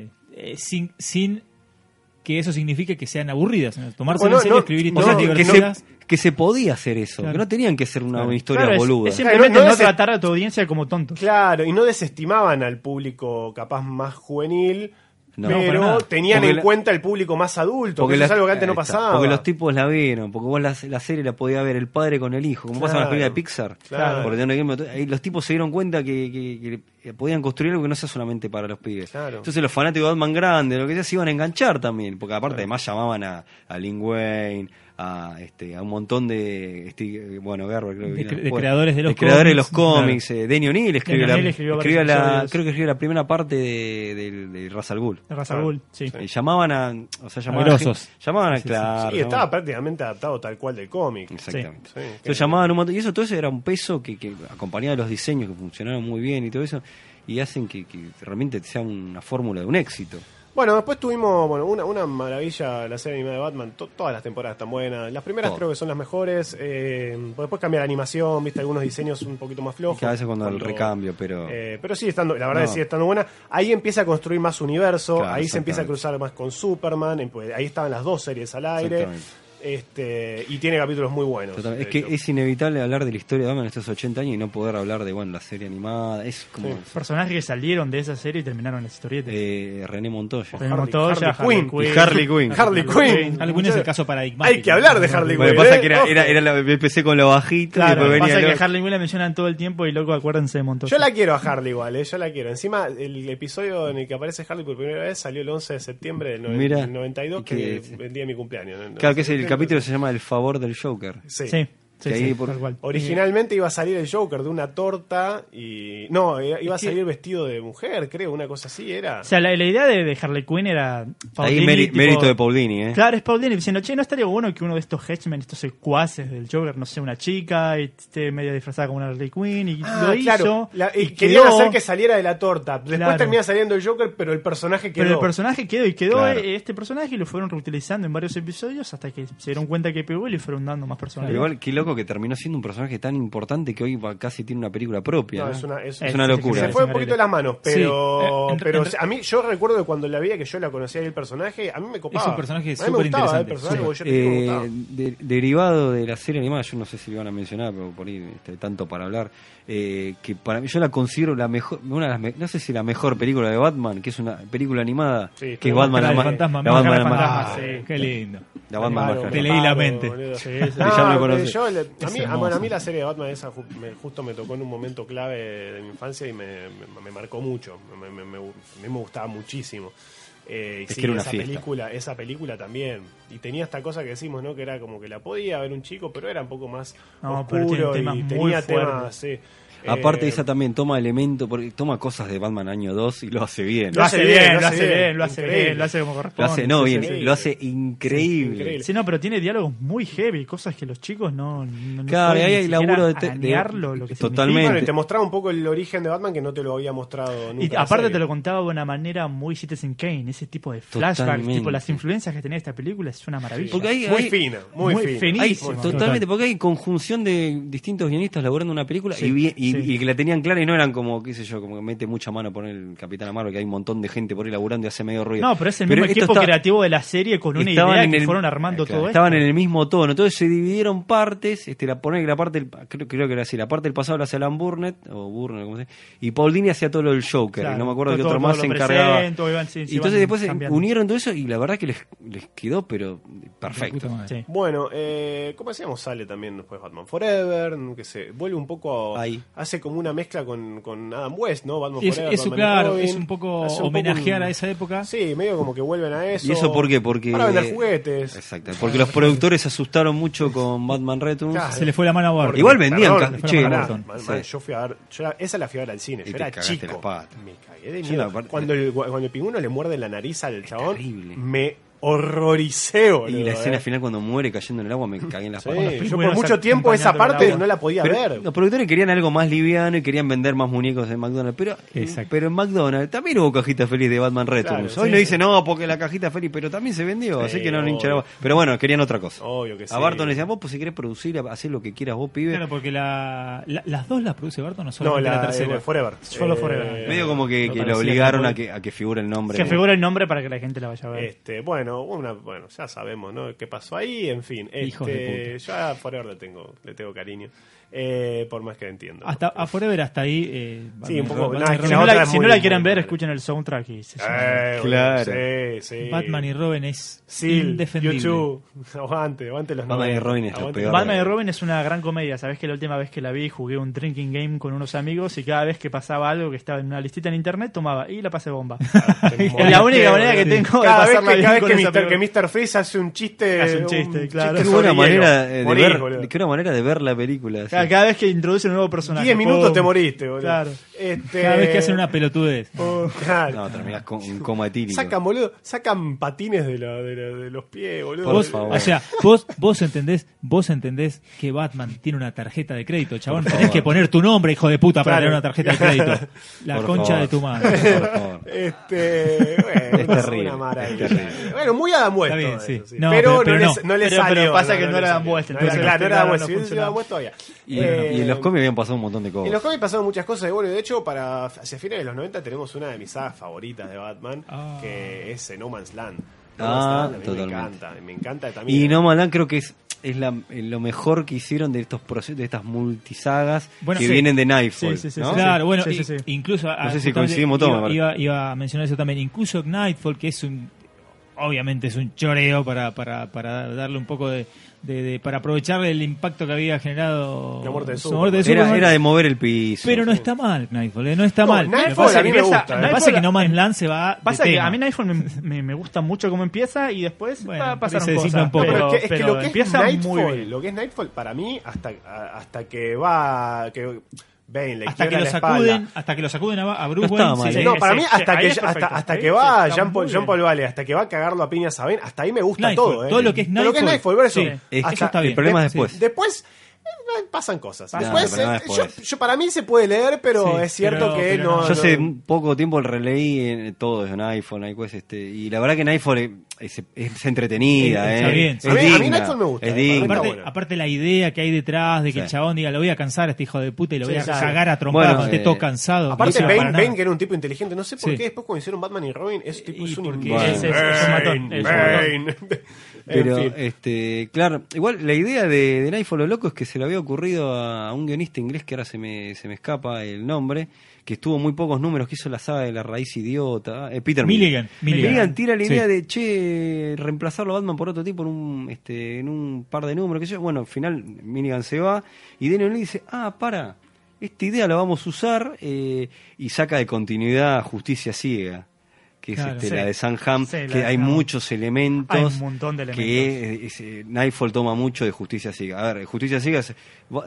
eh, eh, sin, sin que eso signifique que sean aburridas. ¿no? Bueno, Tomárselo en serio, no, escribir no, O sea, historias que, divertidas. se, que se podía hacer eso. Claro. Que no tenían que ser una historia Claro, es- boluda. Es, simplemente Claro, no, no es- tratar a tu audiencia como tonto. Claro, y no desestimaban al público capaz más juvenil, No. No, para pero nada. tenían Porque en la- cuenta el público más adulto, que eso es las- algo que antes no ahí está, pasaba. Porque los tipos la vieron. Porque vos la, la serie la podía ver el padre con el hijo. Como pasa en las Claro. películas de Pixar. Claro. Por ejemplo, Game of Thrones, ahí los tipos se dieron cuenta que, que- que podían construir algo que no sea solamente para los pibes. Claro. Entonces los fanáticos de Batman grande, lo que sea, se iban a enganchar también. Porque aparte además llamaban a, a Lin Wayne. a, este, a un montón de. este, bueno, Garber, creo que De, viene cre- de después. creadores de los creadores de los claro. cómics. eh, Denny O'Neill escribió, Denny la, O'Neill escribió escribió varios la- episodios. creo que escribió la primera parte de, de, de Ra's al Ghul. De Ra's al Claro. Ghul, sí. Sí. Y Eh, llamaban a. O sea, llamaban a. grosos. gen- Llamaban a. Sí, sí. claro. Sí, llamaban- estaba prácticamente adaptado tal cual del cómic. Exactamente. Sí, que- Entonces llamaban un montón. Y eso todo eso era un peso que, que acompañaba los diseños que funcionaron muy bien y todo eso. Y hacen que, que realmente sea una fórmula de un éxito. Bueno, después tuvimos bueno, una, una maravilla la serie animada de Batman. To- todas las temporadas están buenas. Las primeras Todo. creo que son las mejores. eh, después cambia la animación, viste algunos diseños un poquito más flojos. Que a veces cuando el recambio, pero. Eh, pero sigue estando, la verdad No. que sigue estando buena. Ahí empieza a construir más universo, Claro, ahí se empieza a exactamente. cruzar más con Superman. em- pues, Ahí estaban las dos series al aire. Exactamente. Este, y tiene capítulos muy buenos. Totalmente. de Es que hecho. es inevitable hablar de la historia de Batman en estos 80 años y no poder hablar de bueno, la serie animada. Es como Sí. Personajes que salieron de esa serie y terminaron las historietas. eh, René Montoya. Tenemos Harley- todo ya, Harley Harley Quinn. Y Harley Quinn. Harley Quinn. Harley Quinn es el caso paradigmático. Hay que hablar de Harley Lo que Quinn. pasa ¿eh? que era, era, era la- empecé con lo bajito y Claro, después venía pasa lo- que Harley Quinn la mencionan todo el tiempo y loco, acuérdense de Montoya. Yo la quiero a Harley igual, ¿eh? yo la quiero. Encima, el episodio en el que aparece Harley por primera vez salió el 11 de septiembre del, noven- Mira, del 92, que que- el día de mi cumpleaños. ¿no? Claro que es el Sí. capítulo se llama El favor del Joker. Sí. Sí, sí, Que ahí sí, por- tal cual. Originalmente iba a salir el Joker de una torta y... No, eh, iba a salir vestido de mujer, creo, una cosa así era. O sea, la, la idea de, de Harley Quinn era. Ahí Paulini, méri- tipo- mérito de Paulini, ¿eh? Claro, es Paulini diciendo, che, no estaría bueno que uno de estos henchmen, estos secuaces del Joker, no sea una chica y esté medio disfrazada como una Harley Quinn y Ah, lo hizo. claro. La- y y querían quedó, hacer que saliera de la torta. Después Claro. termina saliendo el Joker, pero el personaje quedó. Pero el personaje quedó y quedó Claro. eh, este personaje y lo fueron reutilizando en varios episodios hasta que se dieron cuenta que pegó y le fueron dando más Pero personalidad. Igual, qué loco que terminó siendo un personaje tan importante que hoy va- casi tiene una película propia. No, ¿no? es una- es- una sí, sí, Se locura. sí, fue un increíble. poquito de las manos, pero, Sí, eh, en- pero en- o sea, a mí yo recuerdo que cuando la vi que yo la conocía y el personaje, a mí me copaba. Es un personaje A mí me superinteresante, gustaba el personaje, sí. porque yo te digo, me Eh, gustaba. de- derivado de la serie animada, yo no sé si lo van a mencionar, pero por ahí este, tanto para hablar, eh, que para mí yo la considero la mejor, una de las me- no sé si la mejor película de Batman, que es una película animada, Sí, que es la Batman Máscara la, de ma- fantasma, la máscara Batman de la ma- fantasma, Ah, sí, qué lindo. la Batman Claro, máscara. Te leí la claro, mente. boludo. Sí, sí, No, sí. Ya me lo pero conoces. yo le- a, mí, Es ah, bueno, a mí hermoso. la serie de Batman esa ju- me- justo me tocó en un momento clave de mi infancia y me, me- me marcó mucho. Me, me- me- a mí me gustaba muchísimo. Eh, y Es sí, que era una esa fiesta. película, esa película también. Y tenía esta cosa que decimos, ¿no? Que era como que la podía ver un chico, pero era un poco más No, pero tiene oscuro temas y muy tenía temas, fuertes. sí. Aparte Eh, esa también toma elemento, porque toma cosas de Batman año 2 y lo hace bien. Lo hace bien, lo hace bien, lo hace bien, lo hace como Lo corresponde. hace, no, Sí, bien, sí. lo hace increíble. Increíble. Sí, no, pero tiene diálogos muy heavy, cosas que los chicos no. no no Claro, pueden ahí ni hay siquiera laburo de te- de- anearlo, lo que Y Totalmente. bueno, y te mostraba un poco el origen de Batman que no te lo había mostrado nunca. significa. Y la aparte serie. te lo contaba de una manera muy Citizen Kane, ese tipo de flashbacks, Totalmente. tipo las influencias que tenía esta película, es una maravilla. Porque hay- Muy hay- fina, muy, Muy fina. fina. Hay- Finísimo. totalmente, Total. porque hay conjunción de distintos guionistas laburando una película y, bien- y- sí. y que la tenían clara y no eran como, qué sé yo, como que mete mucha mano por el Capitán Marvel, que hay un montón de gente por ahí laburando y hace medio ruido. No, pero es el mismo esto equipo está- creativo de la serie con una estaban idea en que el- fueron armando claro, todo Estaban esto. en el mismo tono, entonces se dividieron partes, este, la poner que la parte del, creo, creo que era así, la parte del pasado la hacía Alan Burnett, o Burnett, como se dice, y Paul Dini hacía todo lo del Joker, Claro, y no me acuerdo todo- que otro todo más lo se encargaba. presento, iban- sí, sí, Y entonces iban después se cambiando. unieron todo eso y la verdad que les, les quedó, pero perfecto. Sí. Bueno, eh, como decíamos, sale también después Batman Forever, mm, que se vuelve un poco... a- Ahí. Hace como una mezcla con, con Adam West, ¿no? Batman Y es, Forever, eso, Batman claro, Robin. es un poco Hace homenajear un- a esa época. Sí, medio como que vuelven a eso. ¿Y eso por qué? Porque. eh, Para vender juguetes. Exacto. Porque los productores se asustaron mucho con Batman Returns. Claro. Se le fue la mano a Barton. Igual vendían Perdón, ca- fue che, pará, Burton. man, man, Sí. Yo fui a ver, yo era- esa la fui a ver al cine, yo te era cagaste las chico. patas. Me cagué de Yo miedo. la parte- cuando, el, cuando el pingüino le muerde la nariz al chabón, terrible. me horroricé, boludo, Y la escena eh. final cuando muere cayendo en el agua me cagué en las Sí, patas. yo pingüinos por mucho tiempo esa acompañando el parte agua. no la podía Pero ver. los productores querían algo más liviano y querían vender más muñecos en McDonald's. Pero, Exacto. pero en McDonald's también hubo cajita feliz de Batman Returns. Claro, Hoy sí. no dice no, porque la cajita feliz, pero también se vendió, Sí, así que no obvio. hinchaba. Pero bueno, querían otra cosa. Obvio que sí. A Barton le decían, vos pues si querés producir, hacer lo que quieras vos, pibe. Claro, porque la, la- las dos las produce Barton o No, solamente la, la, tercera. eh, Forever. Solo Eh, Forever. Medio como que, no que parecía lo obligaron que- a que, a que figure el nombre. Que figura el nombre para que la gente la vaya a ver. Este, bueno, una, bueno, ya sabemos, ¿no? ¿Qué pasó ahí? En fin, Hijos este, de yo a Forever le tengo, le tengo cariño, eh, por más que entiendo. Hasta a Forever hasta ahí. eh, Sí, Batman- un poco- Batman nada, y es que Si la Robin- no otra la, es si muy- no la quieren muy ver, buena. escuchen el soundtrack y se Eh, bueno, Claro. Sí, sí. Batman y Robin es Seal, indefendible. YouTube, aguante, aguante los Batman y 90. Robin es lo Aguante. peor. Batman y Robin es una gran comedia. Sabes que la última vez que la vi jugué un drinking game con unos amigos y cada vez que pasaba algo que estaba en una listita en internet tomaba y la pasé bomba. Ah, te Es la única moriste, manera que boludo. tengo de cada vez pasarla que, bien cada vez con que esa Mr. que película. Mr. Freeze hace un chiste. Hace un chiste, claro. Qué Qué buena, sobre hielo. manera eh, de Morís, ver, boludo. qué buena manera de ver la película. Cada, sí. cada vez que introduce un nuevo personaje. Diez minutos ¡pum! te moriste, boludo. Claro. Este- Cada vez que hacen una pelotudez. Oh, claro. No, terminás con un coma etílico. Sacan, boludo, sacan patines de, la- de la- de los pies, boludo. Por Vos, favor. o sea, vos, vos entendés, vos entendés que Batman tiene una tarjeta de crédito, chabón. Por Tenés favor. que poner tu nombre, hijo de puta, para Claro. tener una tarjeta de crédito. La Por concha favor. de tu madre. Por favor. Este, bueno, Es una- terrible, una maravilla. es terrible. Bueno, muy Adam West. Está bien, todo sí. eso, sí. No, pero, pero- no, pero le, no. no le Pero- salió. pero pasa que no le era Adam salió. West, No entonces era- no claro, no era funcionaba, Adam West. no Si hubiese sido Adam West todavía. Y, Eh, y en los cómics habían pasado un montón de cosas. En los cómics pasaron muchas cosas de bueno. y De hecho, para hacia finales de los 90 tenemos una de mis sagas favoritas de Batman, Ah. que es eh, No Man's Land. No Ah, Man's Land a mí totalmente. Me encanta, me encanta también. Y No Man Land creo que es, es la- eh, lo mejor que hicieron de estos procesos, de estas multisagas Bueno, que sí. vienen de Nightfall. Sí, sí, sí, ¿no? sí. Claro, bueno, Sí, sí, i- sí. incluso. No sé si justamente coincidimos todos, iba- me parece. Iba, iba a mencionar eso también. Incluso Nightfall, que es un. Obviamente es un choreo para, para, para darle un poco de, de- de- para aprovechar el impacto que había generado. La muerte de su Superman. Era, Superman. era de mover el piso. Pero no está mal, Nightfall. eh, No está No, mal. Lo que Nightfall pasa a mí que me empieza- gusta, Lo que eh. pasa es que No Man's Land se va. de Pasa que tema. a mí Nightfall me, me, me gusta mucho cómo empieza y después Bueno, pa- por ahí pasaron se desinfla cosas. un poco. Pero, pero, es que, es que pero lo que es empieza muy Nightfall, bien. lo que es Nightfall para mí hasta a- hasta que va que Bane le hasta que quiebra lo la espalda. sacuden, hasta que lo sacuden a, a Bruce No Wayne. estaba mal, sí. ¿eh? No, para sí, mí sí, hasta ahí que es hasta, perfecto, hasta ahí que sí, va está Jean muy Paul, bien. Jean Paul Vale, hasta que va a cagarlo a piñas a Ben, hasta ahí me gusta Nightfall, todo, ¿eh? todo lo que es Todo lo que es Nightfall, Nightfall, por eso. sí, es- Hasta- eso está el bien. problema es Sí. después. Después eh, pasan cosas. Pasan. Después, No, pero no eh, después. Yo, yo- para mí se puede leer, pero Sí, es cierto pero- que pero no. no. Yo no- hace un poco tiempo releí en todo eso, en iPhone, iQuest, este, y la verdad que en iPhone eh, es, es entretenida, Está eh. bien. Es A mí- a mí digna, en iPhone me gusta, Es eh, digna. está Aparte, bueno. aparte la idea que hay detrás de que Sí. el chabón diga, lo voy a cansar a este hijo de puta y lo Sí, voy a sí. cagar a trompar Bueno, cuando eh, esté todo cansado. no Aparte, sirve para Ben, nada. Ben, que era un tipo inteligente, no sé por Sí. qué después cuando hicieron Batman y Robin, ese tipo Y es un porque imbécil. ese es- es un matón, Bane, es un matón. Bane. Pero, En eh, fin. este, claro, igual la idea de, de Nightfall lo loco es que se le había ocurrido a un guionista inglés que ahora se me, se me escapa el nombre, que estuvo muy pocos números, que hizo la saga de la raíz idiota, eh, Peter Milligan, Milligan. tira la Sí. idea de, che, reemplazarlo a Batman por otro tipo en un, este, en un par de números, que yo, bueno, al final Milligan se va y Daniel O'Neill dice, ah, para, esta idea la vamos a usar eh, y saca de continuidad Justicia Ciega. Que es Claro. este, Sí. la de San Ham, Sí, la que de hay Sam Hamm. muchos elementos Hay un montón de elementos. que eh, es, eh, Nightfall toma mucho de Justicia Siga. A ver, Justicia Siga es,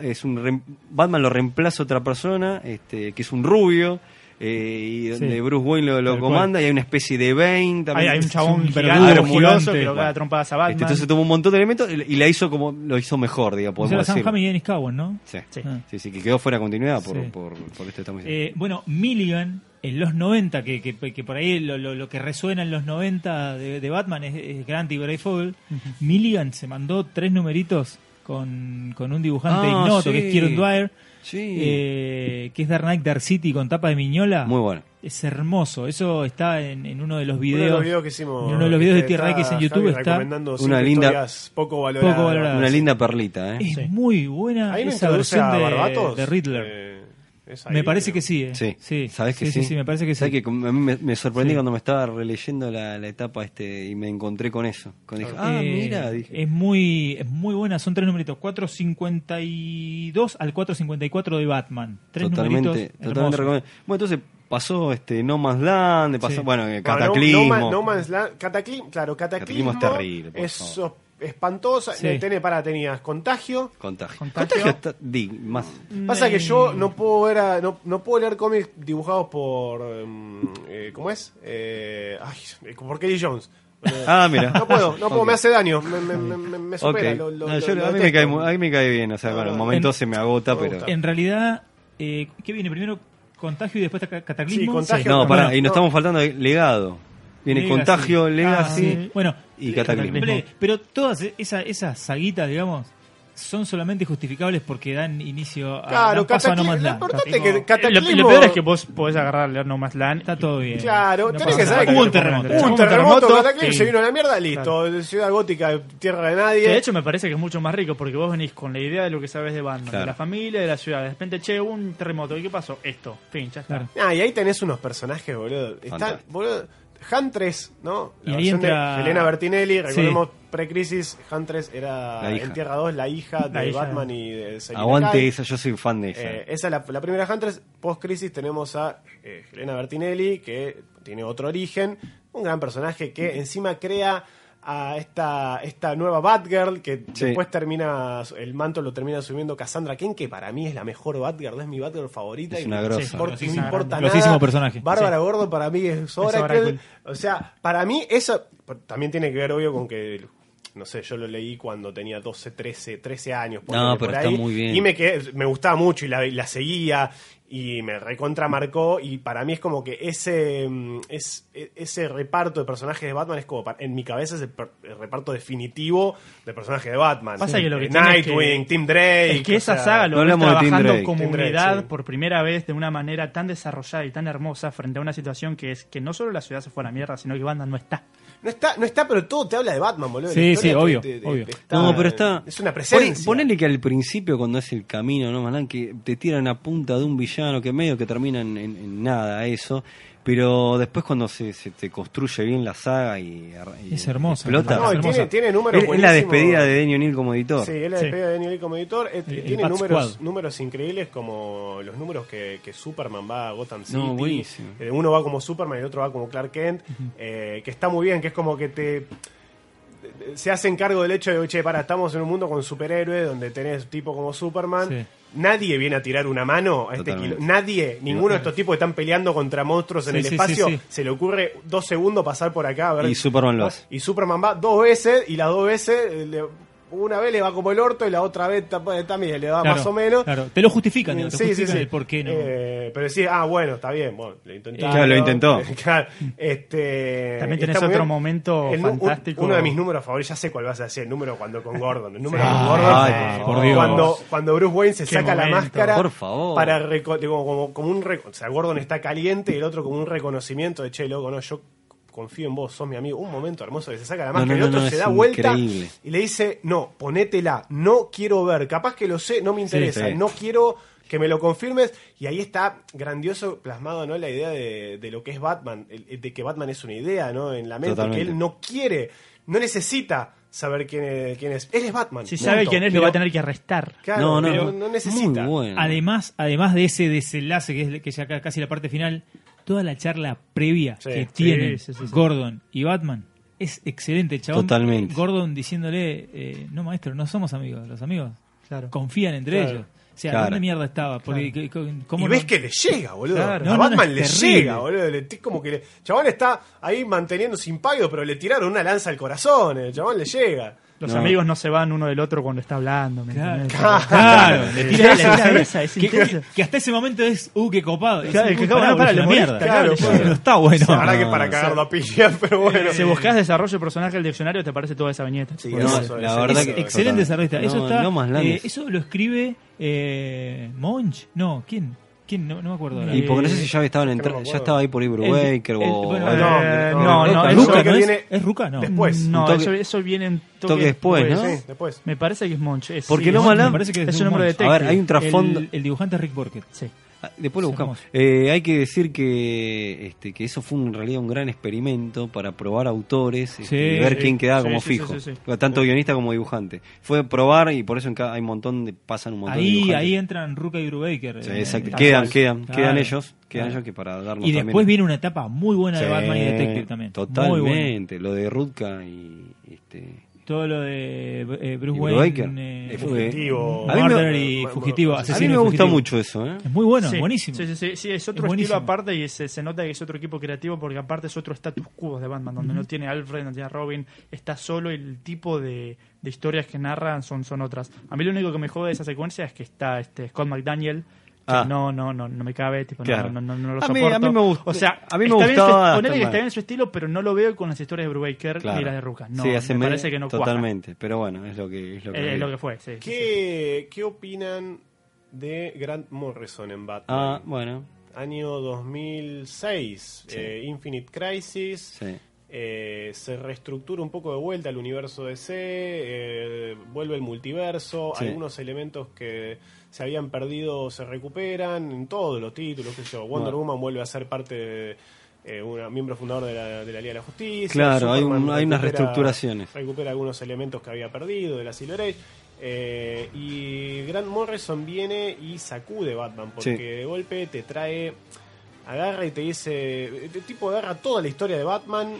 es un rem- Batman lo reemplaza a otra persona, este, que es un rubio, eh, y donde Sí. Bruce Wayne lo, lo Tal comanda, y hay una especie de Bane Hay, también. hay un chabón un gigante, verdugo musculoso, gigante. que lo caga Bueno. trompadas a Este, Batman. entonces toma un montón de elementos y la hizo como lo hizo mejor, digamos, O sea, podemos Sam decir. Hamm y Dennis Cowan, ¿no? Sí. Sí. Ah. Sí, sí, que quedó fuera de continuidad por, Sí. por, por esto que estamos diciendo. Eh, bueno, Milligan en los 90, que, que, que por ahí lo, lo- lo que resuena en los 90 de, de Batman es, es Grant y Brayfogle, Milligan se mandó tres numeritos con, con un dibujante Ah, ignoto, sí. que es Kieron Dwyer, sí, eh, que es Dark Knight, Dark City con tapa de miñola. muy bueno. Es hermoso, eso está en, en uno de los Uno de videos. los videos que hicimos. en uno de los videos de que Tierra está X en YouTube Javi está- recomendando Una cinco linda- historias poco valoradas. Poco valoradas. Ah, Una sí. linda perlita, ¿eh? Es Sí. muy buena Ahí no esa introduce versión a de, Barbatos. de Riddler. Eh, es ahí, me parece creo. que sí, eh. Sí, sí. ¿Sabes que sí, sí? sí, me parece que sí. ¿Sabes que a mí me, me sorprendí Sí. cuando me estaba releyendo la, la etapa este y me encontré con eso? Cuando dije, ah, Eh, mira, dije. Es muy, es muy buena, son tres numeritos, 452 al 454 de Batman. Tres numeritos totalmente, hermosos. totalmente recomendable. Bueno, entonces pasó este No Man's Land, pasó, Sí. bueno, Bueno, eh, no- Cataclismo. No, Man- no Man's Land- Cataclism- claro, Cataclismo. Cataclismo es terrible, por Es favor. espantosa. Sí. Tené, pará, tenías Contagio. Contagio. Contagio. Contagio está di- más. Pasa que yo no puedo ver a- no, no puedo leer cómics dibujados por em, eh, ¿cómo es? Eh, ay, por Kelly Jones. Eh, Ah, mira. No puedo, no puedo, Ok. me hace daño, me, me- me- me- me Ok. supera. lo- lo- No, lo- yo- lo a, mí me detesto. cae, mu- a mí me cae bien, o sea, No, bueno, en no, momentos en- se me agota, me pero. gusta. En realidad, eh, ¿qué viene primero? ¿Contagio y después ca- Cataclismo? Sí, Contagio. No, para pará, y nos No. estamos faltando de legado. Viene Legacy. Contagio, Ah, Legacy sí. Bueno, y Cataclismo. Ple- Pero todas e-, esas, esas saguitas, digamos, son solamente justificables porque dan inicio a, Claro, dan paso a No Cataclismo- Man's lo Land. importante es Tipo, que Cataclismo... Lo, lo peor es que vos podés agarrar Leer No Man's Land. Está todo bien. Claro, No tenés pasa que saber nada. que Hubo un terremoto. Hubo un Hubo un terremoto, terremoto, Cataclismo, sí. se vino a la mierda, listo. Ciudad gótica, tierra de nadie. Que de hecho me parece que es mucho más rico porque vos venís con la idea de lo que sabes de Batman, Claro. de la familia, de la ciudad. De repente, che, hubo un terremoto. ¿Y qué pasó? Esto. Fin, ya está. Claro. Ah, y ahí tenés unos personajes, boludo. Está, Fantástico. boludo. Han 3, ¿no? Y La ahí versión entra- de Elena Bertinelli, recordemos Sí. pre-crisis, Han 3 era La hija. en Tierra 2, la hija de La hija. Batman y de Selina Kyle. Aguante esa, yo soy fan de esa. Eh, esa es la, la primera Han 3. Post-crisis tenemos a eh, Helena Bertinelli, que tiene otro origen. Un gran personaje que encima crea a esta, esta nueva Batgirl que Sí. después termina, el manto lo termina asumiendo Cassandra Ken, que para mí es la mejor Batgirl, es mi Batgirl favorita. Es y una no grosa. me importa- Sí, no sí, me importa grande. nada. Grosísimo personaje. Bárbara Sí. Gordo para mí es Oracle. Oracle. O sea, para mí eso por- también tiene que ver, obvio, con que, no sé, yo lo leí cuando tenía 12, 13, 13 años. ponele, No, pero por está ahí, muy bien. Y me, quedé- me gustaba mucho y la, y la seguía y me recontramarcó y para mí es como que ese mm, es, e- ese reparto de personajes de Batman es como pa- en mi cabeza es el, per- el reparto definitivo de personajes de Batman Pasa que lo que Eh, tiene es que- Nightwing Tim Drake Es que o esa sea, saga lo no ves hablamos de Tim trabajando Drake. como Tim Drake, unidad sí. por primera vez de una manera tan desarrollada y tan hermosa frente a una situación que es que no solo la ciudad se fue a la mierda, sino que Banda no está. no está no está pero todo te habla de Batman boludo La Sí, historia sí, te- obvio, te- te- obvio. te está- eh, No, pero está. es una presencia Pone- Ponele que al principio, cuando es el camino, ¿no, Malán? Que te tiran a punta de un villano que medio que termina en, en- en nada, eso. Pero después, cuando se, se te construye bien la saga y. ar- y Es hermosa. Explota. No, y tiene, hermosa. tiene números es, es la buenísimos. despedida de Denny O'Neill como editor. Sí, es la Sí. despedida de Daniel Lee como editor. Eh, El- el tiene Bat números, Squad. números increíbles como los números que, que Superman va a Gotham City. No, buenísimo. Eh, Uno va como Superman y el otro va como Clark Kent. eh, que está muy bien, que es como que te se hacen cargo del hecho de, che, para, estamos en un mundo con superhéroes donde tenés tipo como Superman. Sí. Nadie viene a tirar una mano a este Totalmente. kilo. Nadie, ninguno de estos tipos que están peleando contra monstruos en Sí, el sí, sí, espacio. sí. Se le ocurre dos segundos pasar por acá a ver. Y Superman lo hace. Y Superman va dos veces y las dos veces, eh, le- una vez le va como el orto y la otra vez tap- también le va Claro, más o menos. Claro, te lo justifican, digo, te Sí, sí, justifican sí. el por qué no. Eh, pero decís, ah, bueno, está bien, bueno, lo intentaron. Claro, lo intentó. Claro, este, También está tenés muy otro bien. momento El nu- un- fantástico. Uno de mis números favoritos, ya sé cuál vas a decir, el número cuando con Gordon. El número Sí. con Gordon. Ay, eh, por Dios. Cuando, cuando Bruce Wayne se Qué saca la momento, máscara. por favor. Para reco- digo, como, como un reco- o sea, Gordon está caliente y el otro como un reconocimiento de che, loco, no, yo confío en vos, sos mi amigo. Un momento hermoso que se saca la No, máscara no, el no, otro no, se es da vuelta increíble. y le dice, no, ponétela, no quiero ver, capaz que lo sé, no me interesa, sí. no quiero que me lo confirmes. Y ahí está grandioso plasmado, ¿no? La idea de, de lo que es Batman, el- el de que Batman es una idea, ¿no? En la mente, Totalmente. que él no quiere, no necesita saber quién es. Quién es. Él es Batman. Si punto. sabe quién es, lo Pero- va a tener que arrestar. Claro, no, no, pero no. no necesita. Muy bueno. Además, además de ese desenlace que es que ya ca- casi la parte final, toda la charla previa Sí. que Sí, tienen sí, sí, sí. Gordon y Batman es excelente, chabón. Totalmente. Gordon diciéndole, eh, no maestro, no somos amigos, los amigos Claro. confían entre Claro. ellos. O sea, Claro. ¿dónde mierda estaba? Porque, que- y ¿cómo no- ves que le llega, boludo. Claro. A No, no, no, Batman es le terrible. llega, boludo. Le, es como que le, chabón está ahí manteniendo sin pago, pero le tiraron una lanza al corazón. El chabón le llega. Los No. amigos no se van uno del otro cuando está hablando. ¿me Claro, entendés? claro, le tira Le tira esa, esa, es que- que, intenso. que hasta ese momento es, uh, qué copado. Y Claro, decís, que "Uy, acabo pará, de parar, boludo, le es una molesta, mierda". claro, Claro, claro. no está bueno. La verdad No, que para no, cagar la piña, pero bueno. Si buscas desarrollo de personaje el diccionario, te aparece toda esa viñeta. Sí, No, hermoso, la es verdad Es que- excelente esa Totalmente. revista. Eso No, está. no más Lanes. eh, eso lo escribe eh, Monch. No, ¿quién? ¿Quién? No, no me acuerdo. ahora. Y porque no sé si ya estaban Es que no entrando, me ya acuerdo. estaba ahí por ahí Brubaker eh, El- o. el- bueno, o- No, Eh, no, no, Ruca, no, ¿Es eso- Ruca, que ¿no es? viene- ¿Es Ruca? No. Después. No, Un toque- eso, eso viene en toque, toque después, ¿no? Sí, después. Me parece que es Monche. es- Porque sí, no es Monch, Malam- me parece que es de un número de Monch. texto. A ver, hay un trasfondo. El, el dibujante es Rick Borket. Sí. Ah, Después lo Es buscamos. Eh, hay que decir que este, que eso fue en realidad un gran experimento para probar autores este, Sí, y ver sí. quién quedaba Sí, como sí, fijo. sí, sí, Tanto guionista como dibujante. Fue probar y por eso en ca- hay un montón de, pasan un montón de Ahí, dibujantes. ahí entran Ruca y Brubaker. Sí, eh, exacto. tal Quedan, cual. quedan, Claro. quedan ellos, quedan Claro. ellos que para darnos Y también- después viene una etapa muy buena de Sí, Batman y Detective también. Muy buena. Totalmente, lo de Rutka y este Todo lo de eh, Bruce y Wayne. Brubaker. eh, Eh, fue- Fugitivo. A mí me- Murder y Bueno, fugitivo. a mí a mí me asesino y gusta fugitivo. mucho eso, ¿eh? Es muy bueno, Sí, buenísimo. Sí, sí, sí, sí, es otro Es buenísimo. estilo aparte y se, se nota que es otro equipo creativo porque aparte es otro status quo de Batman, donde no tiene Alfred, no tiene Robin, está solo y el tipo de, de historias que narran son, son otras. A mí lo único que me jode de esa secuencia es que está este Scott McDaniel. que Ah. No, no, no, no me cabe, tipo, no, Claro. no, no, no lo A mí- soporto. a mí me gust- O sea, a mí me está bien su- gustaba ponele que Batman. está bien su estilo, pero no lo veo con las historias de Brubaker Claro. ni las de Rucas. No, Sí, hace me medio- parece que no cuaja. Totalmente, pero bueno, es lo que es lo que, Eh, lo que fue, sí. sí, sí. ¿Qué, ¿Qué opinan de Grant Morrison en Batman? Ah, bueno, Año 2006, eh, Infinite Crisis. sí. eh, se reestructura un poco de vuelta el universo DC, eh, vuelve el multiverso, Sí. algunos elementos que se habían perdido se recuperan en todos los títulos, qué sé yo. Wonder Bueno. Woman vuelve a ser parte de eh, una miembro fundador de la, de la Liga de la Justicia. Claro, hay Superman un- hay unas recupera- reestructuraciones. Recupera algunos elementos que había perdido de la Silver Age. eh, y Grant Morrison viene y sacude Batman porque Sí. de golpe te trae agarra y te dice. El tipo agarra toda la historia de Batman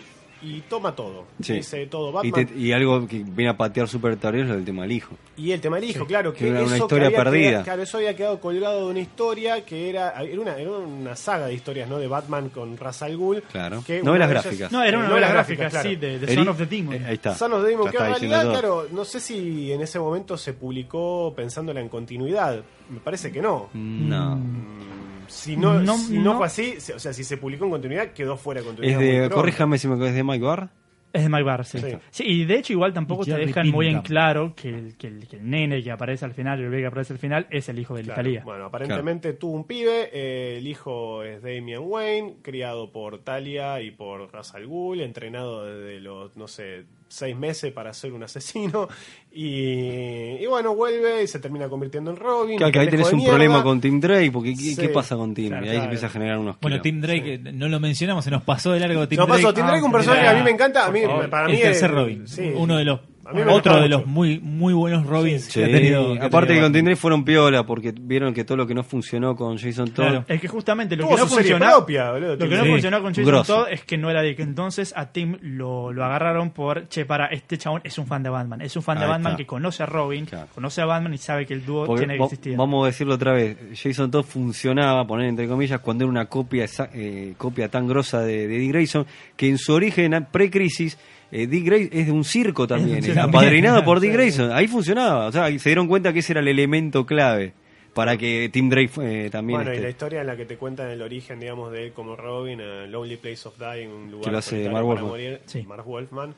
y toma todo. Sí. Dice todo Y, Batman. te- y algo que viene a patear súper tardío es lo del tema del hijo. Y el tema del hijo, claro, que Que era eso una que historia había perdida. quedado- claro, eso había quedado colgado de una historia que era era una, era una saga de historias, ¿no? De Batman con Ra's al Ghul. Claro. que una Novelas de ellas- gráficas. No, era una Eh, novela novelas gráfica, gráficas, sí, claro. de, de Eri- Son of the Demon. Eh, ahí está. Son of the Demon, Ya que está en diciendo realidad, todo. claro, no sé si en ese momento se publicó pensando en la continuidad. Me parece que no. Mm. No. Mm. Si no, No, si no no. fue así, se- o sea, si se publicó en continuidad, quedó fuera de Es continuidad. muy Mm, de, pronto. corríjame si me es de Mike Barr. Es de Mike Barr, sí. Sí. Sí, Y de hecho, igual tampoco Y te Jerry dejan muy en Pinkham. claro que el, que, el, que el nene que aparece al final, el bebé que aparece al final, es el hijo de Claro, Italia. Bueno, aparentemente tuvo un pibe, eh, el hijo es Damian Wayne, criado por Talia y por Ra's al Ghul, entrenado desde los, no sé, seis meses para ser un asesino. Y, y bueno, vuelve y se termina convirtiendo en Robin. Claro, que ahí pendejo tenés de un mierda. problema con Tim Drake, porque ¿qué, Sí. qué pasa con Tim? Claro, y ahí claro. empieza a generar unos Bueno, quilombos. Tim Drake, eh, no lo mencionamos, se nos pasó de largo Tim Yo Drake. paso, Tim Drake, un Ah, personaje que a mí mira. me encanta. A mí, Por favor. para mí el tercer es- Robin. sí. Uno de los, A mí me otro gustaba de los mucho. muy, muy buenos Robins Sí. que ha tenido. ha tenido Aparte que con Tim Batman. Drake fueron piola, porque vieron que todo lo que no funcionó con Jason Todd. Claro. Es que justamente lo Tuvo que no su serie funcionó. propia, boludo, Lo Tim que no Sí. funcionó con Jason Grosso. Todd es que no era de que entonces a Tim lo, lo agarraron por che, para este chabón es un fan de Batman. Es un fan de Ahí Batman está. que conoce a Robin, Claro. conoce a Batman y sabe que el dúo Porque tiene que va- existir. Vamos a decirlo otra vez, Jason Todd funcionaba, poner entre comillas, cuando era una copia exa- eh, copia tan grosa de, de Dick Grayson, que en su origen, a- pre-crisis, eh, Dick Grayson es de un circo también, Sí, es también. apadrinado por Sí, Dick Grayson, ahí funcionaba, o sea, y se dieron cuenta que ese era el elemento clave para que Tim Drake eh, también... Bueno, y esté. la historia en la que te cuentan el origen, digamos, de él como Robin, a Lonely Place of Dying, un lugar Que lo hace solitario Mark para Wolfman. morir, Sí. Mark Wolfman,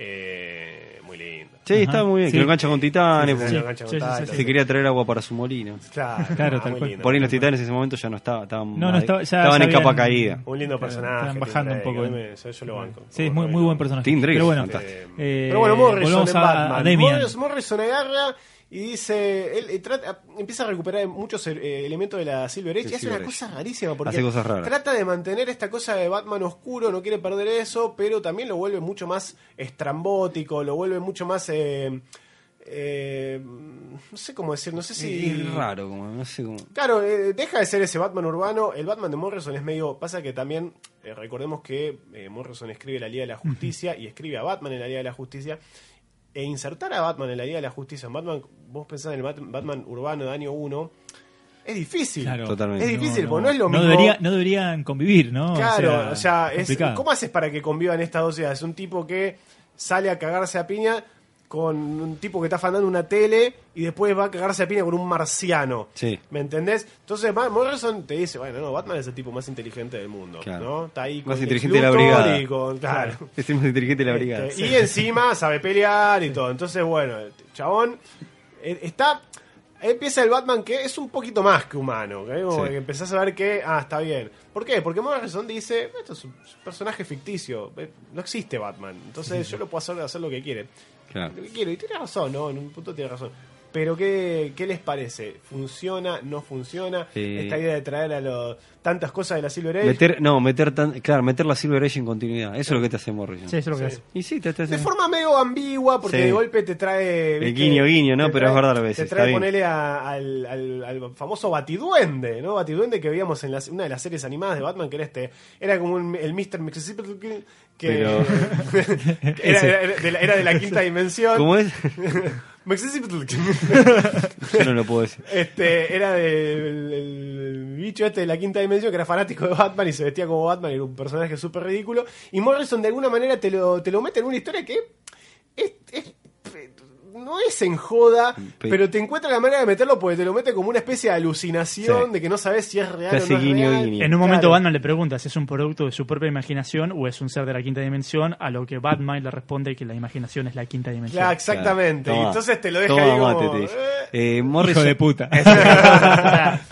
eh, muy lindo. Sí, está Ajá, muy bien, sí. que lo engancha con Titanes, Sí, porque sí, lo engancha con sí, sí, Titan. se quería traer agua para su molino. Claro, Claro, ah, tal muy cual. lindo. Por ahí los Titanes en ese momento ya no estaba, estaban, No, no, estaba- ya- estaban ya en capa habían- caída. Un lindo Claro, personaje. estaban Tim bajando un Drake, poco. a mí me- yo, yo lo banco. Sí, es muy, muy buen personaje. Tim Drake, Pero bueno, fantástico. eh, Pero bueno, Morrison volvamos en a- Batman. a Damian. Morris- Morrison agarra y dice, él, eh, trata- empieza a recuperar muchos eh, elementos de la Silver Age Sí, y hace Silver una Age. cosa rarísima porque Hace cosas raras. trata de mantener esta cosa de Batman oscuro, no quiere perder eso, pero también lo vuelve mucho más estrambótico, lo vuelve mucho más... eh, eh, no sé cómo decir, no sé si... Es raro, como, no sé cómo... Claro, eh, deja de ser ese Batman urbano. El Batman de Morrison es medio. Pasa que también eh, recordemos que eh, Morrison escribe la Liga de la Justicia y escribe a Batman en la Liga de la Justicia. E insertar a Batman en la Liga de la Justicia, en Batman, vos pensás en el Bat- Batman urbano de año 1, es difícil. Claro. Totalmente. Es difícil, porque no es lo no mismo. Debería, no deberían convivir, ¿no? Claro, o sea, es, complicado. ¿cómo haces para que convivan estas dos ciudades? Un tipo que sale a cagarse a piña con un tipo que está fanando una tele y después va a cagarse a piña con un marciano. Sí. ¿Me entendés? Entonces Ma- Morrison te dice, bueno, no, Batman es el tipo más inteligente del mundo, Claro. ¿no? Está ahí con Más Lex inteligente de la Luthor brigada. y con- claro. Es el más inteligente de la brigada. Este, Y encima sabe pelear y todo. Entonces, bueno, el chabón eh, está. Empieza el Batman que es un poquito más que humano. ¿ok? Como Sí. que empezás a ver que. Ah, está bien. ¿Por qué? Porque Morrison dice: Esto es un personaje ficticio. eh, No existe Batman. Entonces yo lo puedo hacer, hacer lo que quiere. Claro. Lo que quiero. Y tiene razón, ¿no? En un punto tiene razón. Pero ¿qué, qué les parece? ¿Funciona? ¿No funciona? Sí. Esta idea de traer a los tantas cosas de la Silver Age. Meter, no, meter tan, claro, meter la Silver Age en continuidad. Eso es lo que te hace Morrison. Sí, eso es lo que Sí. hace. Y sí, te, te hace- De forma medio ambigua, porque Sí. de golpe te trae. El guiño, guiño, ¿no? te Pero es verdad a veces, Te está trae bien. ponerle al, al- al famoso Batiduende, ¿no? Batiduende que veíamos en las- una de las series animadas de Batman, que era este. Era como un- el Mr. Mississippi. Que, Pero- que era, era- era de la, era de la quinta dimensión. ¿Cómo es? Mississippi. Yo no lo puedo decir. Este, era del el bicho este de la quinta dimensión que era fanático de Batman y se vestía como Batman, era un personaje súper ridículo. Y Morrison de alguna manera te lo, te lo mete en una historia que es, es- no es en joda, Pe- pero te encuentra la manera de meterlo porque te lo mete como una especie de alucinación Sí. de que no sabes si es real Te o hace no es guiño, real. guiño. En un momento Claro. Batman le pregunta si es un producto de su propia imaginación o es un ser de la quinta dimensión, a lo que Batman le responde que la imaginación es la quinta dimensión. Claro, exactamente. Toma. y entonces te lo deja Toma, ahí como, mate, te dice. eh, Eh, Hijo Morrison, de puta.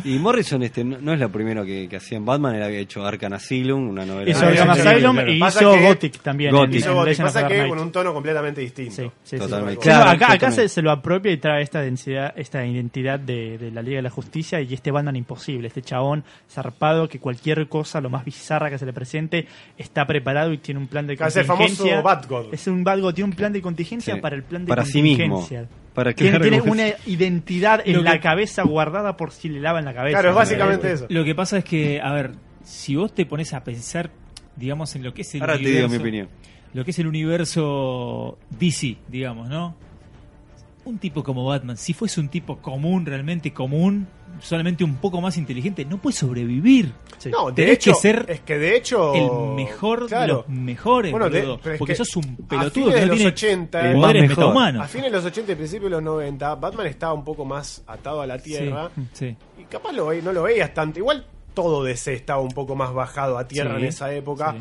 y Morrison este, no, no es la primera que, que hacía en Batman. Él había hecho Arkham Asylum, una novela. Hizo Ah, Arkham sí, sí, Asylum claro. y Pasa hizo que- Gothic también. Gothic. en- hizo en Gotti, Legend of pasa Dark que Knight. con un tono completamente distinto. Sí, sí, sí. Totalmente. Sí, no, Claro, acá acá se, justamente. se lo apropia y trae esta densidad, esta identidad de, de la Liga de la Justicia y este Batman imposible, este chabón zarpado que cualquier cosa, lo más bizarra que se le presente, está preparado y tiene un plan de Claro, es el contingencia. famoso Batgirl. Es un Batgirl, tiene un plan de contingencia Sí. para el plan de Para sí mismo. contingencia. Para que tiene, tiene una identidad en Lo la que- cabeza guardada por si le lavan la cabeza. Claro, es eh, básicamente eso. Lo que pasa es que, a ver, si vos te pones a pensar, digamos, en lo que es el Ahora te digo universo- mi opinión. lo que es el universo DC, digamos, ¿no? Un tipo como Batman, si fuese un tipo común, realmente común, solamente un poco más inteligente, no puede sobrevivir. Sí. No, de Tenés hecho, que ser es que de hecho. el mejor de Oh, claro. los mejores, Bueno, de- boludo, pero es porque que sos un a pelotudo fines que de no los tiene 80, el poderes más mejor. A metahumanos. fines de los 80 y principios de los 90, Batman estaba un poco más atado a la tierra. Sí, sí. Y capaz lo ve- no lo veías tanto. Igual todo DC estaba un poco más bajado a tierra Sí, en esa época. sí.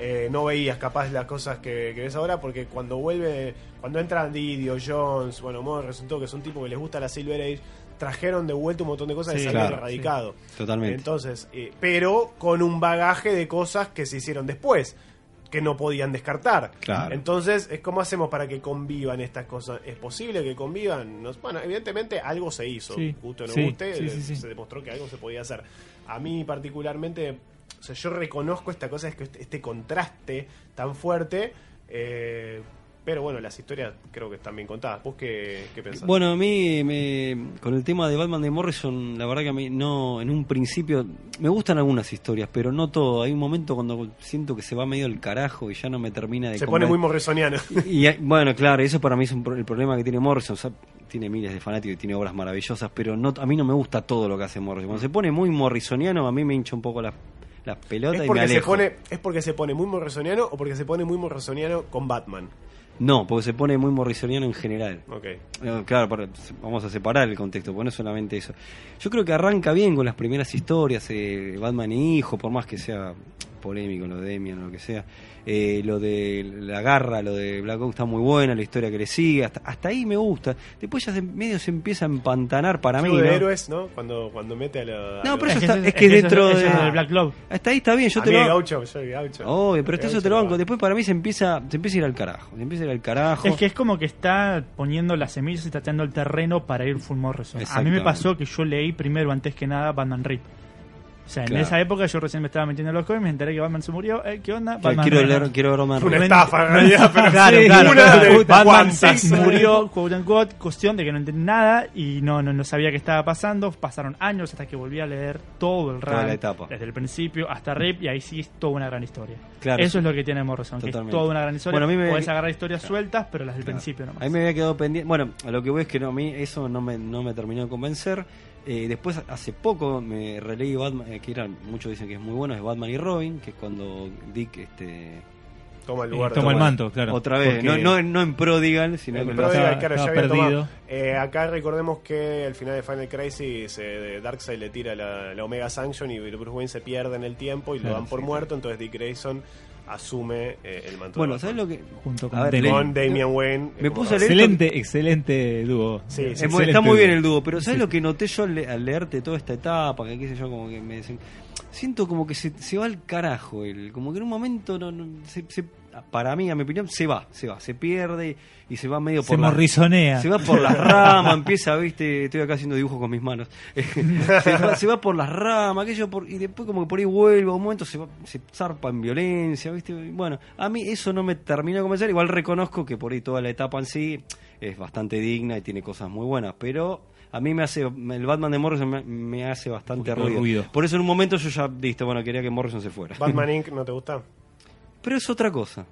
Eh, no veías capaz las cosas que, que ves ahora porque cuando vuelve, cuando entran Didio, Jones, bueno, Moore resultó que es un tipo que les gusta la Silver Age, trajeron de vuelta un montón de cosas que Sí, se habían claro, erradicado. Totalmente. Entonces, eh, pero con un bagaje de cosas que se hicieron después, que no podían descartar. Claro. Entonces, es cómo hacemos para que convivan estas cosas. ¿Es posible que convivan? Nos- bueno, evidentemente algo se hizo. Sí, Gusto o no sí, guste, sí, sí, sí. se demostró que algo se podía hacer. A mí particularmente, o sea, yo reconozco esta cosa, es que este, este contraste tan fuerte. eh, pero bueno, las historias creo que están bien contadas. ¿Vos qué, qué pensás? Bueno, a mí me- con el tema de Batman de Morrison, la verdad que a mí no, en un principio me gustan algunas historias, pero no todo. Hay un momento cuando siento que se va medio el carajo y ya no me termina de. se pone conven- muy morrisoniano. y, y, bueno, claro, eso para mí es un pro- el problema que tiene Morrison. O sea, tiene miles de fanáticos y tiene obras maravillosas, pero no, a mí no me gusta todo lo que hace Morrison. Cuando se pone muy morrisoniano, a mí me hincha un poco las, las pelotas ¿Es y me porque, se alejo. pone, ¿Es porque se pone muy morrisoniano o porque se pone muy morrisoniano con Batman? No, porque se pone muy morrisoniano en general. Ok. Eh, Claro, para- vamos a separar el contexto, porque no es solamente eso. Yo creo que arranca bien con las primeras historias, eh, Batman y Hijo, por más que sea polémico lo de Demian o lo que sea. Eh, lo de la garra, lo de Black Hawk está muy buena, la historia que le sigue, hasta, hasta ahí me gusta. Después ya se, medio se empieza a empantanar para mí. Club de ¿no? héroes, ¿no? Cuando, cuando mete a la. No, a pero la- eso está- es que dentro eso es de- del Black Love. Hasta ahí está bien, yo a te mí lo el gaucho, yo el gaucho. Obvio, pero El esto yo gaucho te lo no banco. va. Después para mí se empieza, se empieza a ir al carajo. Se empieza a ir al carajo. Es que es como que está poniendo las semillas y tratando el terreno para ir full Morrison. A mí me Exactamente. pasó que yo leí primero, antes que nada, Batman Reed. O sea, en Claro. esa época yo recién me estaba metiendo en los cómics, me enteré que Batman se murió. eh, ¿Qué onda? Claro, Batman quiero Reed. leer, quiero ver Roman Una Reigns. estafa, en realidad, pero Claro, sí, claro, una claro. de Batman cuantas. sí murió, quote unquote, cuestión de que no entendí nada y no, no, no sabía qué estaba pasando. Pasaron años hasta que volví a leer todo el Toda run, la etapa. desde el principio hasta Rip, y ahí sí es toda una gran historia. Claro. Eso es lo que tiene Morrison, que es Totalmente. toda una gran historia. Bueno, a mí me- Podés agarrar historias sueltas, pero las del Claro. principio nomás. A mí me había quedado pendiente. Bueno, a lo que voy es que no, a mí eso no me, no me terminó de convencer. Eh, después, hace poco, me releí Batman, eh, que era, muchos dicen que es muy bueno, es Batman y Robin, que es cuando Dick este, Toma el Eh, lugar. de toma el Batman. manto, claro. otra vez, Porque- no, no, no en Prodigal, sino El que Prodigal, estaba- claro, ya estaba había perdido. tomado. Eh, acá recordemos que al final de Final Crisis eh, Darkseid le tira la, la Omega Sanction y Bruce Wayne se pierde en el tiempo y lo Claro, dan por muerto, entonces Dick Grayson asume eh, el manto. Bueno, de ¿sabes Batman. lo que.? Junto con A ver, Delen. Con Damian Wayne. eh, Me como puse a Batman. leer- Excelente, excelente dúo. Sí, sí, sí. Es muy- Excelente Eh, está muy bien dúo. el dúo, pero ¿sabes Sí. lo que noté yo al, le- al leerte toda esta etapa? Que qué sé yo, como que me dicen. Siento como que se, se va al carajo, el, como que en un momento, no, no- se- se- para mí, a mi opinión, se va, se va, se pierde y se va medio Se por la- morrisonea. Se va por las ramas, empieza, viste, estoy acá haciendo dibujos con mis manos. se, va, se va por las ramas, aquello, por- y después como que por ahí vuelve, a un momento se, va- se zarpa en violencia, viste. y Bueno, a mí eso no me terminó de convencer, igual reconozco que por ahí toda la etapa en sí es bastante digna y tiene cosas muy buenas, pero a mí me hace, el Batman de Morrison me, me hace bastante Un poquito de ruido. ruido. Por eso en un momento yo ya, listo, bueno, quería que Morrison se fuera. Batman Inc. ¿no te gusta? Pero es otra cosa.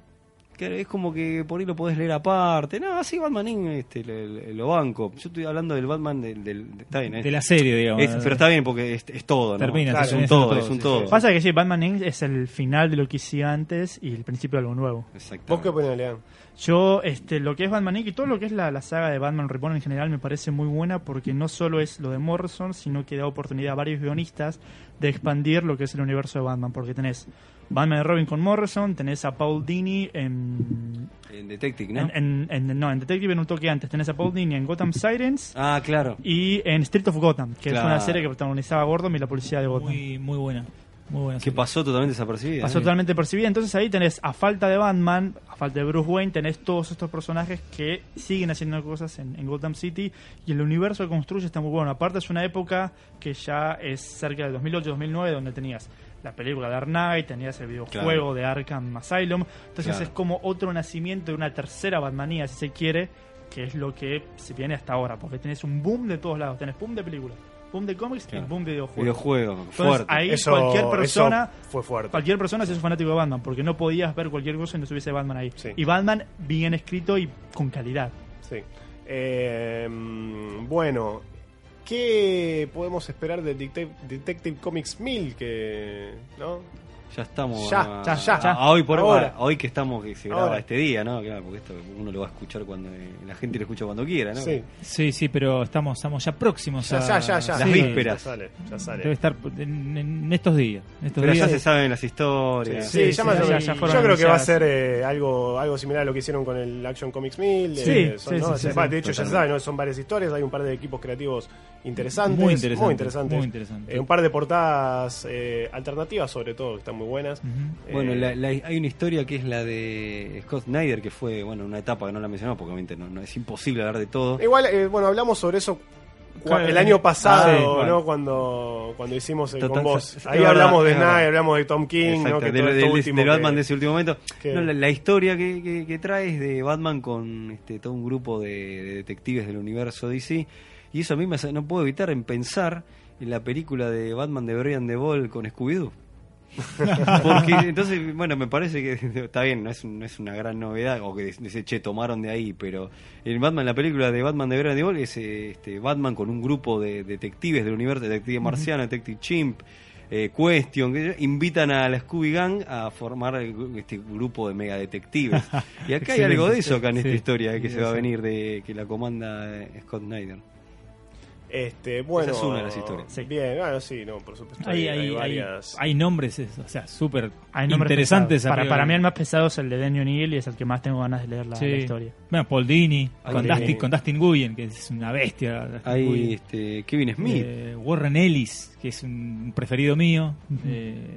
Que es como que por ahí lo podés leer aparte. No, así Batman Inc, este, le- le- lo banco. Yo estoy hablando del Batman del. del- de- está bien, ¿eh? De la serie, digamos. Es- pero está bien porque es, es todo, ¿no? Termina, Claro, es sí, un es todo, todo, es un sí, todo. sí. Pasa que sí, Batman Inc. es el final de lo que hice antes y el principio de algo nuevo. Exactamente. ¿Vos qué opinás, Lean? Yo, este, lo que es Batman Inc. y todo lo que es la, la saga de Batman Reborn en general me parece muy buena porque no solo es lo de Morrison, sino que da oportunidad a varios guionistas de expandir lo que es el universo de Batman. Porque tenés Batman de Robin con Morrison, tenés a Paul Dini en. En Detective, ¿no? En, en- en- no, en Detective en un toque antes. Tenés a Paul Dini en Gotham Sirens Ah, claro. y en Street of Gotham, que Claro. fue una serie que protagonizaba Gordon y la policía de Gotham. Muy, muy buena. Muy buena. Que serie. pasó totalmente desapercibida. ¿eh? Pasó totalmente percibida. Entonces ahí tenés, a falta de Batman, a falta de Bruce Wayne, tenés todos estos personajes que siguen haciendo cosas en, en Gotham City y el universo que construye está muy bueno. Aparte es una época que ya es cerca del 2008-2009 donde tenías la película Dark Knight, tenías el videojuego Claro. de Arkham Asylum. Entonces Claro. es como otro nacimiento de una tercera Batmanía, si se quiere, que es lo que se viene hasta ahora. Porque tenés un boom de todos lados. Tenés boom de películas, boom de cómics y el Claro. boom de videojuegos. Videojuego, Entonces, fuerte. ahí Eso- cualquier eso persona fue fuerte. Cualquier persona se hizo fanático de Batman, porque no podías ver cualquier cosa y no estuviese Batman ahí. Sí. Y Batman bien escrito y con calidad. Sí. Eh, mm, bueno, ¿qué podemos esperar de Detec- Detective Comics 1000? Que, ¿no? Ya estamos. Ya, a- ya, ya, a- ya. a hoy por Ahora. ahora. hoy que estamos, que se graba Ahora. este día, ¿no? Claro, porque esto uno lo va a escuchar cuando. eh, La gente lo escucha cuando quiera, ¿no? Sí. Sí, sí, pero estamos, estamos ya próximos Ya, a ya, ya, ya. Las Sí, vísperas. Ya sale, ya Debe sale. estar en, en estos días. en estos Pero ya días se saben las historias. Sí, Sí, ya sí, más o ya- menos. ya fueron Yo creo que va a anunciadas. ser eh, algo, algo similar a lo que hicieron con el Action Comics 1000. Sí, eh, son, sí, ¿no? sí, sí, Es más, sí. de hecho, ya se Totalmente. sabe, ¿no? son varias historias. Hay un par de equipos creativos interesantes. Muy interesantes, Muy interesantes. muy interesantes. Eh, un par de portadas eh, alternativas, sobre todo, que están muy buenas. Ujú. Eh, Bueno, la- la- hay una historia que es la de Scott Snyder, que fue, bueno, una etapa que no la mencionamos porque obviamente no, no- es imposible hablar de todo. Igual, eh, bueno, hablamos sobre eso cu- Claro, el eh, año pasado, ah, sí, bueno. ¿no? Cuando, cuando hicimos el Total, con vos. es Ahí verdad, hablamos de es verdad. Snyder, hablamos de Tom King, Exacto, ¿no? Que del- todo del- esto del último que- Batman de ese último momento. que- No, la, la historia que, que- que trae es de Batman con este, todo un grupo de, de detectives del universo DC. Y eso a mí me hace- no puedo evitar en pensar en la película de Batman de Brian De Ball con Scooby-Doo. Porque entonces, bueno, me parece que está bien, no es, un- no es una gran novedad, o que dice, che, tomaron de ahí, pero el Batman, la película de Batman de Vera de Ball es eh, este, Batman con un grupo de detectives del universo, detective marciano, detective chimp, eh, Question, que invitan a la Scooby Gang a formar el gru- este grupo de mega detectives. Y acá hay Excelente, algo de eso acá en sí, esta sí. historia eh, que se Sí, va a sí. venir de que la comanda eh, Scott Snyder. Este, bueno, Esa es una de las historias. Sí. Bien, bueno, sí, no, por supuesto. hay, Hay, hay hay- hay- varias. hay nombres, es- o sea, súper Hay nombres interesantes. pesados. Para, arriba. para mí el más pesado es el de Daniel Neal y es el que más tengo ganas de leer la, eh. Sí. la historia. Bueno, Paul Dini, Hay con de- Dustin, con Dustin Nguyen, que es una bestia. Dustin Hay Nguyen. este, Kevin Smith. Eh, Warren Ellis, que es un preferido mío. Eh,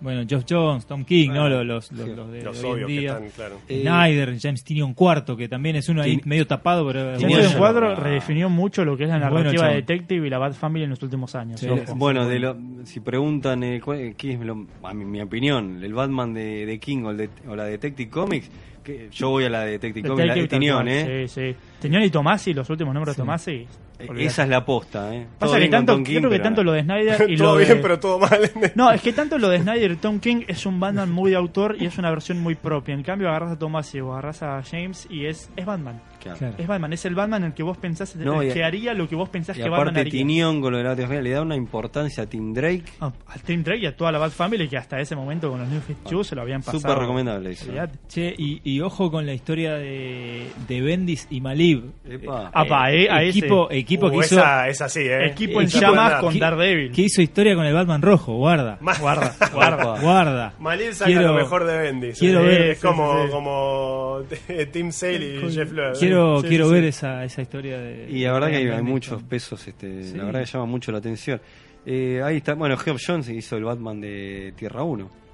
bueno, Geoff Jones, Tom King, Bueno, ¿no? Los, los, los- sí. los de los hoy en obvios que día. están, claro. Eh, Snyder, James Tinion cuarto, que también es uno ahí Tin- medio tapado, pero... Tinion James Bueno, Gunn Solo. Cuadro Ah. redefinió mucho lo que es la Bueno, narrativa chabón. de Detective y la Bat Family en los últimos años. Sí. Ojo. Eh, Bueno, de lo- si preguntan eh, cuál- eh, qué es lo- a mi, mi opinión, el Batman de, de King o, el de- o la Detective Comics, que yo voy a la de Detective Comics, la de Detective tal Tinion, cual. eh. Sí, sí. Tinion y Tomasi, los últimos números Sí. de Tomasi. Eh, olvidate. Esa es la aposta, eh. Todo Pasa que bien con tanto, Tom King, creo que pero tanto no. lo de Snyder y todo lo de- bien, pero todo mal. No, es que tanto lo de Snyder y Tom King es un Batman muy de autor y es una versión muy propia. En cambio, agarras a Tomasi o agarras a James y es, es Batman. Claro. Claro. Es Batman, es el Batman en el que vos pensás, No, el y- que haría lo que vos pensás Y que Batman aparte haría. Tinion con lo de la Batman le da una importancia a Tim Drake. Ah, al Team Drake y a toda la Bat Family que hasta ese momento con los New 52 se lo habían pasado. Súper recomendable eso. Olvidate. Che, y, y ojo con la historia de, de Bendis y Malib. Epa. Apa, eh, a ese. equipo equipo que, Uh, hizo, esa, esa sí, ¿eh? Equipo en Esa llamas puede con andar. Daredevil. que hizo historia con el Batman rojo, guarda. Más- Guarda, guarda. Apa. Guarda. Malil saca Quiero- lo mejor de Bendis. quiero Eh, ver- Es sí, como, sí, sí. como eh, Tim Sale y Jeff Loeb. Quiero, Sí, quiero sí, ver sí. Esa, esa historia de... Y la verdad que hay, hay Bendis muchos con- pesos, este, Sí. la verdad que llama mucho la atención. Eh, ahí está, bueno, Geoff Jones hizo el Batman de Tierra 1.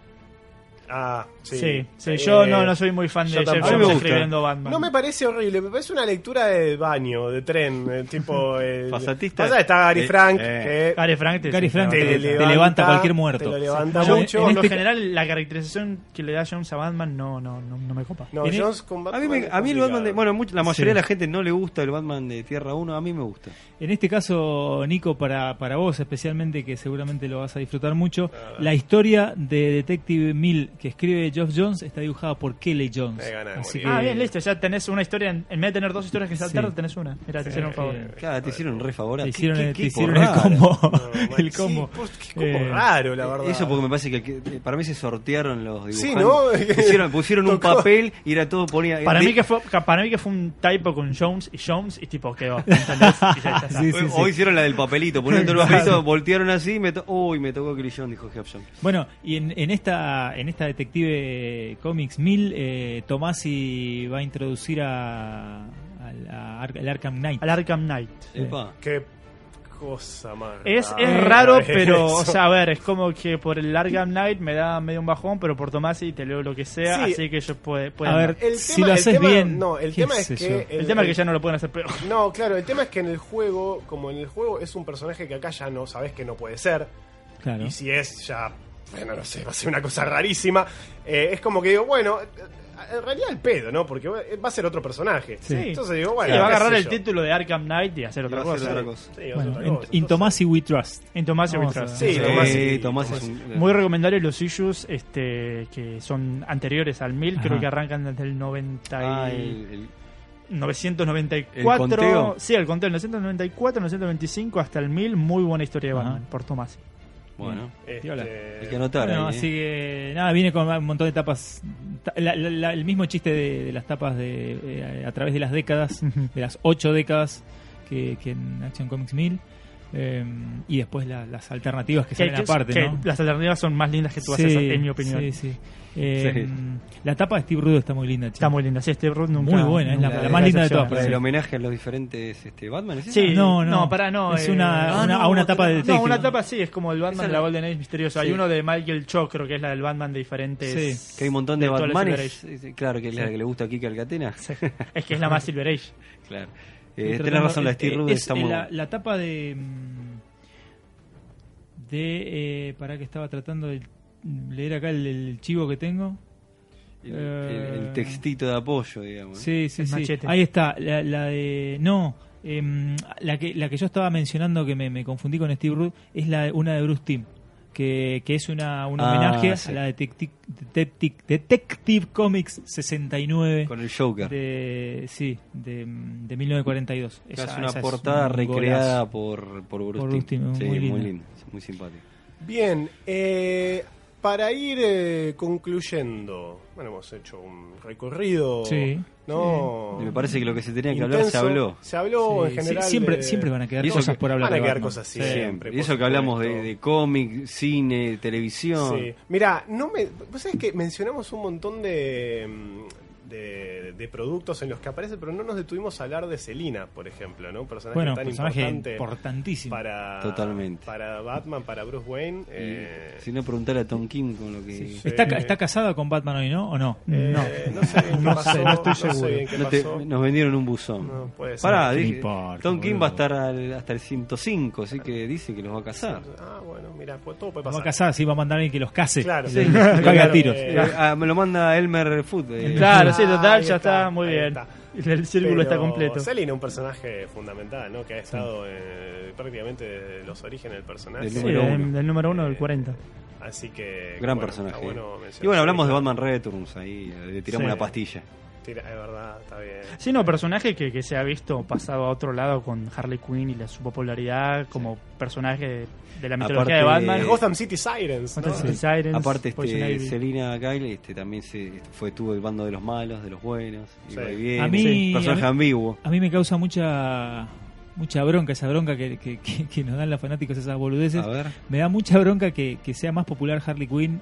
Ah, sí. Sí, sí, yo Eh, no, no soy muy fan yo de Jeff tampoco. A mí me Jones gusta. escribiendo Batman. No me parece horrible, me parece una lectura de baño, de tren, eh, tipo... eh, Pasatista. pasa que está Gary Eh, Frank, eh. que Gary Frank te, Gary te Frank te, levanta. le- levanta, levanta cualquier muerto. Te lo levanta Yo- mucho. Por en lo este- general, la caracterización que le da Jones a Batman no, no, no, no me copa. No, en el- Jones con A Batman mí, me- es a mí el Batman de, complicado. bueno, mucho- la mayoría Sí. de la gente no le gusta el Batman de Tierra 1, a mí me gusta. En este caso, Nico, para, para vos especialmente, que seguramente lo vas a disfrutar mucho, Ah. la historia de Detective Mill que escribe Geoff Jones está dibujada por Kelly Jones. Me ganas, Así boludo. Ah, bien, listo, ya tenés una historia. En en vez de tener dos historias que saltar, Sí. tenés una. Mira, te hicieron un favor. eh, Claro, te hicieron un re favor. te ¿Qué- hicieron, qué- te qué hicieron el porrada? combo. No, mal- el combo. Sí, pues, por- qué combo Eh, raro, la verdad. Eso porque me parece que, que- para mí se sortearon los dibujantes. Sí, ¿no? Hicieron- pusieron un Tocó. papel y era todo ponía. Para de- mí, que fue, ca- para mí que fue un typo con Jones y Jones y tipo quedó. ¿entendés? Y ya- ya está. Sí, Hoy, hoy hicieron la del papelito, ponían todo el papelito, voltearon así, me to- uy, me tocó Grillón, dijo Hobson. Bueno, y en, en esta en esta detective Comics 1000, eh, Tomasi va a introducir a, al a Ar- al Arkham Knight. Al Arkham Knight. Epa. Qué cosa más Es, es rara raro, es pero, o ah, eh, eso. sea, a ver, es como que por el Arkham Knight me da medio un bajón, pero por Tomasi te leo lo que sea, Sí. así que yo puede, puede A andar. ver, El si tema- lo el haces tema- bien, no, el qué tema es sé que yo. el, tema es eh, que ya no lo pueden hacer peor. No, claro, el tema es que en el juego, como en el juego, es un personaje que acá ya no sabes que no puede ser. Claro. Y si es, ya. Bueno, no sé, va a ser una cosa rarísima. Eh, es como que digo, bueno, eh, En realidad el pedo, ¿no? Porque va va a ser otro personaje. Sí. Entonces digo, bueno. Sí, va a qué agarrar sé el yo. título de Arkham Knight y hacer Y otra va a hacer cosa. otra cosa. Sí, otra Bueno, en, cosa, in entonces- Tomasi We Trust. En Tomás y Vamos a Witras. ver. Sí, Sí, Tomás Tomás, y- es un. Muy recomendable los issues este, que son anteriores al 1000, creo Ajá. que arrancan desde el 90 Ah, y- el- el- 994. ¿El conteo? Sí, el conteo, el 994, 925 hasta el 1000. Muy buena historia de Ajá. Batman por Tomás. bueno, Este, Piola. hay que anotar. Bueno, ahí, ¿eh? así que nada, viene con un montón de tapas. ta- la- la- la- el mismo chiste de, de las tapas de eh, a través de las décadas, de las ocho décadas que, que en Action Comics 1000. eh, y después la- las alternativas que salen aparte, que ¿no? Las alternativas son más lindas que tú Sí, haces, en mi opinión. sí, sí. Eh, La tapa de Steve Rudo está muy linda, che. Eh, Está muy linda. Sí, este Root nunca. Muy buena, es la- nunca la más linda de decepciona. todas, el sí. homenaje a los diferentes este, Batman. ¿es Sí, esa? No, no. no, pará, no, Es eh, una, ah, una- no, a una otra tapa de no. detective. No, una etapa sí, es como el Batman Esa de la- la Golden Age misterioso. Hay Sí. uno de Michael Cho, creo que es la del Batman de diferentes. Sí. Que hay un montón de, todas las Batmanes. Silver eh, Claro, que es la que le gusta a Kike Alcatena. Age. Es que es la más Silver Age. Claro. Estoy Eh, tenés tratando- razón, la Steve eh, Rude es, está eh, muy. la, buena. la tapa de. mm, De. Eh, pará, que estaba tratando de leer acá el, el chivo que tengo. El, el- eh, el textito de apoyo, digamos. ¿eh? Sí, sí, El sí. machete. Ahí está, la, la de. No, em, la, que, la que yo estaba mencionando que me, me confundí con Steve Rude es la de- una de Bruce Timm. Que, que es una, un Ah, homenaje sí. a la Detective, Detective, Detective Comics 69. Con el Joker. De, sí, de, mm, de 1942. Que hace Esa- una esa es portada un recreada por, por Bruce Por Timm. Bruce Timm, Sí, muy linda. muy lindo, muy simpático. Bien, eh, para ir eh, concluyendo, bueno, hemos hecho un recorrido, Sí. ¿no? Y Me parece que lo que se tenía que hablar se Intenso. habló. Se habló Sí, en general. sí, siempre, de- siempre van a quedar Y eso cosas que- por hablar. van a de quedar Batman. cosas, sí. Siempre, Siempre. Y eso por que hablamos de, supuesto. de cómic, cine, televisión. Sí. Mira, no me, vos sabés que mencionamos un montón de, mm, de, de productos en los que aparece, pero no nos detuvimos a hablar de Selina, por ejemplo, ¿no? Un personaje Bueno, tan personaje importante importantísimo. para Totalmente. para Batman, para Bruce Wayne. Y eh, Si no, preguntar a Tom King con lo que. Sí. Está, ca- está casada con Batman hoy, ¿no? ¿O no? eh, no. sé bien qué No pasó, sé, no estoy sé seguro. bien qué No te- pasó. nos vendieron un buzón. No, puede ser. Pará, ¿Qué me dije, importa, Tom King boludo? va a estar al- hasta el 105, así que dice que los va a casar. Ah, bueno, mira, pues todo puede Va pasar. a casar, sí, va a mandar a alguien que los case. Claro. Y los- los cague a tiros. Eh, Eh, ah, me lo manda Elmer Food. eh. Claro, sí, Ah, total, ahí ya está, está, muy ahí bien. está. El círculo Pero está completo. Selina, un personaje fundamental, ¿no? Que ha estado eh, prácticamente desde los orígenes del personaje. Eh, Del Sí, número del- uno. del número uno del 40. Así que. Gran bueno, personaje. está bueno eh. mencionar y bueno, hablamos de Selina. Batman Returns ahí, eh, le tiramos Sí. una pastilla. Tira- es verdad, está bien. Sí, no, personaje que, que se ha visto pasado a otro lado con Harley Quinn y la, su popularidad como personaje de, de la mitología de Aparte- Batman. El Gotham City Sirens. ¿no? Gotham City Sirens, Aparte, Poison este, Ivy. Selina Kyle este, también se, fue tuvo el bando de los malos, de los buenos. Y Sí. va y viene. A mí- Sí. personaje a mí- ambiguo. A mí me causa mucha mucha bronca esa bronca que, que- que- que nos dan los fanáticos esas boludeces. A ver, Me da mucha bronca que, que sea más popular Harley Quinn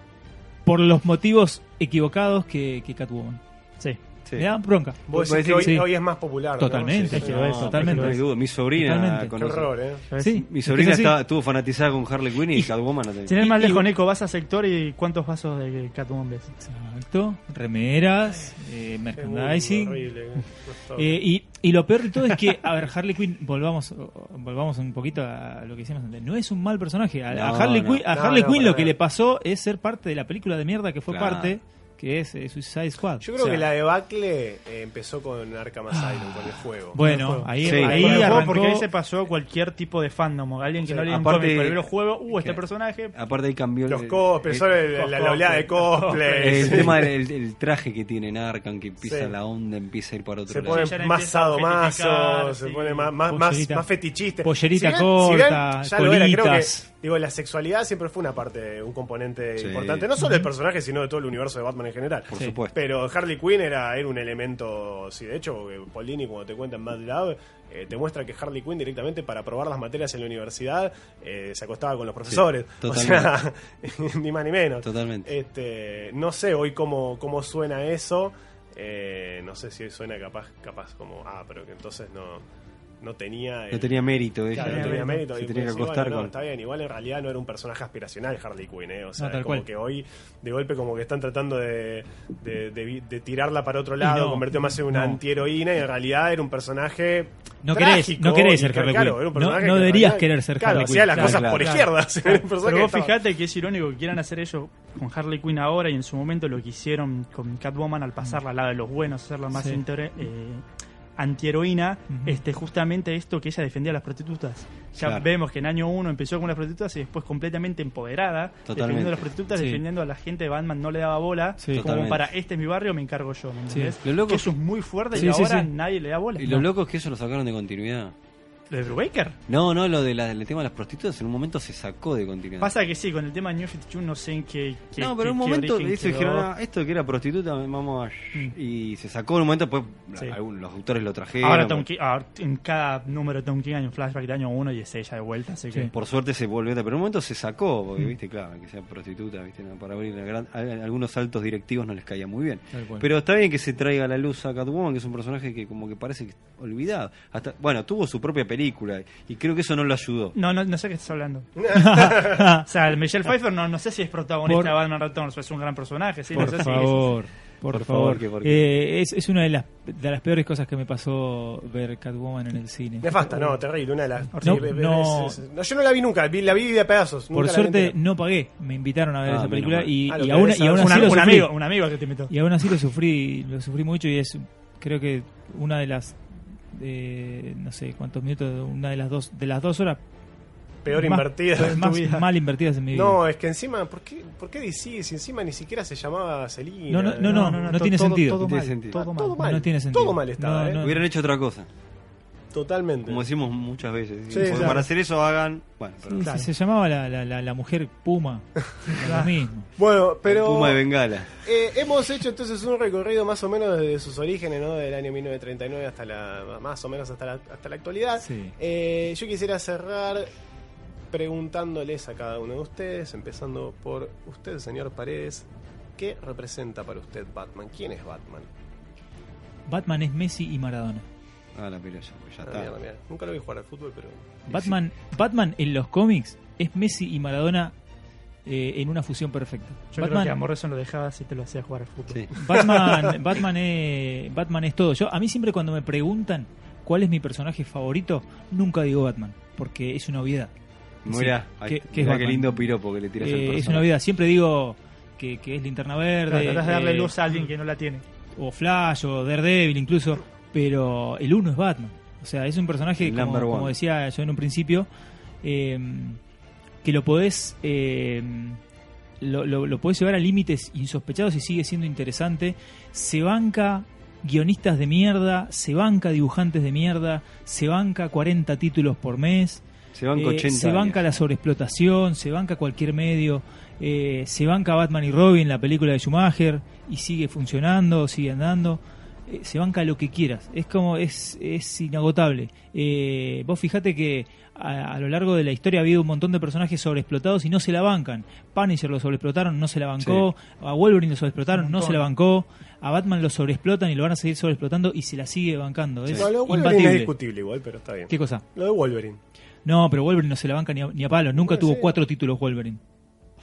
por los motivos equivocados que, que Catwoman. Sí. sí. Me da bronca. Vos Vos decís que hoy, decís- sí. hoy es más popular. ¿no? Totalmente, Sí, sí, que no, lo es, no, totalmente. No hay duda, mi sobrina Totalmente. Qué conoce. horror, ¿eh? Sí, Mi es que sobrina es así. está, estuvo fanatizada con Harley Quinn y Catwoman la tenía. Sin ir más Y- lejos, y- Neko, vas a sector y cuántos vasos de Catwoman ves. Exacto. Remeras, eh, Es muy merchandising. horrible, ¿eh? No está Eh, y, y lo peor de todo es que, a ver, Harley Quinn, volvamos, volvamos un poquito a lo que decíamos antes, no es un mal personaje. A, a No, Harley, no. Quinn, a No, Harley no, Quinn para lo que nada. le pasó es ser parte de la película de mierda que fue Claro. parte, que es eh, Suicide Squad. Yo creo O sea, que la debacle eh, empezó con Arkham Asylum, con el juego. Con el Bueno, juego. ahí, Sí. ahí Con el juego, arrancó- porque ahí se pasó cualquier tipo de fandom. Alguien que Sí, no lee un aparte- cómic, pero vio los juegos, uh, este que- personaje. Aparte ahí cambió el- Los cosplays, solo el- los la, la oleada de cosplays, cosplays. El tema del el traje que tiene Narcan, que empieza Sí. la onda, empieza a ir para otro se lado. pone Sí, ya le más empieza a sadomaso, objetificar, se sí. pone más, más, más, Pollerita. más fetichista. Pollerita Si bien- si bien corta, ya lo era, creo que, colitas. digo, la sexualidad siempre fue una parte, un componente Sí. importante, no solo del personaje, sino de todo el universo de Batman en general. Por Sí. supuesto. Pero Harley Quinn era, era un elemento, sí, de hecho, eh, Paulini cuando te cuenta en Mad Love, eh, te muestra que Harley Quinn directamente para aprobar las materias en la universidad eh, se acostaba con los profesores. o sea, ni más ni menos. Totalmente. Este, no sé hoy cómo, cómo suena eso. eh, no sé si hoy suena capaz, capaz como, ah, pero que entonces no, no tenía. el- No tenía mérito ella. Claro, no tenía mérito. Se Y tenía que pensé, acostar bueno, no, con- Está bien, igual en realidad no era un personaje aspiracional Harley Quinn, ¿eh? O sea, No, tal como cual. que hoy de golpe como que están tratando de, de- de vi- de tirarla para otro lado, no, convirtió más en una no. antiheroína y en realidad era un personaje No trágico, querés- no querés y ser que, Harley claro, Quinn. era un personaje No- no que en deberías realidad- querer ser claro, Harley hacía Quinn. las Claro, cosas claro, por claro. izquierdas. era un personaje Pero que vos estaba- fijate que es irónico que quieran hacer ello con Harley Quinn ahora y en su momento lo que hicieron con Catwoman al pasarla al lado de los buenos, hacerla más Sí. inter- eh, antiheroína, Ujú. este, justamente esto que ella defendía a las prostitutas. Ya Claro. vemos que en año uno empezó con las prostitutas y después completamente empoderada, defendiendo Totalmente. a las prostitutas, Sí. defendiendo a la gente de Batman, no le daba bola, Sí. como Totalmente. para este es mi barrio, me encargo yo, ¿me Sí. entendés? Lo loco- Que eso es muy fuerte Sí, y sí, ahora sí. nadie le da bola. Y lo loco es que eso lo sacaron de continuidad. ¿Lo de Brubaker? No, no, lo de la- del tema de las prostitutas en un momento se sacó de continuidad. Pasa que sí, con el tema de New 52 no sé en qué... qué- no, pero en un qué- qué momento origen eso quedó. dijeron, "Ah, esto que era prostituta, vamos a... Mm. Y se sacó en un momento, después Sí. la- algún- los autores lo trajeron. Ahora, Tom King- ahora en cada número de Tom King hay un flashback de año 1 y es ella de vuelta, así que... Sí. Por suerte se volvió, pero en un momento se sacó, porque, Mm. viste, claro, que sea prostituta, viste, no, para abrir la gran- a- a- algunos altos directivos no les caía muy bien. Tal cual. Pero está bien que se traiga a la luz a Catwoman, que es un personaje que como que parece que olvidado. Hasta, bueno, tuvo su propia película y creo que eso no lo ayudó. No, no, no sé qué estás hablando. o sea, el Michelle Pfeiffer no, no sé si es protagonista Ah. Por- de Batman Returns, pero es un gran personaje, sí, no Por sé si- favor. Por, Por favor, favor, que- porque- Eh, es, es una de las, de las peores cosas que me pasó ver Catwoman en el cine. Nefasta, no, terrible, una de las... No, sí, no. es- es- no, yo no la vi nunca, vi- la vi de pedazos. Por nunca la vi suerte entera. no pagué, me invitaron a ver Ah, esa menos película mal. y, Ah, lo y que aún, debes y aún saber. así Un, lo un sufrí. amigo, un amigo que te invitó. Y aún así lo sufrí, lo sufrí mucho y es, creo que una de las, eh, no sé cuántos minutos, una de las dos, de las dos horas Peor más- invertida. de tu más vida. mal invertidas en mi vida. No, es que encima, ¿por qué, ¿por qué decís? Si encima ni siquiera se llamaba Selina. Ah, No, no, no, no, no tiene todo- sentido. Todo, No tiene mal, sentido. todo mal. Todo mal. No tiene sentido. Todo mal estaba, No, ¿eh? no. Hubieran hecho otra cosa, Totalmente. como decimos muchas veces. Sí, Porque claro. Para hacer eso hagan... Bueno, Sí, pero... sí, claro. Se llamaba la, la, la, la mujer Puma, era lo mismo. Bueno, pero. Puma de Bengala. Eh, hemos hecho entonces un recorrido más o menos desde sus orígenes, ¿no? Del año 1939 hasta la. más o menos hasta la, hasta la actualidad. Sí. Eh, yo quisiera cerrar preguntándoles a cada uno de ustedes, empezando por usted, señor Paredes. ¿Qué representa para usted Batman? ¿Quién es Batman? Batman es Messi y Maradona. Ah, la pelota, pues ya Ah, está. mierda, mierda. Nunca lo vi jugar al fútbol, pero. Batman, Batman en los cómics es Messi y Maradona eh, en una fusión perfecta. Yo creo Batman, que a Morrison lo dejaba si te lo hacía jugar al fútbol. Sí. Batman, Batman, es, Batman es todo. Yo, a mí siempre cuando me preguntan cuál es mi personaje favorito, nunca digo Batman, porque es una obviedad. Mirá, Sí. ahí- ¿Qué- qué es mirá qué Batman? lindo piropo que le tiras Eh, al es una personaje. obviedad. Siempre digo que, que es Linterna Verde. Claro, tratás de darle eh, luz a alguien que no la tiene. o Flash o Daredevil incluso, pero el uno es Batman. O sea, es un personaje, El como, number one. como decía yo en un principio, eh, que lo podés, eh, lo, lo- lo podés llevar a límites insospechados y sigue siendo interesante. Se banca guionistas de mierda, se banca dibujantes de mierda, se banca 40 títulos por mes. Se banca Eh, 80 se banca la sobreexplotación, se banca cualquier medio, eh, se banca Batman y Robin, la película de Schumacher, y sigue funcionando, sigue andando. eh, se banca lo que quieras. Es como, es, es inagotable. Eh, vos fijate que a, a lo largo de la historia ha habido un montón de personajes sobreexplotados y no se la bancan. Punisher lo sobreexplotaron, no se la bancó. A Wolverine lo sobreexplotaron, Un no se la bancó. A Batman lo sobreexplotan y lo van a seguir sobreexplotando y se la sigue bancando. Es No, lo de Wolverine es imbatible. discutible igual, pero está bien. ¿Qué cosa? Lo de Wolverine. No, pero Wolverine no se la banca ni a, ni a palo. Nunca Bueno, tuvo sí. cuatro títulos Wolverine.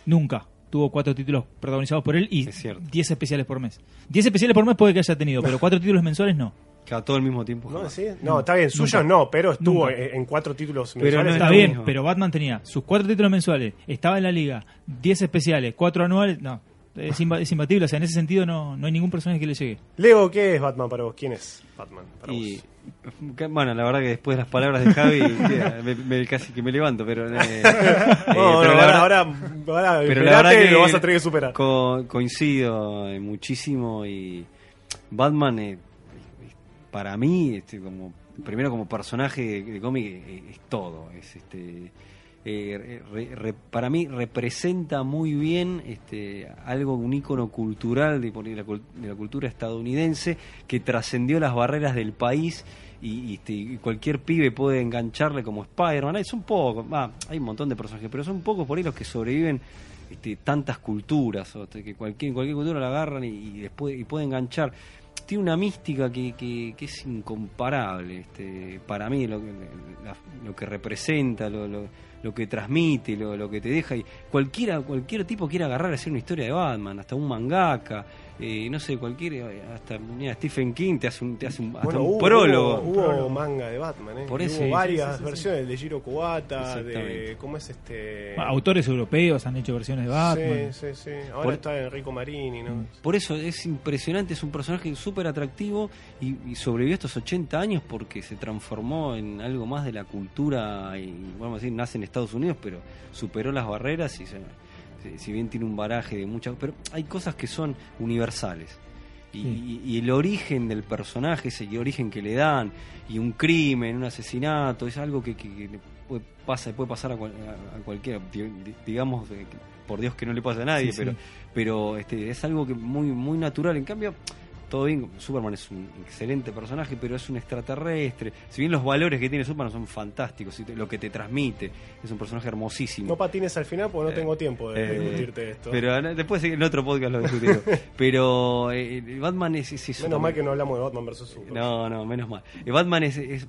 Nunca. Tuvo cuatro títulos protagonizados por él y Es cierto. diez especiales por mes. Diez especiales por mes puede que haya tenido, pero cuatro títulos mensuales no. Cada todo al mismo tiempo. No, jamás. ¿sí? no, está bien, suyos no, pero estuvo Nunca. en, en cuatro títulos Pero mensuales. no es Está lo bien, mismo. pero Batman tenía sus cuatro títulos mensuales, estaba en la liga, diez especiales, cuatro anuales, no. Es, imba- es imbatible, o sea, en ese sentido no, no hay ningún personaje que le llegue. Leo, ¿qué es Batman para vos? ¿Quién es Batman para Y, eh, vos? que- bueno, la verdad que después de las palabras de Javi, queda- me, me- casi que me levanto, pero... eh, eh, Bueno, pero bueno, la verdad- ahora, ahora, ahora, pero la esperate, verdad que lo vas a tener que superar. co- coincido eh, muchísimo y Batman eh, para mí este, como primero como personaje de, de cómic eh, es, todo es este eh, re- re- para mí representa muy bien este algo un icono cultural de, por- de la, cul- de la cultura estadounidense que trascendió las barreras del país y, y, este, y cualquier pibe puede engancharle como Spider-Man. Hay- Son pocos, ah, hay un montón de personajes, pero son pocos por ahí los que sobreviven este, tantas culturas, o este, que cualquier, cualquier cultura la agarran y, y después y puede enganchar. tiene una mística que, que- que es incomparable este, para mí, lo, que- la- lo que representa, lo, lo- lo que transmite, lo, lo que te deja. Y cualquiera, cualquier tipo quiere agarrar a hacer una historia de Batman, hasta un mangaka, eh, no sé, cualquier, hasta mira, Stephen King te hace un, te hace un, hasta Bueno, un hubo- prólogo. Hubo, hubo manga de Batman, ¿eh? Por Y eso, sí, hubo varias sí, sí, sí. versiones, el de Giro Kubata, de. Exactamente. ¿Cómo es Eh. este? Autores europeos han hecho versiones Ah, de Batman. Sí, sí, sí. Ahora Por- Mm. está Enrico Marini, ¿no? Por eso es impresionante, es un personaje súper atractivo y, y sobrevivió estos 80 años porque se transformó en algo más de la cultura, y vamos a decir, nace en Estados Unidos, pero superó las barreras y se- si- si bien tiene un baraje de muchas... Pero hay cosas que son universales. Y, Sí. y- y el origen del personaje, ese origen que le dan, y un crimen, un asesinato, es algo que, que- que le puede, pasa, puede pasar a, cual- a- a cualquiera, di- di- digamos, eh, que- por Dios que no le pasa a nadie, Sí, sí. pero pero este, es algo que muy muy natural. En cambio, todo bien, Superman es un excelente personaje, pero es un extraterrestre. Si bien los valores que tiene Superman son fantásticos, y te- lo que te transmite, es un personaje hermosísimo. No patines al final porque no Eh, tengo tiempo de eh, discutirte esto. Pero eh, después en otro podcast lo discutiremos. pero eh, eh, Batman es, es Menos eso también. mal que no hablamos de Batman vs. Superman. No, no, menos mal. Eh, Batman es, es,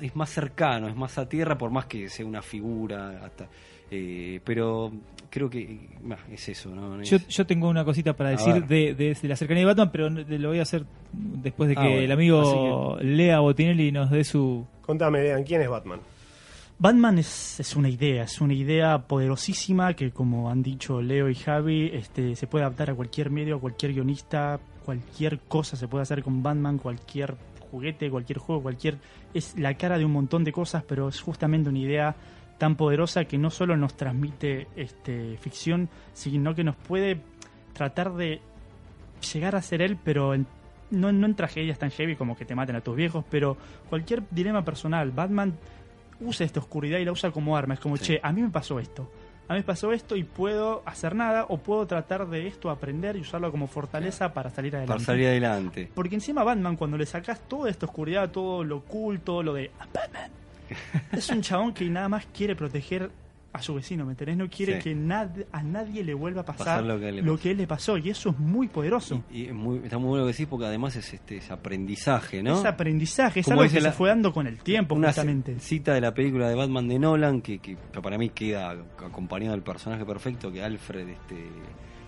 es más cercano, es más a tierra, por más que sea una figura. hasta eh, Pero creo que eh, bah, es eso, ¿no? Es- Yo, yo tengo una cosita para A decir ver. de, de- de la cercanía de Batman, pero no- de- lo voy a hacer después de que Ah, bueno. el amigo Lea Botinelli nos dé su... Contame, Dean, ¿quién es Batman? Batman es, es una idea, es una idea poderosísima que, como han dicho Leo y Javi, este, se puede adaptar a cualquier medio, a cualquier guionista, cualquier cosa se puede hacer con Batman, cualquier juguete, cualquier juego, cualquier... Es la cara de un montón de cosas, pero es justamente una idea tan poderosa que no solo nos transmite este, ficción, sino que nos puede tratar de llegar a ser él, pero en- no, no en tragedias tan heavy como que te maten a tus viejos, pero cualquier dilema personal, Batman usa esta oscuridad y la usa como arma. Es como, Sí. che, a mí me pasó esto. A mí me pasó esto y puedo hacer nada o puedo tratar de esto, aprender y usarlo como fortaleza para salir adelante. para salir adelante. Porque encima Batman, cuando le sacas toda esta oscuridad, todo lo oculto, lo de "I'm Batman, es un chabón que nada más quiere proteger a su vecino, ¿me entendés? No quiere Sí. que nad- a nadie le vuelva a pasar, Pasar lo que le pasó. él le pasó. Y eso es muy poderoso. Y, y es muy- está muy bueno lo que decís porque además es este es aprendizaje, ¿no? Es aprendizaje, es Como algo dice que la- se fue dando con el tiempo, Una justamente. c- cita de la película de Batman de Nolan que, que para mí queda acompañado del personaje perfecto que Alfred este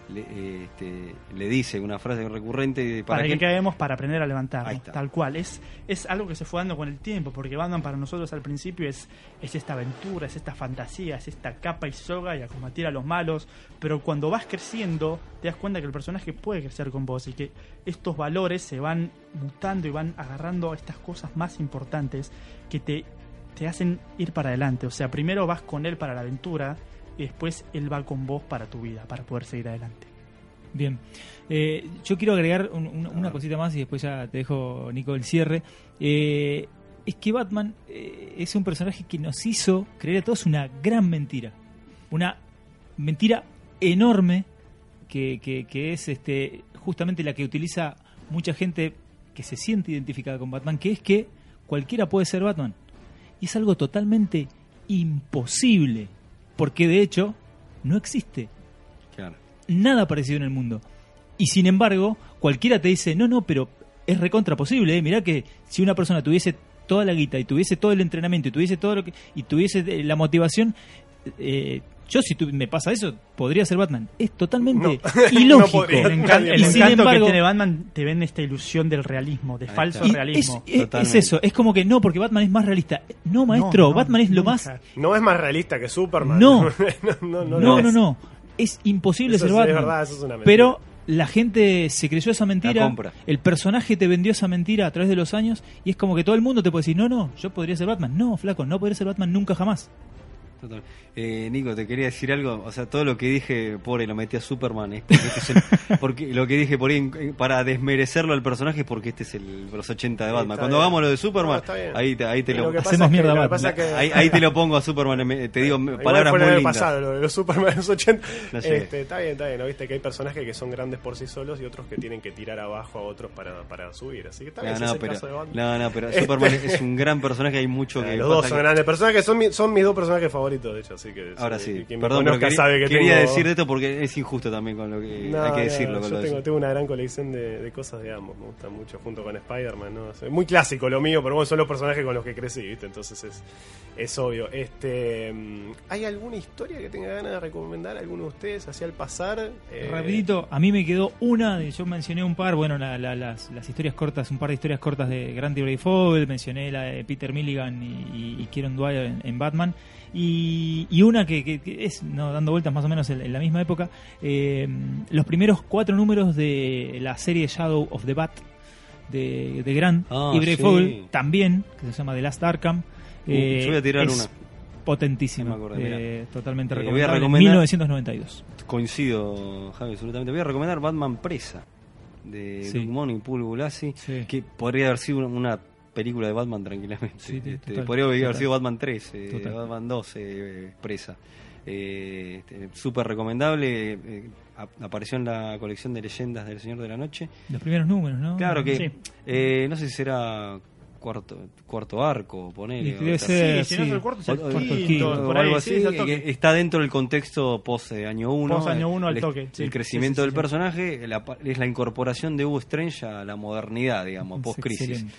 le, eh, este, le dice una frase recurrente de, para, que, que- caemos para aprender a Ahí levantarnos está. tal cual es es algo que se fue dando con el tiempo porque Batman para nosotros al principio es es esta aventura es esta fantasía es esta capa y soga y a combatir a los malos pero cuando vas creciendo te das cuenta que el personaje puede crecer con vos y que estos valores se van mutando y van agarrando estas cosas más importantes que te te hacen ir para adelante o sea primero vas con él para la aventura y después él va con vos para tu vida para poder seguir adelante Bien. Eh, yo quiero agregar un- un- una ver. cosita más y después ya te dejo, Nico, el cierre. Eh, es que Batman eh, es un personaje que nos hizo creer a todos una gran mentira. Una mentira enorme que, que- que es este justamente la que utiliza mucha gente que se siente identificada con Batman, que es que cualquiera puede ser Batman. Y es algo totalmente imposible, porque de hecho no existe Claro. nada parecido en el mundo. Y sin embargo, cualquiera te dice, no, no, pero es recontra posible, ¿eh? mirá que si una persona tuviese toda la guita y tuviese todo el entrenamiento y tuviese todo lo que y tuviese eh, la motivación eh, yo si tu- me pasa eso podría ser Batman es totalmente No. No ilógico podría. El, encan- Nadie el Y puede. sin encanto que embargo- tiene Batman te vende esta ilusión del realismo, de Ahí falso está. Y realismo. es- es, es Totalmente. eso es como que no porque Batman es más realista no maestro No, no, Batman es lo nunca. más No es más realista que Superman. No. no, no, no, no lo no es. no, es imposible Eso ser es- Batman Es verdad, eso es una mentira. Pero la gente se creyó esa La mentira. compra. El personaje te vendió esa mentira a través de los años. Y es como que todo el mundo te puede decir: No, no, yo podría ser Batman. No, flaco, no podría ser Batman nunca jamás. Total. Eh, Nico, te quería decir algo. O sea, todo lo que dije, pobre, lo metí a Superman. es porque, este es el- porque lo que dije por ahí, en- para desmerecerlo al personaje es porque este es el, los 80 de Sí, Batman. está Cuando bien. hagamos lo de Superman, No, está bien. ahí, te- ahí te Y lo, que pasa hacemos es que- mierda lo que Batman. pasa es que- ahí, ahí te lo pongo a Superman. me- Te digo Igual palabras fue muy en el lindas. pasado, lo de los Superman de los 80. No sé. Este, está bien, está bien. ¿no? Viste que hay personajes que son grandes por sí solos y otros que tienen que tirar abajo a otros para, para subir. Así que tal vez No, es no, el pero, caso de Batman. no, no, pero Este- Superman es un gran personaje, hay mucho que... los dos pasa son que- grandes personajes, son, mi- son mis dos personajes favorito de ella, así eh, que. Ahora sí, quien me perdón, pero conozca quería, sabe que quería tengo- decir de esto porque es injusto también con lo que No, hay que no, decirlo. con yo lo de tengo, eso. tengo una gran colección de, de cosas de ambos, me gusta mucho, junto con Spider-Man, ¿no? Es muy clásico lo mío, pero bueno, son los personajes con los que crecí, ¿viste? Entonces es, es obvio. Este, mm, ¿Hay alguna historia que tenga ganas de recomendar a alguno de ustedes hacia el pasar? Eh, Rapidito, a mí me quedó una, de- yo mencioné un par, bueno, la- la- las, las historias cortas, un par de historias cortas de Grant y Fogel, mencioné la de Peter Milligan y, y- y Kieron Dwyer en, en Batman, y, y una que, que- que es, no, dando vueltas más o menos en, en la misma época, eh, los primeros cuatro números de la serie Shadow of the Bat de, de Grant Ah, y Bray sí. Fogel también, que se llama The Last Arkham. Uh, yo voy a tirar es una. Potentísima, No me acordé, mirá. eh, totalmente Eh, voy a recomendable. recomendar- 1992. Coincido, Javi, absolutamente. Voy a recomendar Batman Presa, de Sí. Luke Moon y Paul Gulasi, Sí. que podría haber sido una, una película de Batman tranquilamente. Sí, sí, Este, total, podría haber total. sido Batman 3, eh, Total. Batman 2, eh, eh, Presa. Eh, este, Súper recomendable. eh, ap- apareció en la colección de leyendas del Señor de la Noche. Los primeros números, ¿no? Claro que Sí. eh, no sé si será cuarto cuarto arco, ponele. Y o debe algo ser- así. Sí, si no es sí. el cuarto, es O- el o- Cuarto, quinto, quinto, o por ahí, algo sí, así, es al toque. que está dentro del contexto post eh, año 1. Post año uno, al toque, El, sí. crecimiento Sí, sí, del sí. personaje la pa- es la incorporación de Hugo Strange a la modernidad, digamos, Es post-crisis. excelente.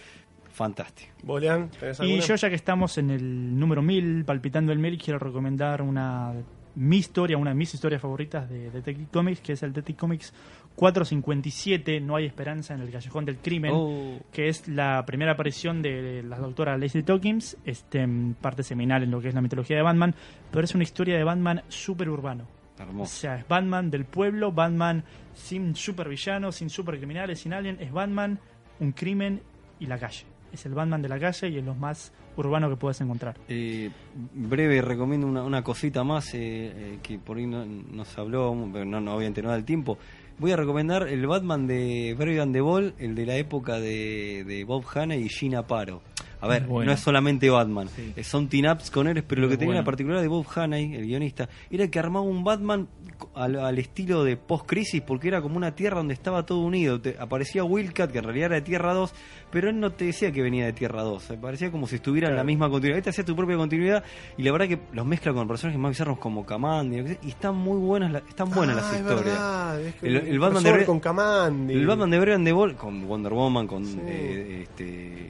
Fantástico. ¿Vos, Lean, tenés Y alguna? yo ya que estamos en el número 1000, palpitando el 1000, quiero recomendar una mi historia, una de mis historias favoritas de Detective Comics, que es el Detective Comics 457, No hay esperanza en el callejón del crimen, Oh, que es la primera aparición de la doctora Leslie Tokims, este, en parte seminal en lo que es la mitología de Batman, pero es una historia de Batman súper urbano. O hermoso. sea, es Batman del pueblo, Batman sin supervillanos, sin supercriminales, sin alguien. Es Batman, un crimen y la calle. Es el Batman de la calle y es lo más urbano que puedes encontrar. Eh, breve, recomiendo una, una cosita más eh, eh, que por ahí no- nos habló, pero no, no obviamente no da el tiempo. Voy a recomendar el Batman de Brave de Ball, el de la época de, de Bob Hanna y Gina Paro. A ver, Bueno. no es solamente Batman, Sí. eh, son team-ups con él, pero lo que Muy tenía la bueno. particularidad de Bob Haney, el guionista, era que armaba un Batman co- al, al estilo de post-crisis, porque era como una tierra donde estaba todo unido. Te- aparecía Wildcat, que en realidad era de Tierra 2, pero él no te decía que venía de Tierra 2. eh, Parecía como si estuviera en la misma continuidad. Este hacía tu propia continuidad y la verdad que los mezcla con personajes más bizarros como Kamandi. Y están muy buenas, la- están buenas Ah, las es historias. verdad, es que El- el Batman crossover de- con Kamandi. El Batman de Brian de Ball, con Wonder Woman, con Sí. eh, este,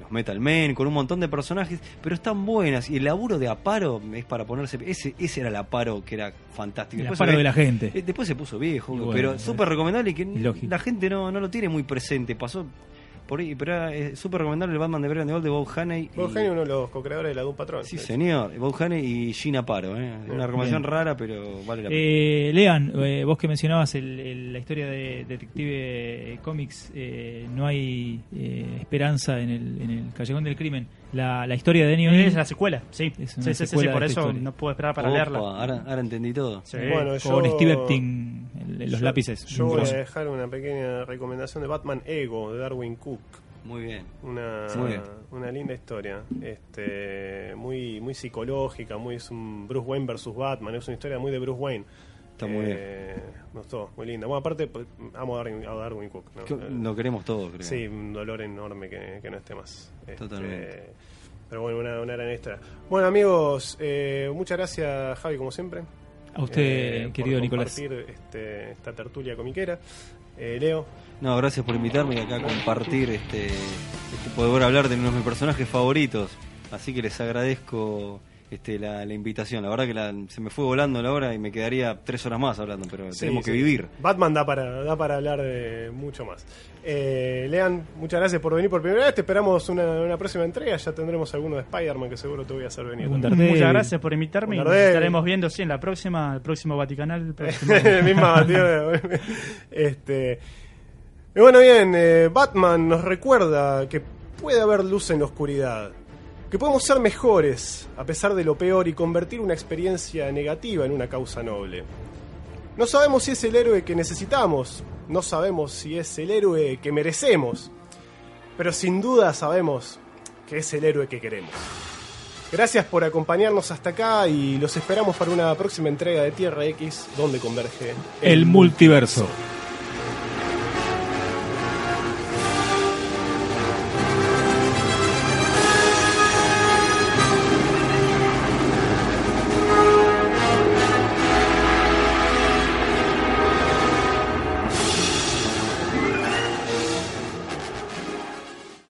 los Metal Men, con un montón de personajes, pero están buenas. Y el laburo de Aparo es para ponerse. Ese, ese era el Aparo que era fantástico. El Después se aparo ve- de la gente. eh, Después se puso viejo, Y bueno, pero es súper recomendable y que lógico. la gente no, no lo tiene muy presente. Pasó por ahí, pero era, eh, súper recomendable el Batman de Brian de Ball de Bob Haney. y- Vos, Eugenio, uno de los co-creadores de la Doom Patrón. Sí, De hecho. señor. Bob Haney y Gina Aparo. eh. Una recomendación Bien. rara, pero vale la pena. Eh, Lean, eh, vos que mencionabas el- el- la historia de Detective eh, Comics, eh, no hay eh, esperanza en el, en el callejón del crimen. La, la historia de Denny Es la O'Neill. secuela, sí. Sí, Es una sí, sí, sí, secuela por de esta eso historia. no puedo esperar para Opa, leerla. ahora, ahora entendí todo. Sí. Bueno, Con yo- Steve Epting, el- los Yo- lápices. Yo eh, Un voy a grosso. dejar una pequeña recomendación de Batman Ego de Darwin Cook. Muy bien. Una, Muy bien. una linda historia, este, muy, muy psicológica, muy es un Bruce Wayne versus Batman, es una historia muy de Bruce Wayne. Eh, Está muy bien. Me gustó, muy linda. Bueno, aparte, pues, amo a Darwin, a Darwin Cook. ¿no? Que- Eh, Lo queremos todos, creo. Sí, un dolor enorme que, que no esté más. Este, Totalmente. pero bueno, una, una gran historia. Bueno, amigos, eh, muchas gracias, Javi, como siempre. A usted, eh, por querido Nicolás. compartir, este, esta tertulia comiquera. Eh, Leo, No, gracias por invitarme y acá compartir este, este poder hablar de uno de mis personajes favoritos. Así que les agradezco este, la, la invitación. La verdad que la- se me fue volando la hora y me quedaría tres horas más hablando, pero Sí, tenemos que sí. vivir. Batman da para, da para hablar de mucho más. Eh, Lean, muchas gracias por venir por primera vez. Te esperamos una, una próxima entrega. Ya tendremos alguno de Spider-Man que seguro te voy a hacer venir. Algún también. Daredevil. Muchas gracias por invitarme y Buenas nos tardes. estaremos viendo, sí, en la próxima, el próximo Vaticanal. el próximo- Misma, tío. Este, y bueno, bien, eh, Batman nos recuerda que puede haber luz en la oscuridad. Que podemos ser mejores a pesar de lo peor y convertir una experiencia negativa en una causa noble. No sabemos si es el héroe que necesitamos, no sabemos si es el héroe que merecemos, pero sin duda sabemos que es el héroe que queremos. Gracias por acompañarnos hasta acá y los esperamos para una próxima entrega de Tierra X donde converge El multiverso.